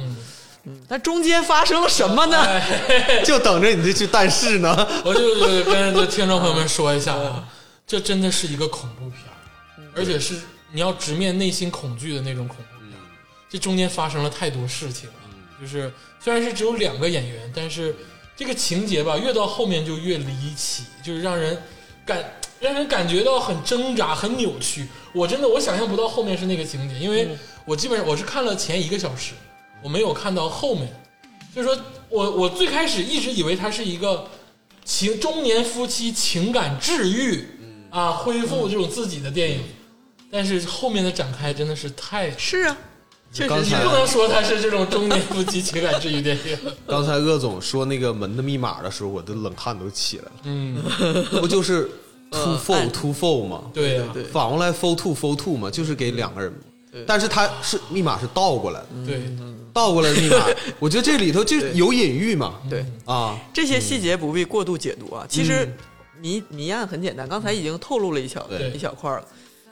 嗯，但中间发生了什么呢？
(laughs) 就等着你这句但是呢，
我就就跟这听众朋友们说一下啊，这真的是一个恐怖片儿，而且是你要直面内心恐惧的那种恐怖片儿。这中间发生了太多事情了，就是虽然是只有两个演员，但是这个情节吧，越到后面就越离奇，就是让人感让人感觉到很挣扎、很扭曲。我真的我想象不到后面是那个情节，因为我基本上我是看了前一个小时，我没有看到后面。就是说我我最开始一直以为它是一个情中年夫妻情感治愈，啊，恢复这种自己的电影，但是后面的展开真的是太，你
是啊，确实
刚
是
才
不能说它是这种中年夫妻情感治愈电影，
(laughs) 刚才鄂总说那个门的密码的时候，我的冷汗都起来了。嗯，那不就是 two
呃
four
按
two four 吗？
对啊呀、
对
反过来 four two four two 嘛，就是给两个人嘛。但是他是密码是倒过来的，
对，
倒过来的密 (laughs) 码，我觉得这里头就有隐喻嘛。
对。
啊，
这些细节不必过度解读啊。其实谜谜案很简单，刚才已经透露了一小
对
一小块了，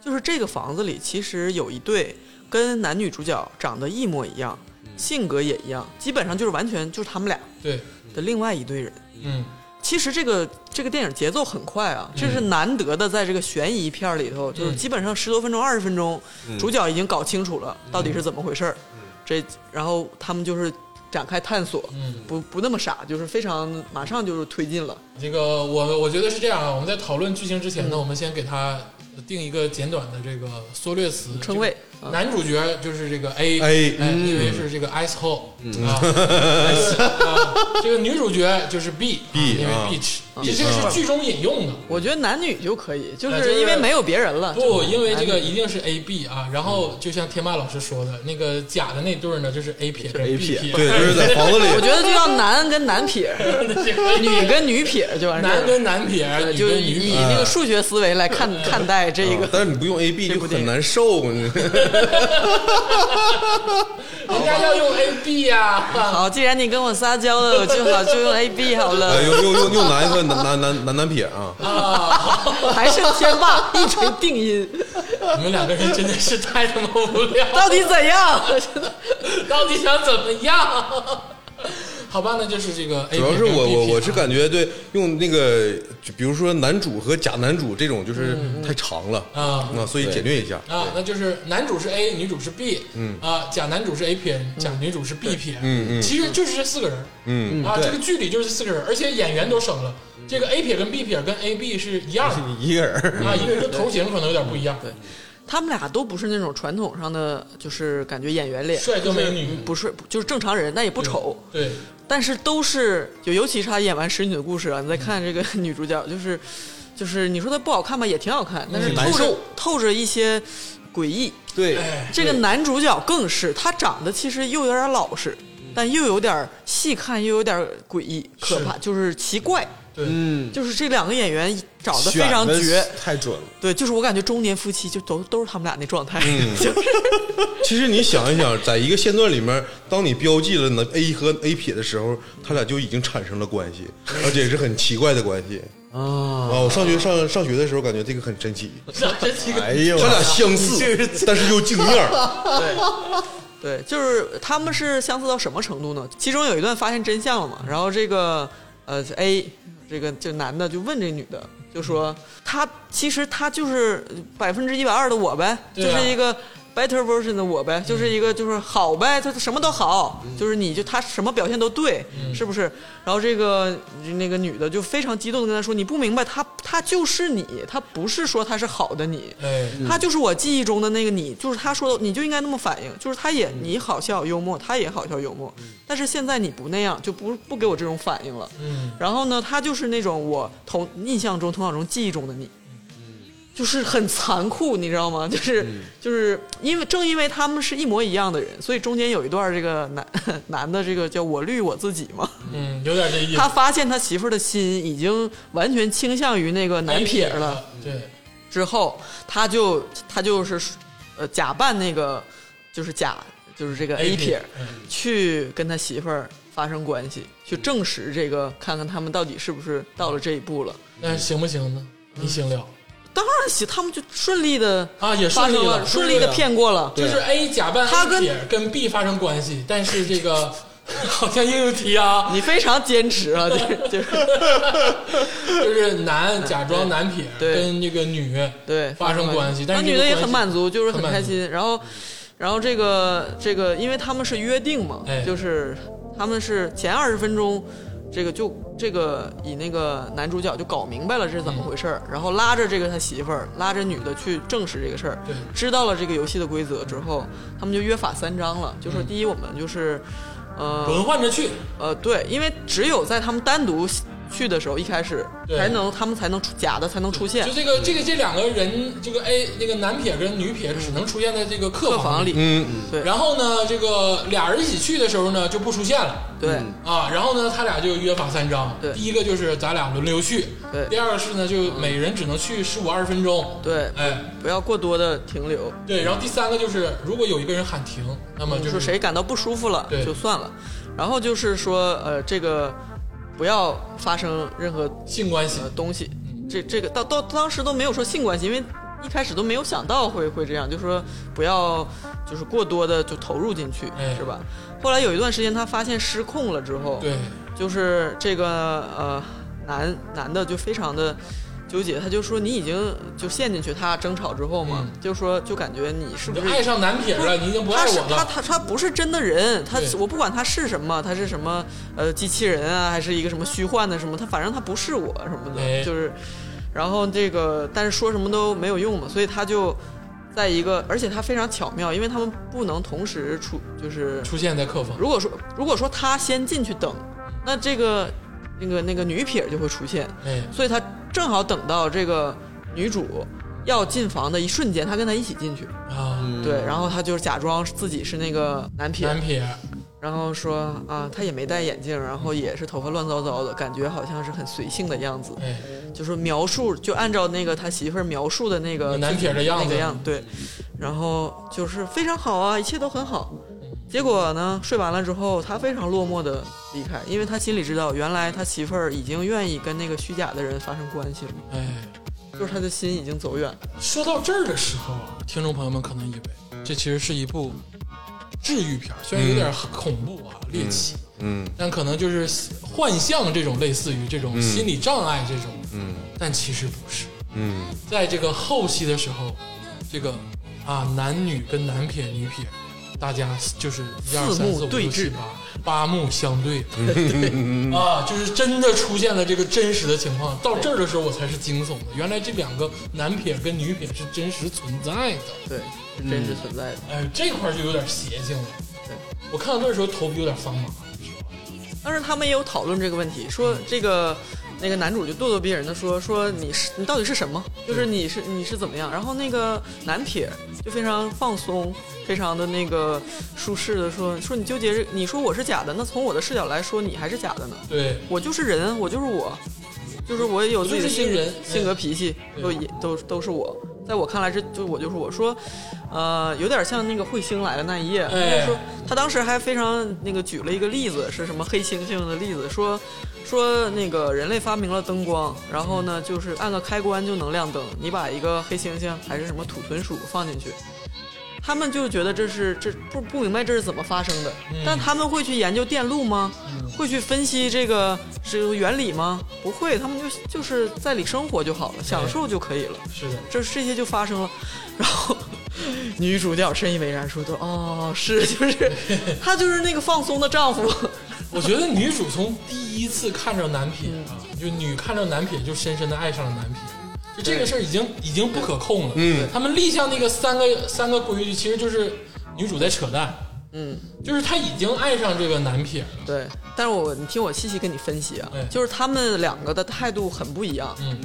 就是这个房子里其实有一对跟男女主角长得一模一样，性格也一样，基本上就是完全就是他们俩
对，
的另外一对人。
嗯，
其实这个这个电影节奏很快啊，这是难得的，在这个悬疑片里
嗯
头，就是基本上十多分钟、二十分钟，主角已经搞清楚
嗯
了到底是怎么回事儿。这然后他们就是展开探索，
嗯
不不那么傻，就是非常马上就是推进了。
这个我我觉得是这样啊，我们在讨论剧情之前呢，我们先给它定一个简短的这个缩略词
称谓
这个男主角就是这个 A
A，
哎，因为是这个 ice hole (laughs) 啊，啊这个女主角就是 B B，因为
啊
beach，这这个是剧中引用的，
我觉得男女就可以，就
哎就是
是因为没有别人了。
不，因为这个一定是 A B 啊。然后就像天霸老师说的，那个假的那对儿呢，就是 A 撇跟 B 撇，
对，就是在房子
(laughs) 我
里，
觉得就要男跟
(laughs)
男撇，女跟女撇就完事儿
男
了。呃
跟男撇，女
就是
跟
以
女
以
撇。嗯
那个数学思维来看看待这一个
(laughs) 但是你不用 A B 就很难受。
人家要用 A B 呀， (laughs)
好，既然你跟我撒娇了，我就好就用 A B 好
哎，
了，
用用用用男和男男男男撇啊，
还剩天霸一锤定音，
你们两个人真的是太他妈无聊，
(laughs) 到底怎样？
(laughs) 到底想怎么样？ (laughs) 好吧，那就是这个 A 撇
主要
跟 B 撇啊。
是我我我是感觉对用那个，就比如说男主和假男主这种就是太长了
嗯啊
那所以简略一下。
啊，那就是男主是 A，女主是 B，嗯啊，假男主是 A 撇，
嗯
假女主是 B 撇，嗯嗯，其实就是这四个人，嗯啊，
对
这个剧里就是四个人，而且演员都省了，这个 A 撇跟 B 撇跟 A B 是一样的
一个人儿
啊，因为这头型可能有点不一样，对，
他们俩都不是那种传统上的，就是感觉演员脸，
帅哥美女嗯
就是不是就是正常人，但也不丑，
对，
(laughs) 但是都是就尤其是他演完《使女的故事》啊，你再看这个女主角，就是就是你说她不好看吧，也挺好看，但是
嗯
难
透着
受
透着一些诡异。
(laughs) 对，
哎，
这个男主角更是，他长得其实又有点老实，
嗯
但又有点细看又有点诡异可怕，就是奇怪。
对，
嗯，
就是这两个演员找的非常
选得
绝，
太准了。
对，就是我感觉中年夫妻就都都是他们俩那状态，
嗯
(laughs) 就是
其实你想一想，在一个线段里面，当你标记了呢 A 和 A 撇的时候，他俩就已经产生了关系，而且是很奇怪的关系啊！我上学上上学的时候，感觉这个很神奇，
这是一个
哎呦，
他俩相似，但是又镜面儿。
对，就是他们是相似到什么程度呢？其中有一段发现真相了嘛，然后这个呃 A 这个这男的就问这女的，就说他其实他就是百分之一百二的我呗，
对
就
啊
是一个 better version 的我呗，就是一个就是好呗，他什么都好，
嗯
就是你就他什么表现都对，是不是？然后这个那个女的就非常激动的跟他说，你不明白，他他就是你，他不是说他是好的你，
哎，
他就是我记忆中的那个你，就是他说的，你就应该那么反应，就是他也你好笑幽默，他也好笑幽默，但是现在你不那样，就不不给我这种反应了。
嗯，
然后呢，他就是那种我头印象中、头脑中、记忆中的你，就是很残酷，你知道吗？就是就是因为正因为他们是一模一样的人，所以中间有一段这个男 (laughs) 男的这个叫我绿我自己嘛，
嗯，有点这意思
他，发现他媳妇儿的心已经完全倾向于那个男撇儿了。，
哎对，
之后，他就他就是呃假扮那个就是假就是这个 A 撇儿
嗯
去跟他媳妇儿发生关系，去证实这个，看看他们到底是不是到了这一步了。
那行不行呢？你行了
当然行，他们就顺利的
啊，也
发
顺利
生
了，
顺利的
了。
骗过了。
就是 A 假扮
他
A
跟
撇跟 B 发生关系，但是这个好像又有题啊，
你非常坚持啊，就是就是
就是男假装男撇
嗯对
跟那个女
对
发生关系，但
那
是
女的也很满
足，
足，就是
很
很
满
开
足
心。然后，然后这个这个，因为他们是约定嘛，
哎
就是他们是前二十分钟，这个就这个以那个男主角就搞明白了这是怎
嗯
么回事儿，然后拉着这个他媳妇儿，拉着女的去证实这个事儿
对，
知道了这个游戏的规则之后，他们就约法三章了，就说
嗯
第一，我们就是。呃，
轮换着去，
呃，对，因为只有在他们单独去的时候，一开始
对
才能他们才能出假的才能出现
就，这个这个这两个人，这个 A 那个男撇跟女撇只能出现在这个客
客房
里，
里，
嗯，
对
然后呢，这个俩人一起去的时候呢就不出现了。
对。
啊，然后呢，他俩就约法三章。
对
第一个就是咱俩轮流去。
对
第二个是呢，就每人只能去十五二十分钟。
对
哎，
不要过多的停留，
对，然后第三个就是，如果有一个人喊停，那么嗯
就
就是是
嗯谁感到不舒服了
对
就算了。然后就是说，呃，这个不要发生任何
性关系
呃东西，
嗯
这这个到到当时都没有说性关系，因为一开始都没有想到会会这样，就说不要就是过多的就投入进去，
哎
是吧？后来有一段时间他发现失控了之后，
对，
就是这个呃男男的就非常的纠结，他就说你已经就陷进去，他争吵之后嘛，
嗯
就说就感觉你是
你
不
就是爱上男撇了，你已经不爱
他是
我
他
了。
他他不是真的人，他
对
我不管他是什么，他是什么呃机器人啊，还是一个什么虚幻的什么，他反正他不是我什么的，
哎
就是，然后这个但是说什么都没有用嘛，所以他就在一个，而且他非常巧妙，因为他们不能同时出，就是
出现在客房，
如果说如果说他先进去等，那这个那个那个女撇就会出现，
哎，
所以他正好等到这个女主要进房的一瞬间，他跟他一起进去。
啊，
对，然后他就是假装自己是那个男品，
男撇，
然后说啊，他也没戴眼镜，然后也是头发乱糟糟的，感觉好像是很随性的样子，
哎，
就说描述就按照那个他媳妇儿描述的那个
男撇的样子
那个样对，然后就是非常好啊，一切都很好。结果呢，睡完了之后，他非常落寞的离开，因为他心里知道，原来他媳妇儿已经愿意跟那个虚假的人发生关系了，
哎，
就是他的心已经走远了。
说到这儿的时候，啊听众朋友们可能以为这其实是一部治愈片儿，虽然有点恐怖啊、猎奇，
嗯，
但可能就是幻象这种类似于这种心理障碍这种，嗯，但其实不是，
嗯，
在这个后期的时候，这个啊男女跟男撇女撇大家就是一二
四
三
目
四五
对
六七
峙
八八目相
(laughs)
对，对啊，就是真的出现了这个真实的情况。到这儿的时候，我才是惊悚的，原来这两个男撇跟女撇是真实存在的。
对，是真实存在的。
哎，这块儿就有点邪性了。我看到这儿的时候头皮有点发麻。
当时他们也有讨论这个问题，
嗯
说这个那个男主就咄咄逼人的说说你是你到底是什么？就是你是你是怎么样？然后那个男撇就非常放松，非常的那个舒适的说说你纠结这，你说我是假的，那从我的视角来说，你还是假的呢。
对，
我就是人，我就是我，就是我也有自己的性
我就是一个人嗯
性格脾气，
对
都也都都是我。在我看来，这就我就是我说，呃，有点像那个彗星来了那一夜。
哎
他说他当时还非常那个举了一个例子，是什么黑猩猩的例子，说说那个人类发明了灯光，然后呢就是按个开关就能亮灯，你把一个黑猩猩还是什么土豚鼠放进去，他们就觉得这是这不不明白这是怎么发生的，但他们会去研究电路吗？会去分析这个是原理吗？不会，他们就就是在里生活就好了，享受就可以了。
是的，
这这些就发生了，然后 (laughs) 女主角深以为然，说的哦，
(laughs)
是就是她就是那个放松的丈夫，
我觉得女主从第一次看着男撇啊，
嗯
就女看着男撇就深深的爱上了男撇，就这个事儿已经已经不可控了。嗯，他们立下那个三个三个规矩，其实就是女主在扯淡。
嗯，
就是她已经爱上这个男撇了。
对，但是我你听我细细跟你分析啊
哎，
就是他们两个的态度很不一样。
嗯，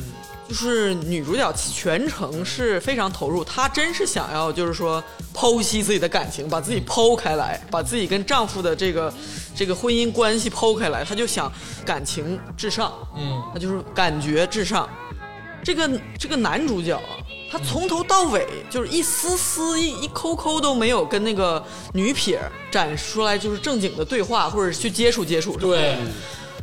就是女主角全程是非常投入，她真是想要就是说剖析自己的感情，把自
嗯
己剖开来，把自己跟丈夫的这个这个婚姻关系剖开来，她就想感情至上，
嗯，
她就是感觉至上。这个这个男主角啊，他从头到尾就是一丝丝一一抠抠都没有跟那个女撇儿展出来就是正经的对话，或者去接触接触。
对，
嗯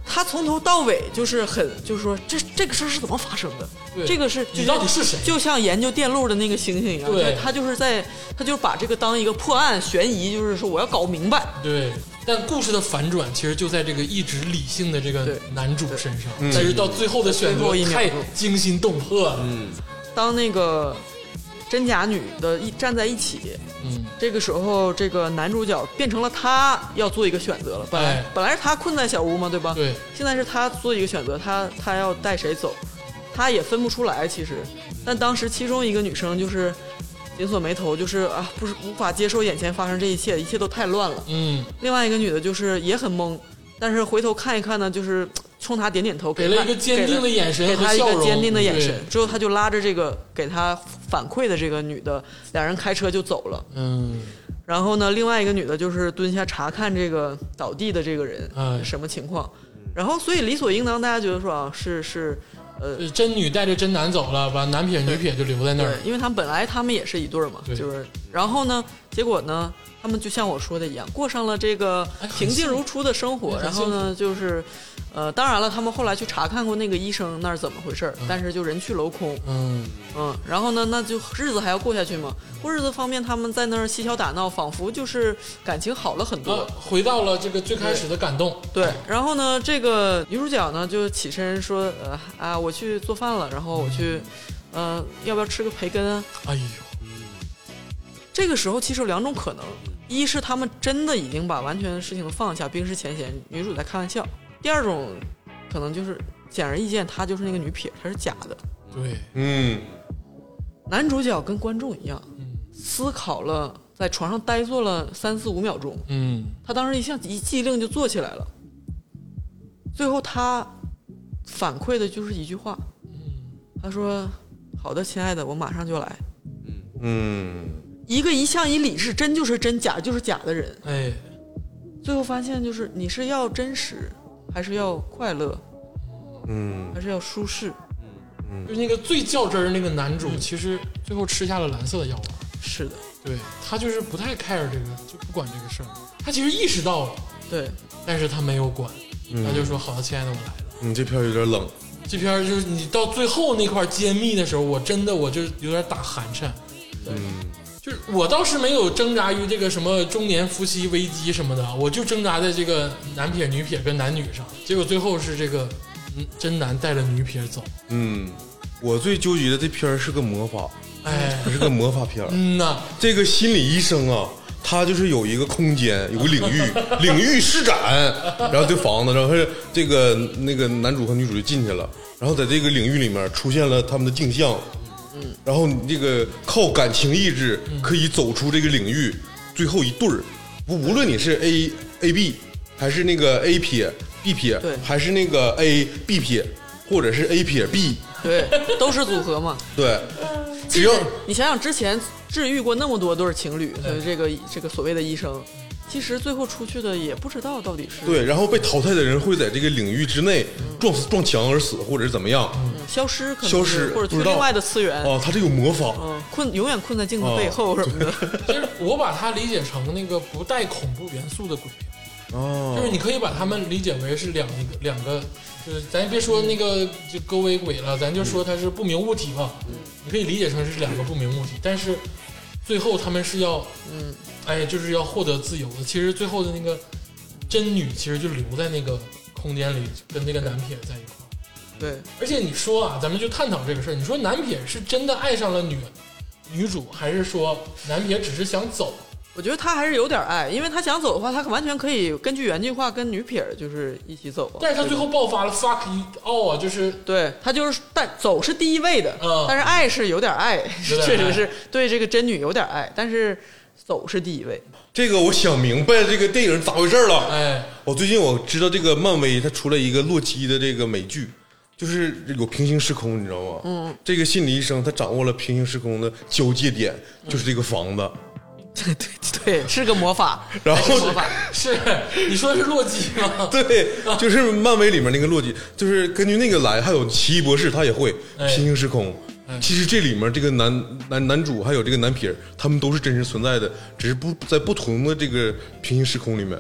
他从头到尾就是很，就是说这这个事儿是怎么发生的
对？
这个是就
你
像
到底是谁
就像研究电路的那个猩猩一样，
对
就他就是在他就把这个当一个破案悬疑，就是说我要搞明白。
对，但故事的反转其实就在这个一直理性的这个
对嗯
男主身上，但是到最后的选
最
择
后一秒
太
钟
惊心动魄了。嗯
当那个真假女的一站在一起，
嗯
这个时候这个男主角变成了他要做一个选择了。本来、
哎
本来是他困在小屋嘛，对吧？
对，
现在是他做一个选择，他他要带谁走，他也分不出来其实。但当时其中一个女生就是紧锁眉头，就是啊，不是无法接受眼前发生这一切，一切都太乱了。
嗯，
另外一个女的就是也很懵，但是回头看一看呢，就是冲他点点头，
给
他
了一个坚定的眼神
给
和
他一
笑
个
容
坚定的眼神
对。
之后，他就拉着这个给他反馈的这个女的，两人开车就走了。
嗯，
然后呢，另外一个女的就是蹲下查看这个倒地的这个人、
哎
什么情况，然后所以理所应当，大家觉得说啊，是是，呃，
呃真女带着真男走了，把男撇女撇就留在那
对
儿。，
呃因为他们本来他们也是一对儿嘛，
对
就是，然后呢，结果呢，他们就像我说的一样，过上了这个
哎很哎
平静如初的生活。
幸福
然后呢，就是，呃，当然了，他们后来去查看过那个医生那儿怎么回事儿，但是就人去楼空，
嗯，
嗯，然后呢，那就日子还要过下去嘛。过日子方面，他们在那儿嬉笑打闹，仿佛就是感情好了很多。
啊，回到了这个最开始的感动。
对，然后呢，这个女主角呢就起身说：“呃啊，我去做饭了，然后我去，呃，要不要吃个培根啊
哎呦，？”
这个时候其实有两种可能：一是他们真的已经把完全的事情放下，冰释前嫌，女主在开玩笑；第二种可能就是显而易见，她就是那个女撇，她是假的。
对，
嗯，
男主角跟观众一样，思考了，在床上呆坐了三四五秒钟，
嗯，
他当时一下一激灵就坐起来了。最后他反馈的就是一句话，他说：“好的，亲爱的，我马上就来。
嗯，”
一个一向以理是真就是真，假就是假的人，
哎，
最后发现就是你是要真实，还是要快乐，
嗯，
还是要舒适？
就那个最较真儿那个男
嗯
主，其实最后吃下了蓝色的药丸。
是的，
对他就是不太 care 这个，就不管这个事儿。他其实意识到了，
对，
但是他没有管，
嗯
他就说：“好的，亲爱的，我来了。
你嗯这票有点冷，”
这片儿就是你到最后那块儿揭秘的时候，我真的我就有点打寒颤。对，就是我倒是没有挣扎于这个什么中年夫妻危机什么的，啊我就挣扎在这个男撇、女撇跟男女上。结果最后是这个嗯真男带着女撇走，
嗯，我最纠结的这片儿是个魔法，
哎，
是个魔法片儿。
嗯呐，
这个心理医生啊，它就是有一个空间，有个领域，领域施展，然后这房子，然后是这个那个男主和女主就进去了，然后在这个领域里面出现了他们的镜像，嗯然后你这个靠感情意志可以走出这个领域，最后一对儿，不无论你是 A A B 还是那个 A 撇 B 撇
对，
还是那个 A B 撇，或者是 A 撇 B，
对，都是组合嘛。 (laughs)
对，只要
你想想之前治愈过那么多对儿情侣，所以这个这个所谓的医生，其实最后出去的也不知道到底是
对，然后被淘汰的人会在这个领域之内撞死撞墙而死，或者是怎么样
消失，可能
消
是
失，
或者
不
去
知道
另外的次元，
啊，他这有魔法，
嗯，困永远困在镜子
哦
背后什么的。
(laughs) 其实我把它理解成那个不带恐怖元素的鬼片。
哦
就是你可以把他们理解为是两个两个，就是咱别说那个就勾尾鬼了，咱就说它是不明物体吧。你可以理解成是两个不明物体，但是最后他们是要，嗯，哎，就是要获得自由的。其实最后的那个真女其实就留在那个空间里，跟那个男撇在一块儿。
(laughs) 对，
而且你说啊，咱们就探讨这个事儿，你说男撇是真的爱上了女女主，还是说男撇只是想走？
我觉得他还是有点爱，因为他想走的话，他完全可以根据原计划跟女撇儿就是一起走啊。
但是他最后爆发了 fuck all 啊，就是
对他就是，但走是第一位的，
嗯
但是爱是有点爱，
有点爱
确实是对这个真女有点爱，但是走是第一位。
这个我想明白这个电影咋回事儿了。
哎。
我最近我知道这个漫威它出了一个洛基的这个美剧，就是有平行时空，你知道吗？嗯，这个心理医生他掌握了平行时空的交界点，就是这个房子。
对对 (laughs) 对，是个魔法，
(laughs) 然后
还是魔法，
是你说的是洛基 (laughs) 吗？
对，就是漫威里面那个洛基，就是根据那个来，还有奇异博士他也会
哎
平行时空。其实这里面这个男男男主还有这个男撇儿，他们都是真实存在的，只是不在不同的这个平行时空里面。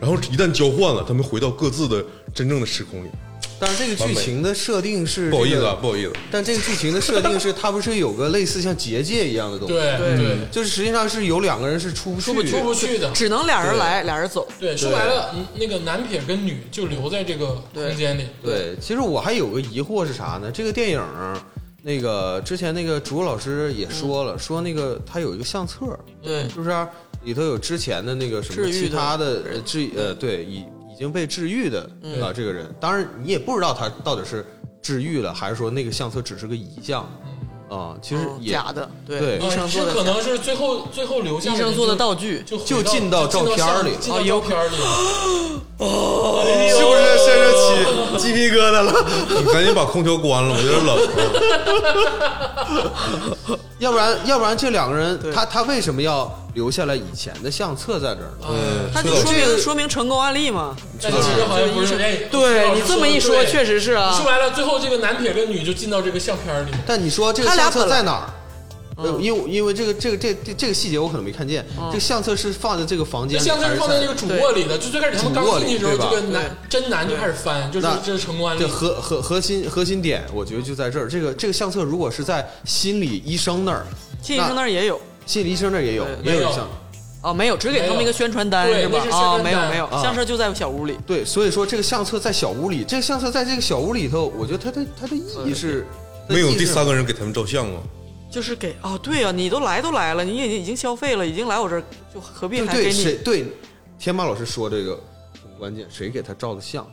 然后一旦交换了，他们回到各自的真正的时空里。
但是这个剧情的设定是、
不好意思啊，，不好意思，
但这个剧情的设定是它不是有个类似像结界一样的东西？
对
对
对，
就是实际上是有两个人是出不去，
出不出不去的。
只能俩人来，俩人走。
对，说白了，嗯那个男撇跟女就留在这个空间里。
对，其实我还有个疑惑是啥呢？这个电影儿，那个之前那个竹老师也说了，说那个他有一个相册，
对
是不是、里头有之前的那个什
治
么
愈的
其他的呃治呃对已已经被治愈的
嗯
啊、这个人，当然你也不知道他到底是治愈了，还是说那个相册只是个遗像啊、其实
嗯
也、
假的，哦
对
医
啊，
生
是
做的
可
假，
能是最后最后留下
医生做的道具
就
就
回到
进
进
到
到
照片
相
里
进
啊
到照
有
片里。
是不是现在起鸡皮疙瘩了？你赶紧把空调关了，我有点冷。
要不然要不然这两个人他他为什么要留下来以前的相册在这儿呢？
哦
嗯
他就
说到
说
这
明
个
说明成功案例嘛。
但其实好像不是，哎，
对你这么一说，确
实
实是啊
说。白了，最后这个男撇跟女就进到这个相片里。
但你说这个
他俩
相册
本来嗯
在哪儿？呃因为因为这个这个这这这个细节我可能没看见，
哦
这个相册是放在这个房
这
间里，
相
还
片
是
放在那个主卧里的，就最开始他们刚进去的时候，
主卧
这
里
个男真男就开始翻，就是
那
这是成功案例
这。核核核心核心点，我觉得就在这儿。这个这个相册如果是在心理医生那儿，
金医生那儿也有
心理医生那儿也有
对
也有
没有
一项，
哦，没有，只给他们一个宣传单
没有
是
对
吧
那？是宣传
啊，
单
没有没有，
啊
相声就在小屋里。
对，所以说这个相册在小屋里，这个相册在这个小屋里头，我觉得它的它的意义是
没有
它的意义
第
是
三个人给他们照相啊？
就是给哦，对呀、你都来都来了，你已经已经消费了，已经来我这儿，就何必
对
还给
对谁
你
对天霸老师说这个很关键，谁给他照的相？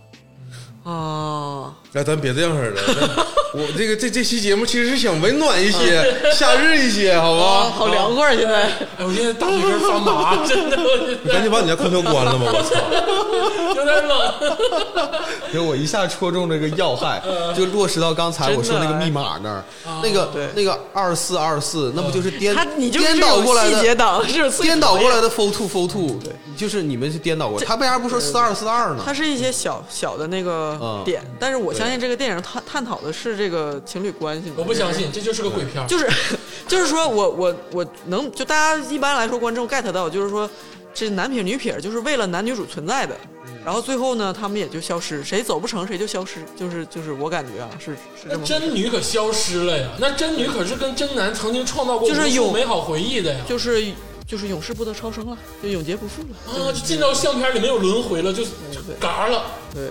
啊？
那咱别这样式儿了。我这个这这期节目其实是想温暖一
(laughs)
些，夏日一些，好
啊，
吧？
好凉快，现在
哎，我现在大腿根儿发
(laughs)
麻，真的，我现
你赶
在
紧把你家空调关了吧！我
(laughs)
操，
有点冷。 (laughs)
给我一下戳中这个
(laughs)
要害，
呃
就落实到刚才我说那个密码那儿，那
哎啊对呃
个那个二四二四，那不就是颠
他你就是
颠
这
倒
种
过来
细节
的，
党，是
颠倒过
来。
来的 four two four
嗯
two，就是你们是颠倒过来，他为啥不说四二四二呢？
它是一些小小的那个
嗯
点，但是我相信这个电影探探讨的是这个情侣关系嘛。
我不相信，这就是个鬼片儿。
就是， (laughs) 就是就是说我我我能就大家一般来说观众 get 到，就是说这男撇女撇就是为了男女主存在的，
嗯
然后最后呢他们也就消失，谁走不成谁就消失，就是就是我感觉啊是是这
那
么。
真女可消失了呀！那真女可是跟真男曾经创造过
就是
无数
有
美好回忆的呀。
就是就是永世不得超生了，就永劫不复了。
啊，就进到相片里没有轮回了，就就嘎了。
对，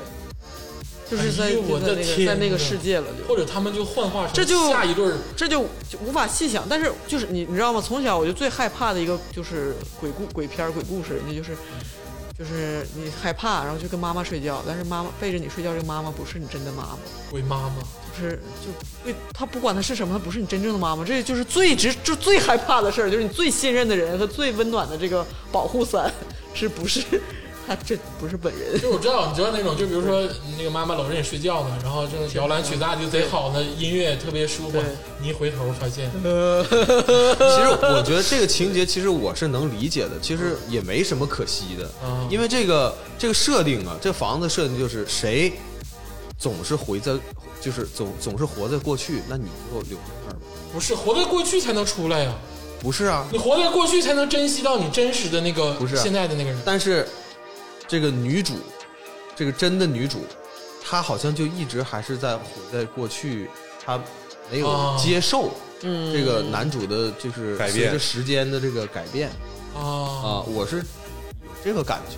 就是在、
啊哎呦我
就在
的
那个
天
在那
呐
个世界了就。
或者他们就幻化成
这就
下一对儿
这就就无法细想。但是就是你你知道吗？从小我就最害怕的一个就是鬼故鬼片儿鬼故事，人家就是就是你害怕，然后就跟妈妈睡觉，但是妈妈背着你睡觉，这个妈妈不是你真的妈妈，
鬼妈妈。
就是就为她不管她是什么，她不是你真正的妈妈，这就是最直就最害怕的事儿，就是你最信任的人和最温暖的这个保护伞是不是？她这不是本人，
就我知道，你知道那种，就比如说那个妈妈老让你睡觉呢，然后就是摇篮曲子啊就贼好呢，音乐特别舒缓
对，
你一回头发现，
(laughs)
其实我觉得这个情节，其实我是能理解的，其实也没什么可惜的
啊
嗯，
因为这个这个设定啊，这房子设定就是谁总是回在，就是总总是活在过去，那你就留在那儿吧。
不是活在过去才能出来呀、
不是啊，
你活在过去才能珍惜到你真实的那个
不是啊
现在的那个人。
但是这个女主，这个真的女主，她好像就一直还是在活在过去，她没有
哦
接受这个男主的，就是
改
随
变
着时间的这个改变
嗯
啊，
啊，我是有这个感觉。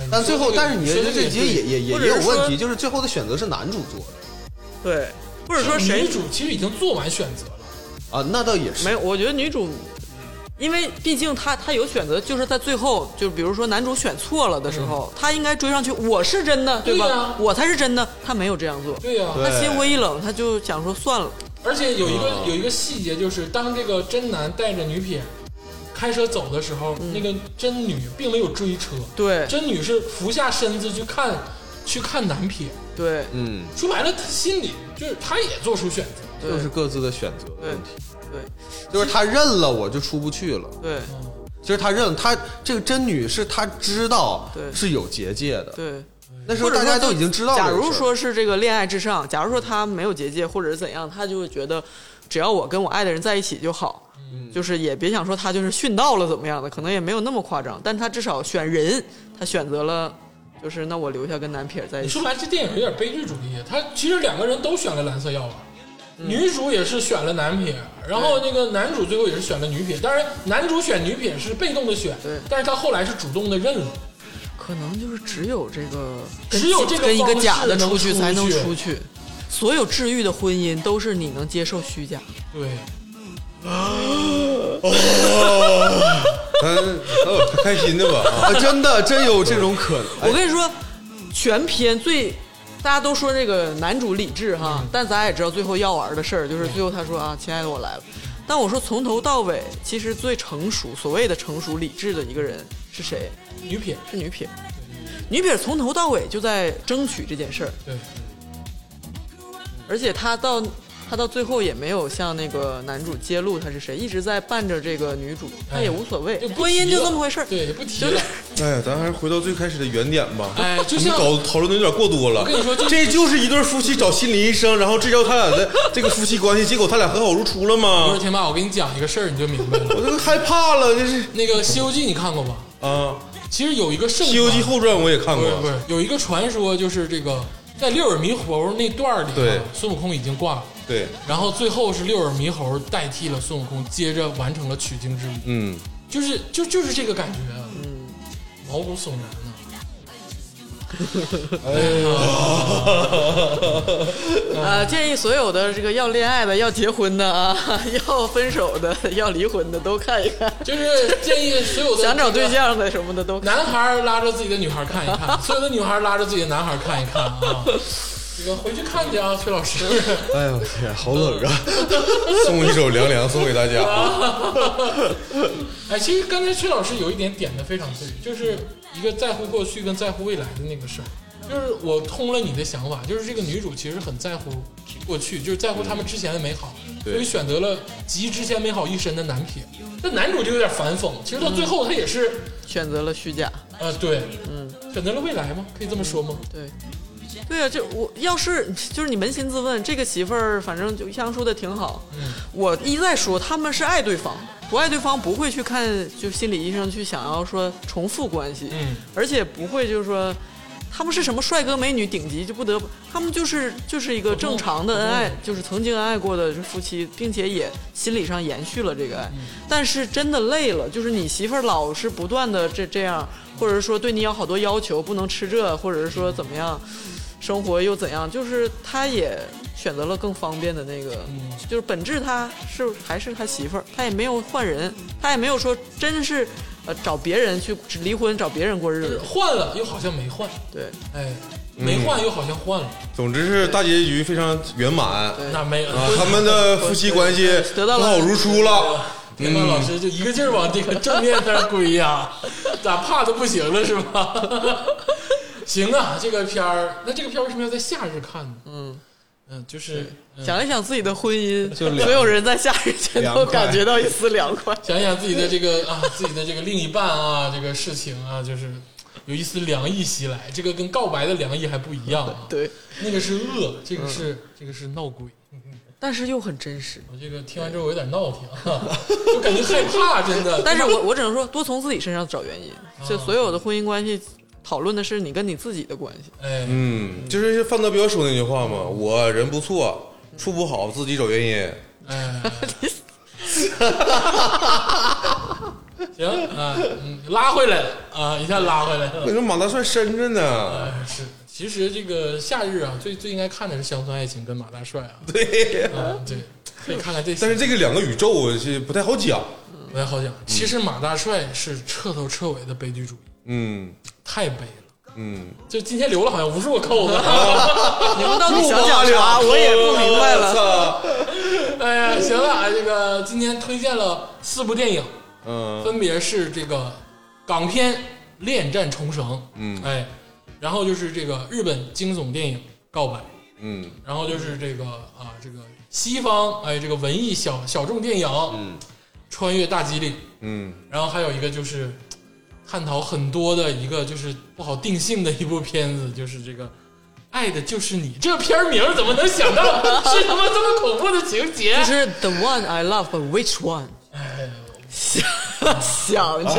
哎
但最后，
你说这个
但是你
说
觉
这
得
个
这
也
集也也也
或者
也有
是说
问题，就是最后的选择是男主做的
对，或者
对
说谁
女主其实已经做完选择了，
啊，那倒也是
没有，我觉得女主，因为毕竟她她有选择，就是在最后，就比如说男主选错了的时候，她应该追上去，我是真的，
对
吧？
呀
我才是真的，她没有这样做，
对呀、
对啊
她心灰意冷，她就想说算了，
而且有一个、有一个细节，就是当这个真男带着女撇开车走的时候，那个真女并没有追车，
嗯对
真女是俯下身子去看去看男撇。
对，
嗯，
说白了，他心里就是他也做出选择，
对
就是各自的选择的问题。
对
就是他认了，我就出不去了。
对
其实他认了，他这个真女是他知道
对
是有结界的，
对。
那时
或
候
者
大
说
家
就
都已经知道这
假
个事儿。
如说是这个恋爱至上，假如说他没有结界或者是怎样，他就会觉得只要我跟我爱的人在一起就好，就是也别想说他就是殉道了怎么样的，可能也没有那么夸张，但他至少选人，他选择了就是那我留下跟男撇在一
你
起
说。白，这电影有点悲剧主义。他其实两个人都选了蓝色药丸，
嗯
女主也是选了男撇，然后那个男主最后也是选了女撇。当然，男主选女撇是被动的选
对，
但是他后来是主动的认了。
可能就是只有这个，
只有这个
跟一个
方式
假的
能
出去
出
才能
去
出去。所有治愈的婚姻都是你能接受虚假，
对，
咱哦，开心的吧？
啊，真的真有这种可能。 (laughs)
我跟你说，全篇最大家都说这个男主理智哈，但咱也知道最后药丸的事儿，就是最后他说啊，亲爱的我来了。但我说从头到尾，其实最成熟，所谓的成熟理智的一个人是谁？
女撇，
是女撇。女撇从头到尾就在争取这件事儿，
对，
而且她到她到最后也没有向那个男主揭露她是谁，一直在伴着这个女主，她也无所谓，
就不
婚姻
提
就
了
这么回事儿。
哎对，也不提
就是
了。
哎呀，咱还是回到最开始的原点吧。
哎就
我们
像
搞讨论的有点过多了。
我跟你说就
这就是一对夫妻找心理医生，然后治疗他俩
呃
的这个夫妻关系，结果他俩和好如初了
不是
吗？
天霸，我给你讲一个事儿，你就明白了。
我这个害怕了，这是
那个《西游记》你看过吧？
啊，
其实有一个
《
圣
西游记
传
后传》我也看
不
过
是。不是，有一个传说就是这个，在六耳猕猴那段儿里啊，
对
孙悟空已经挂了。
对，
然后最后是六耳猕猴代替了孙悟空，接着完成了取经之旅，
嗯，
就是就就是这个感觉啊，嗯，毛骨悚
(laughs)
然啊哎呢、
呃，建议所有的这个要恋爱的、要结婚的啊、 (laughs) 要分手的、要离婚的都看一看，
就是建议所有的
想找对象的什么的都看。
男孩儿拉着自己的女孩儿看一看，所有的女孩儿拉着自己的男孩儿看一看啊。这个回去看去啊，崔老师。
哎呦天，好冷啊！
送一首《凉凉》送给大家。啊
(laughs) 哎，其实刚才崔老师有一点点的非常对，就是一个在乎过去跟在乎未来的那个事儿。就是我通了你的想法，就是这个女主其实很在乎过去，就是在乎他们之前的美好，所
嗯对
以选择了集之前美好一身的男撇。但男主就有点反讽，其实到最后他也是，
选择了虚假，
呃，对，嗯，选择了未来吗？可以这么说吗？
对。对啊，这我要是就是你扪心自问，这个媳妇儿反正就相处的挺好。我一再说他们是爱对方，不爱对方不会去看就心理医生去想要说重复关系，
嗯，
而且不会就是说他们是什么帅哥美女顶级就不得不，他们就是就是一个正常的恩爱，就是曾经恩爱过的夫妻，并且也心理上延续了这个爱。但是真的累了，就是你媳妇儿老是不断的这这样，或者是说对你有好多要求，不能吃这，或者是说怎么样。生活又怎样？就是他也选择了更方便的那个，就是本质他是还是他媳妇儿，他也没有换人，他也没有说真是呃找别人去离婚找别人过日子，
换了又好像没换，
对，
哎，
嗯
没换又好像换了，
总之是大结局非常圆满，
那没有。
啊，他们的夫妻
(laughs)
关系
得
和
到了
好如初了。
田曼老师就一个劲儿往这个正面那儿归呀、咋怕的不行了是吧？行啊，这个片儿，那这个片儿为什么要在夏日看呢？嗯嗯，就是嗯
想一想自己的婚姻，所有人在夏日前都
凉快
感觉到一丝凉 (laughs) 快。
想一想自己的这个啊，自己的这个另一半啊，这个事情啊，就是有一丝凉意袭来，这个跟告白的凉意还不一样啊。
(laughs) 对，
那个是恶，这个是、这个是闹鬼。
但是又很真实。
我这个听完之后有点闹挺，啊 (laughs) 就感觉害怕，真的。
(laughs) 但是我我只能说，多从自己身上找原因。就所有的婚姻关系，讨论的是你跟你自己的关系。
哎，
嗯，就是范德彪说那句话嘛，我人不错，处不好自己找原因。
哎，
嗯
行啊，嗯，拉回来了啊，一下拉回来了。
为
(laughs)
什么马大帅深着呢？
哎是，其实这个夏日啊，最最应该看的是《乡村爱情》跟《马大帅》啊。对啊，
(laughs)
对，可以看看这些。
但是嗯这个两个宇宙是不太好讲。
不太好讲。其实马大帅是彻头彻尾的悲剧主义，
嗯
太悲了。
嗯，
就今天留了好像无数个扣
(laughs)
子啊。
(laughs) 你们到底想讲 (laughs) 啥？我也不明白了。
了。
哎呀，行了，这个今天推荐了四部电影，
嗯
分别是这个港片《恋战重生》，
嗯
哎，然后就是这个日本惊悚电影《告白》，
嗯
然后就是这个啊，这个西方哎，这个文艺小小众电影，嗯，穿越大吉岭，
嗯，
然后还有一个就是嘖探讨很多的一个就是不好定性的一部片子，就是这个《爱的就是你》这片儿名儿怎么能想到是他妈这么恐怖的情节
就是 the one I love, but which one？想想这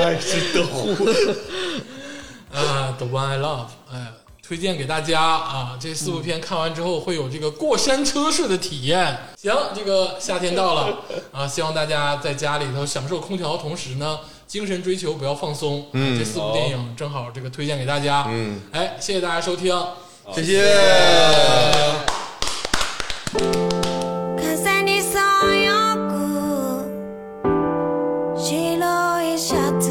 啊？The One I Love，哎，推荐给大家啊！这四部片看完之后会有这个过山车式的体验。行，这个夏天到了啊，希望大家在家里头享受空调的同时呢。精神追求不要放松，嗯，这四部电影正好这个推荐给大家，嗯，哎，谢谢大家收听，
谢谢。
風にそよく白いシャツ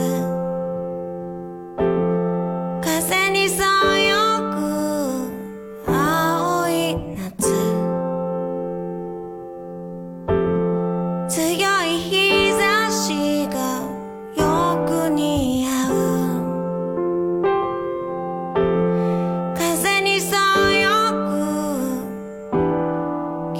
風にそよく青い夏強い日差しがよく似合う風にそよく黄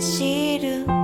走る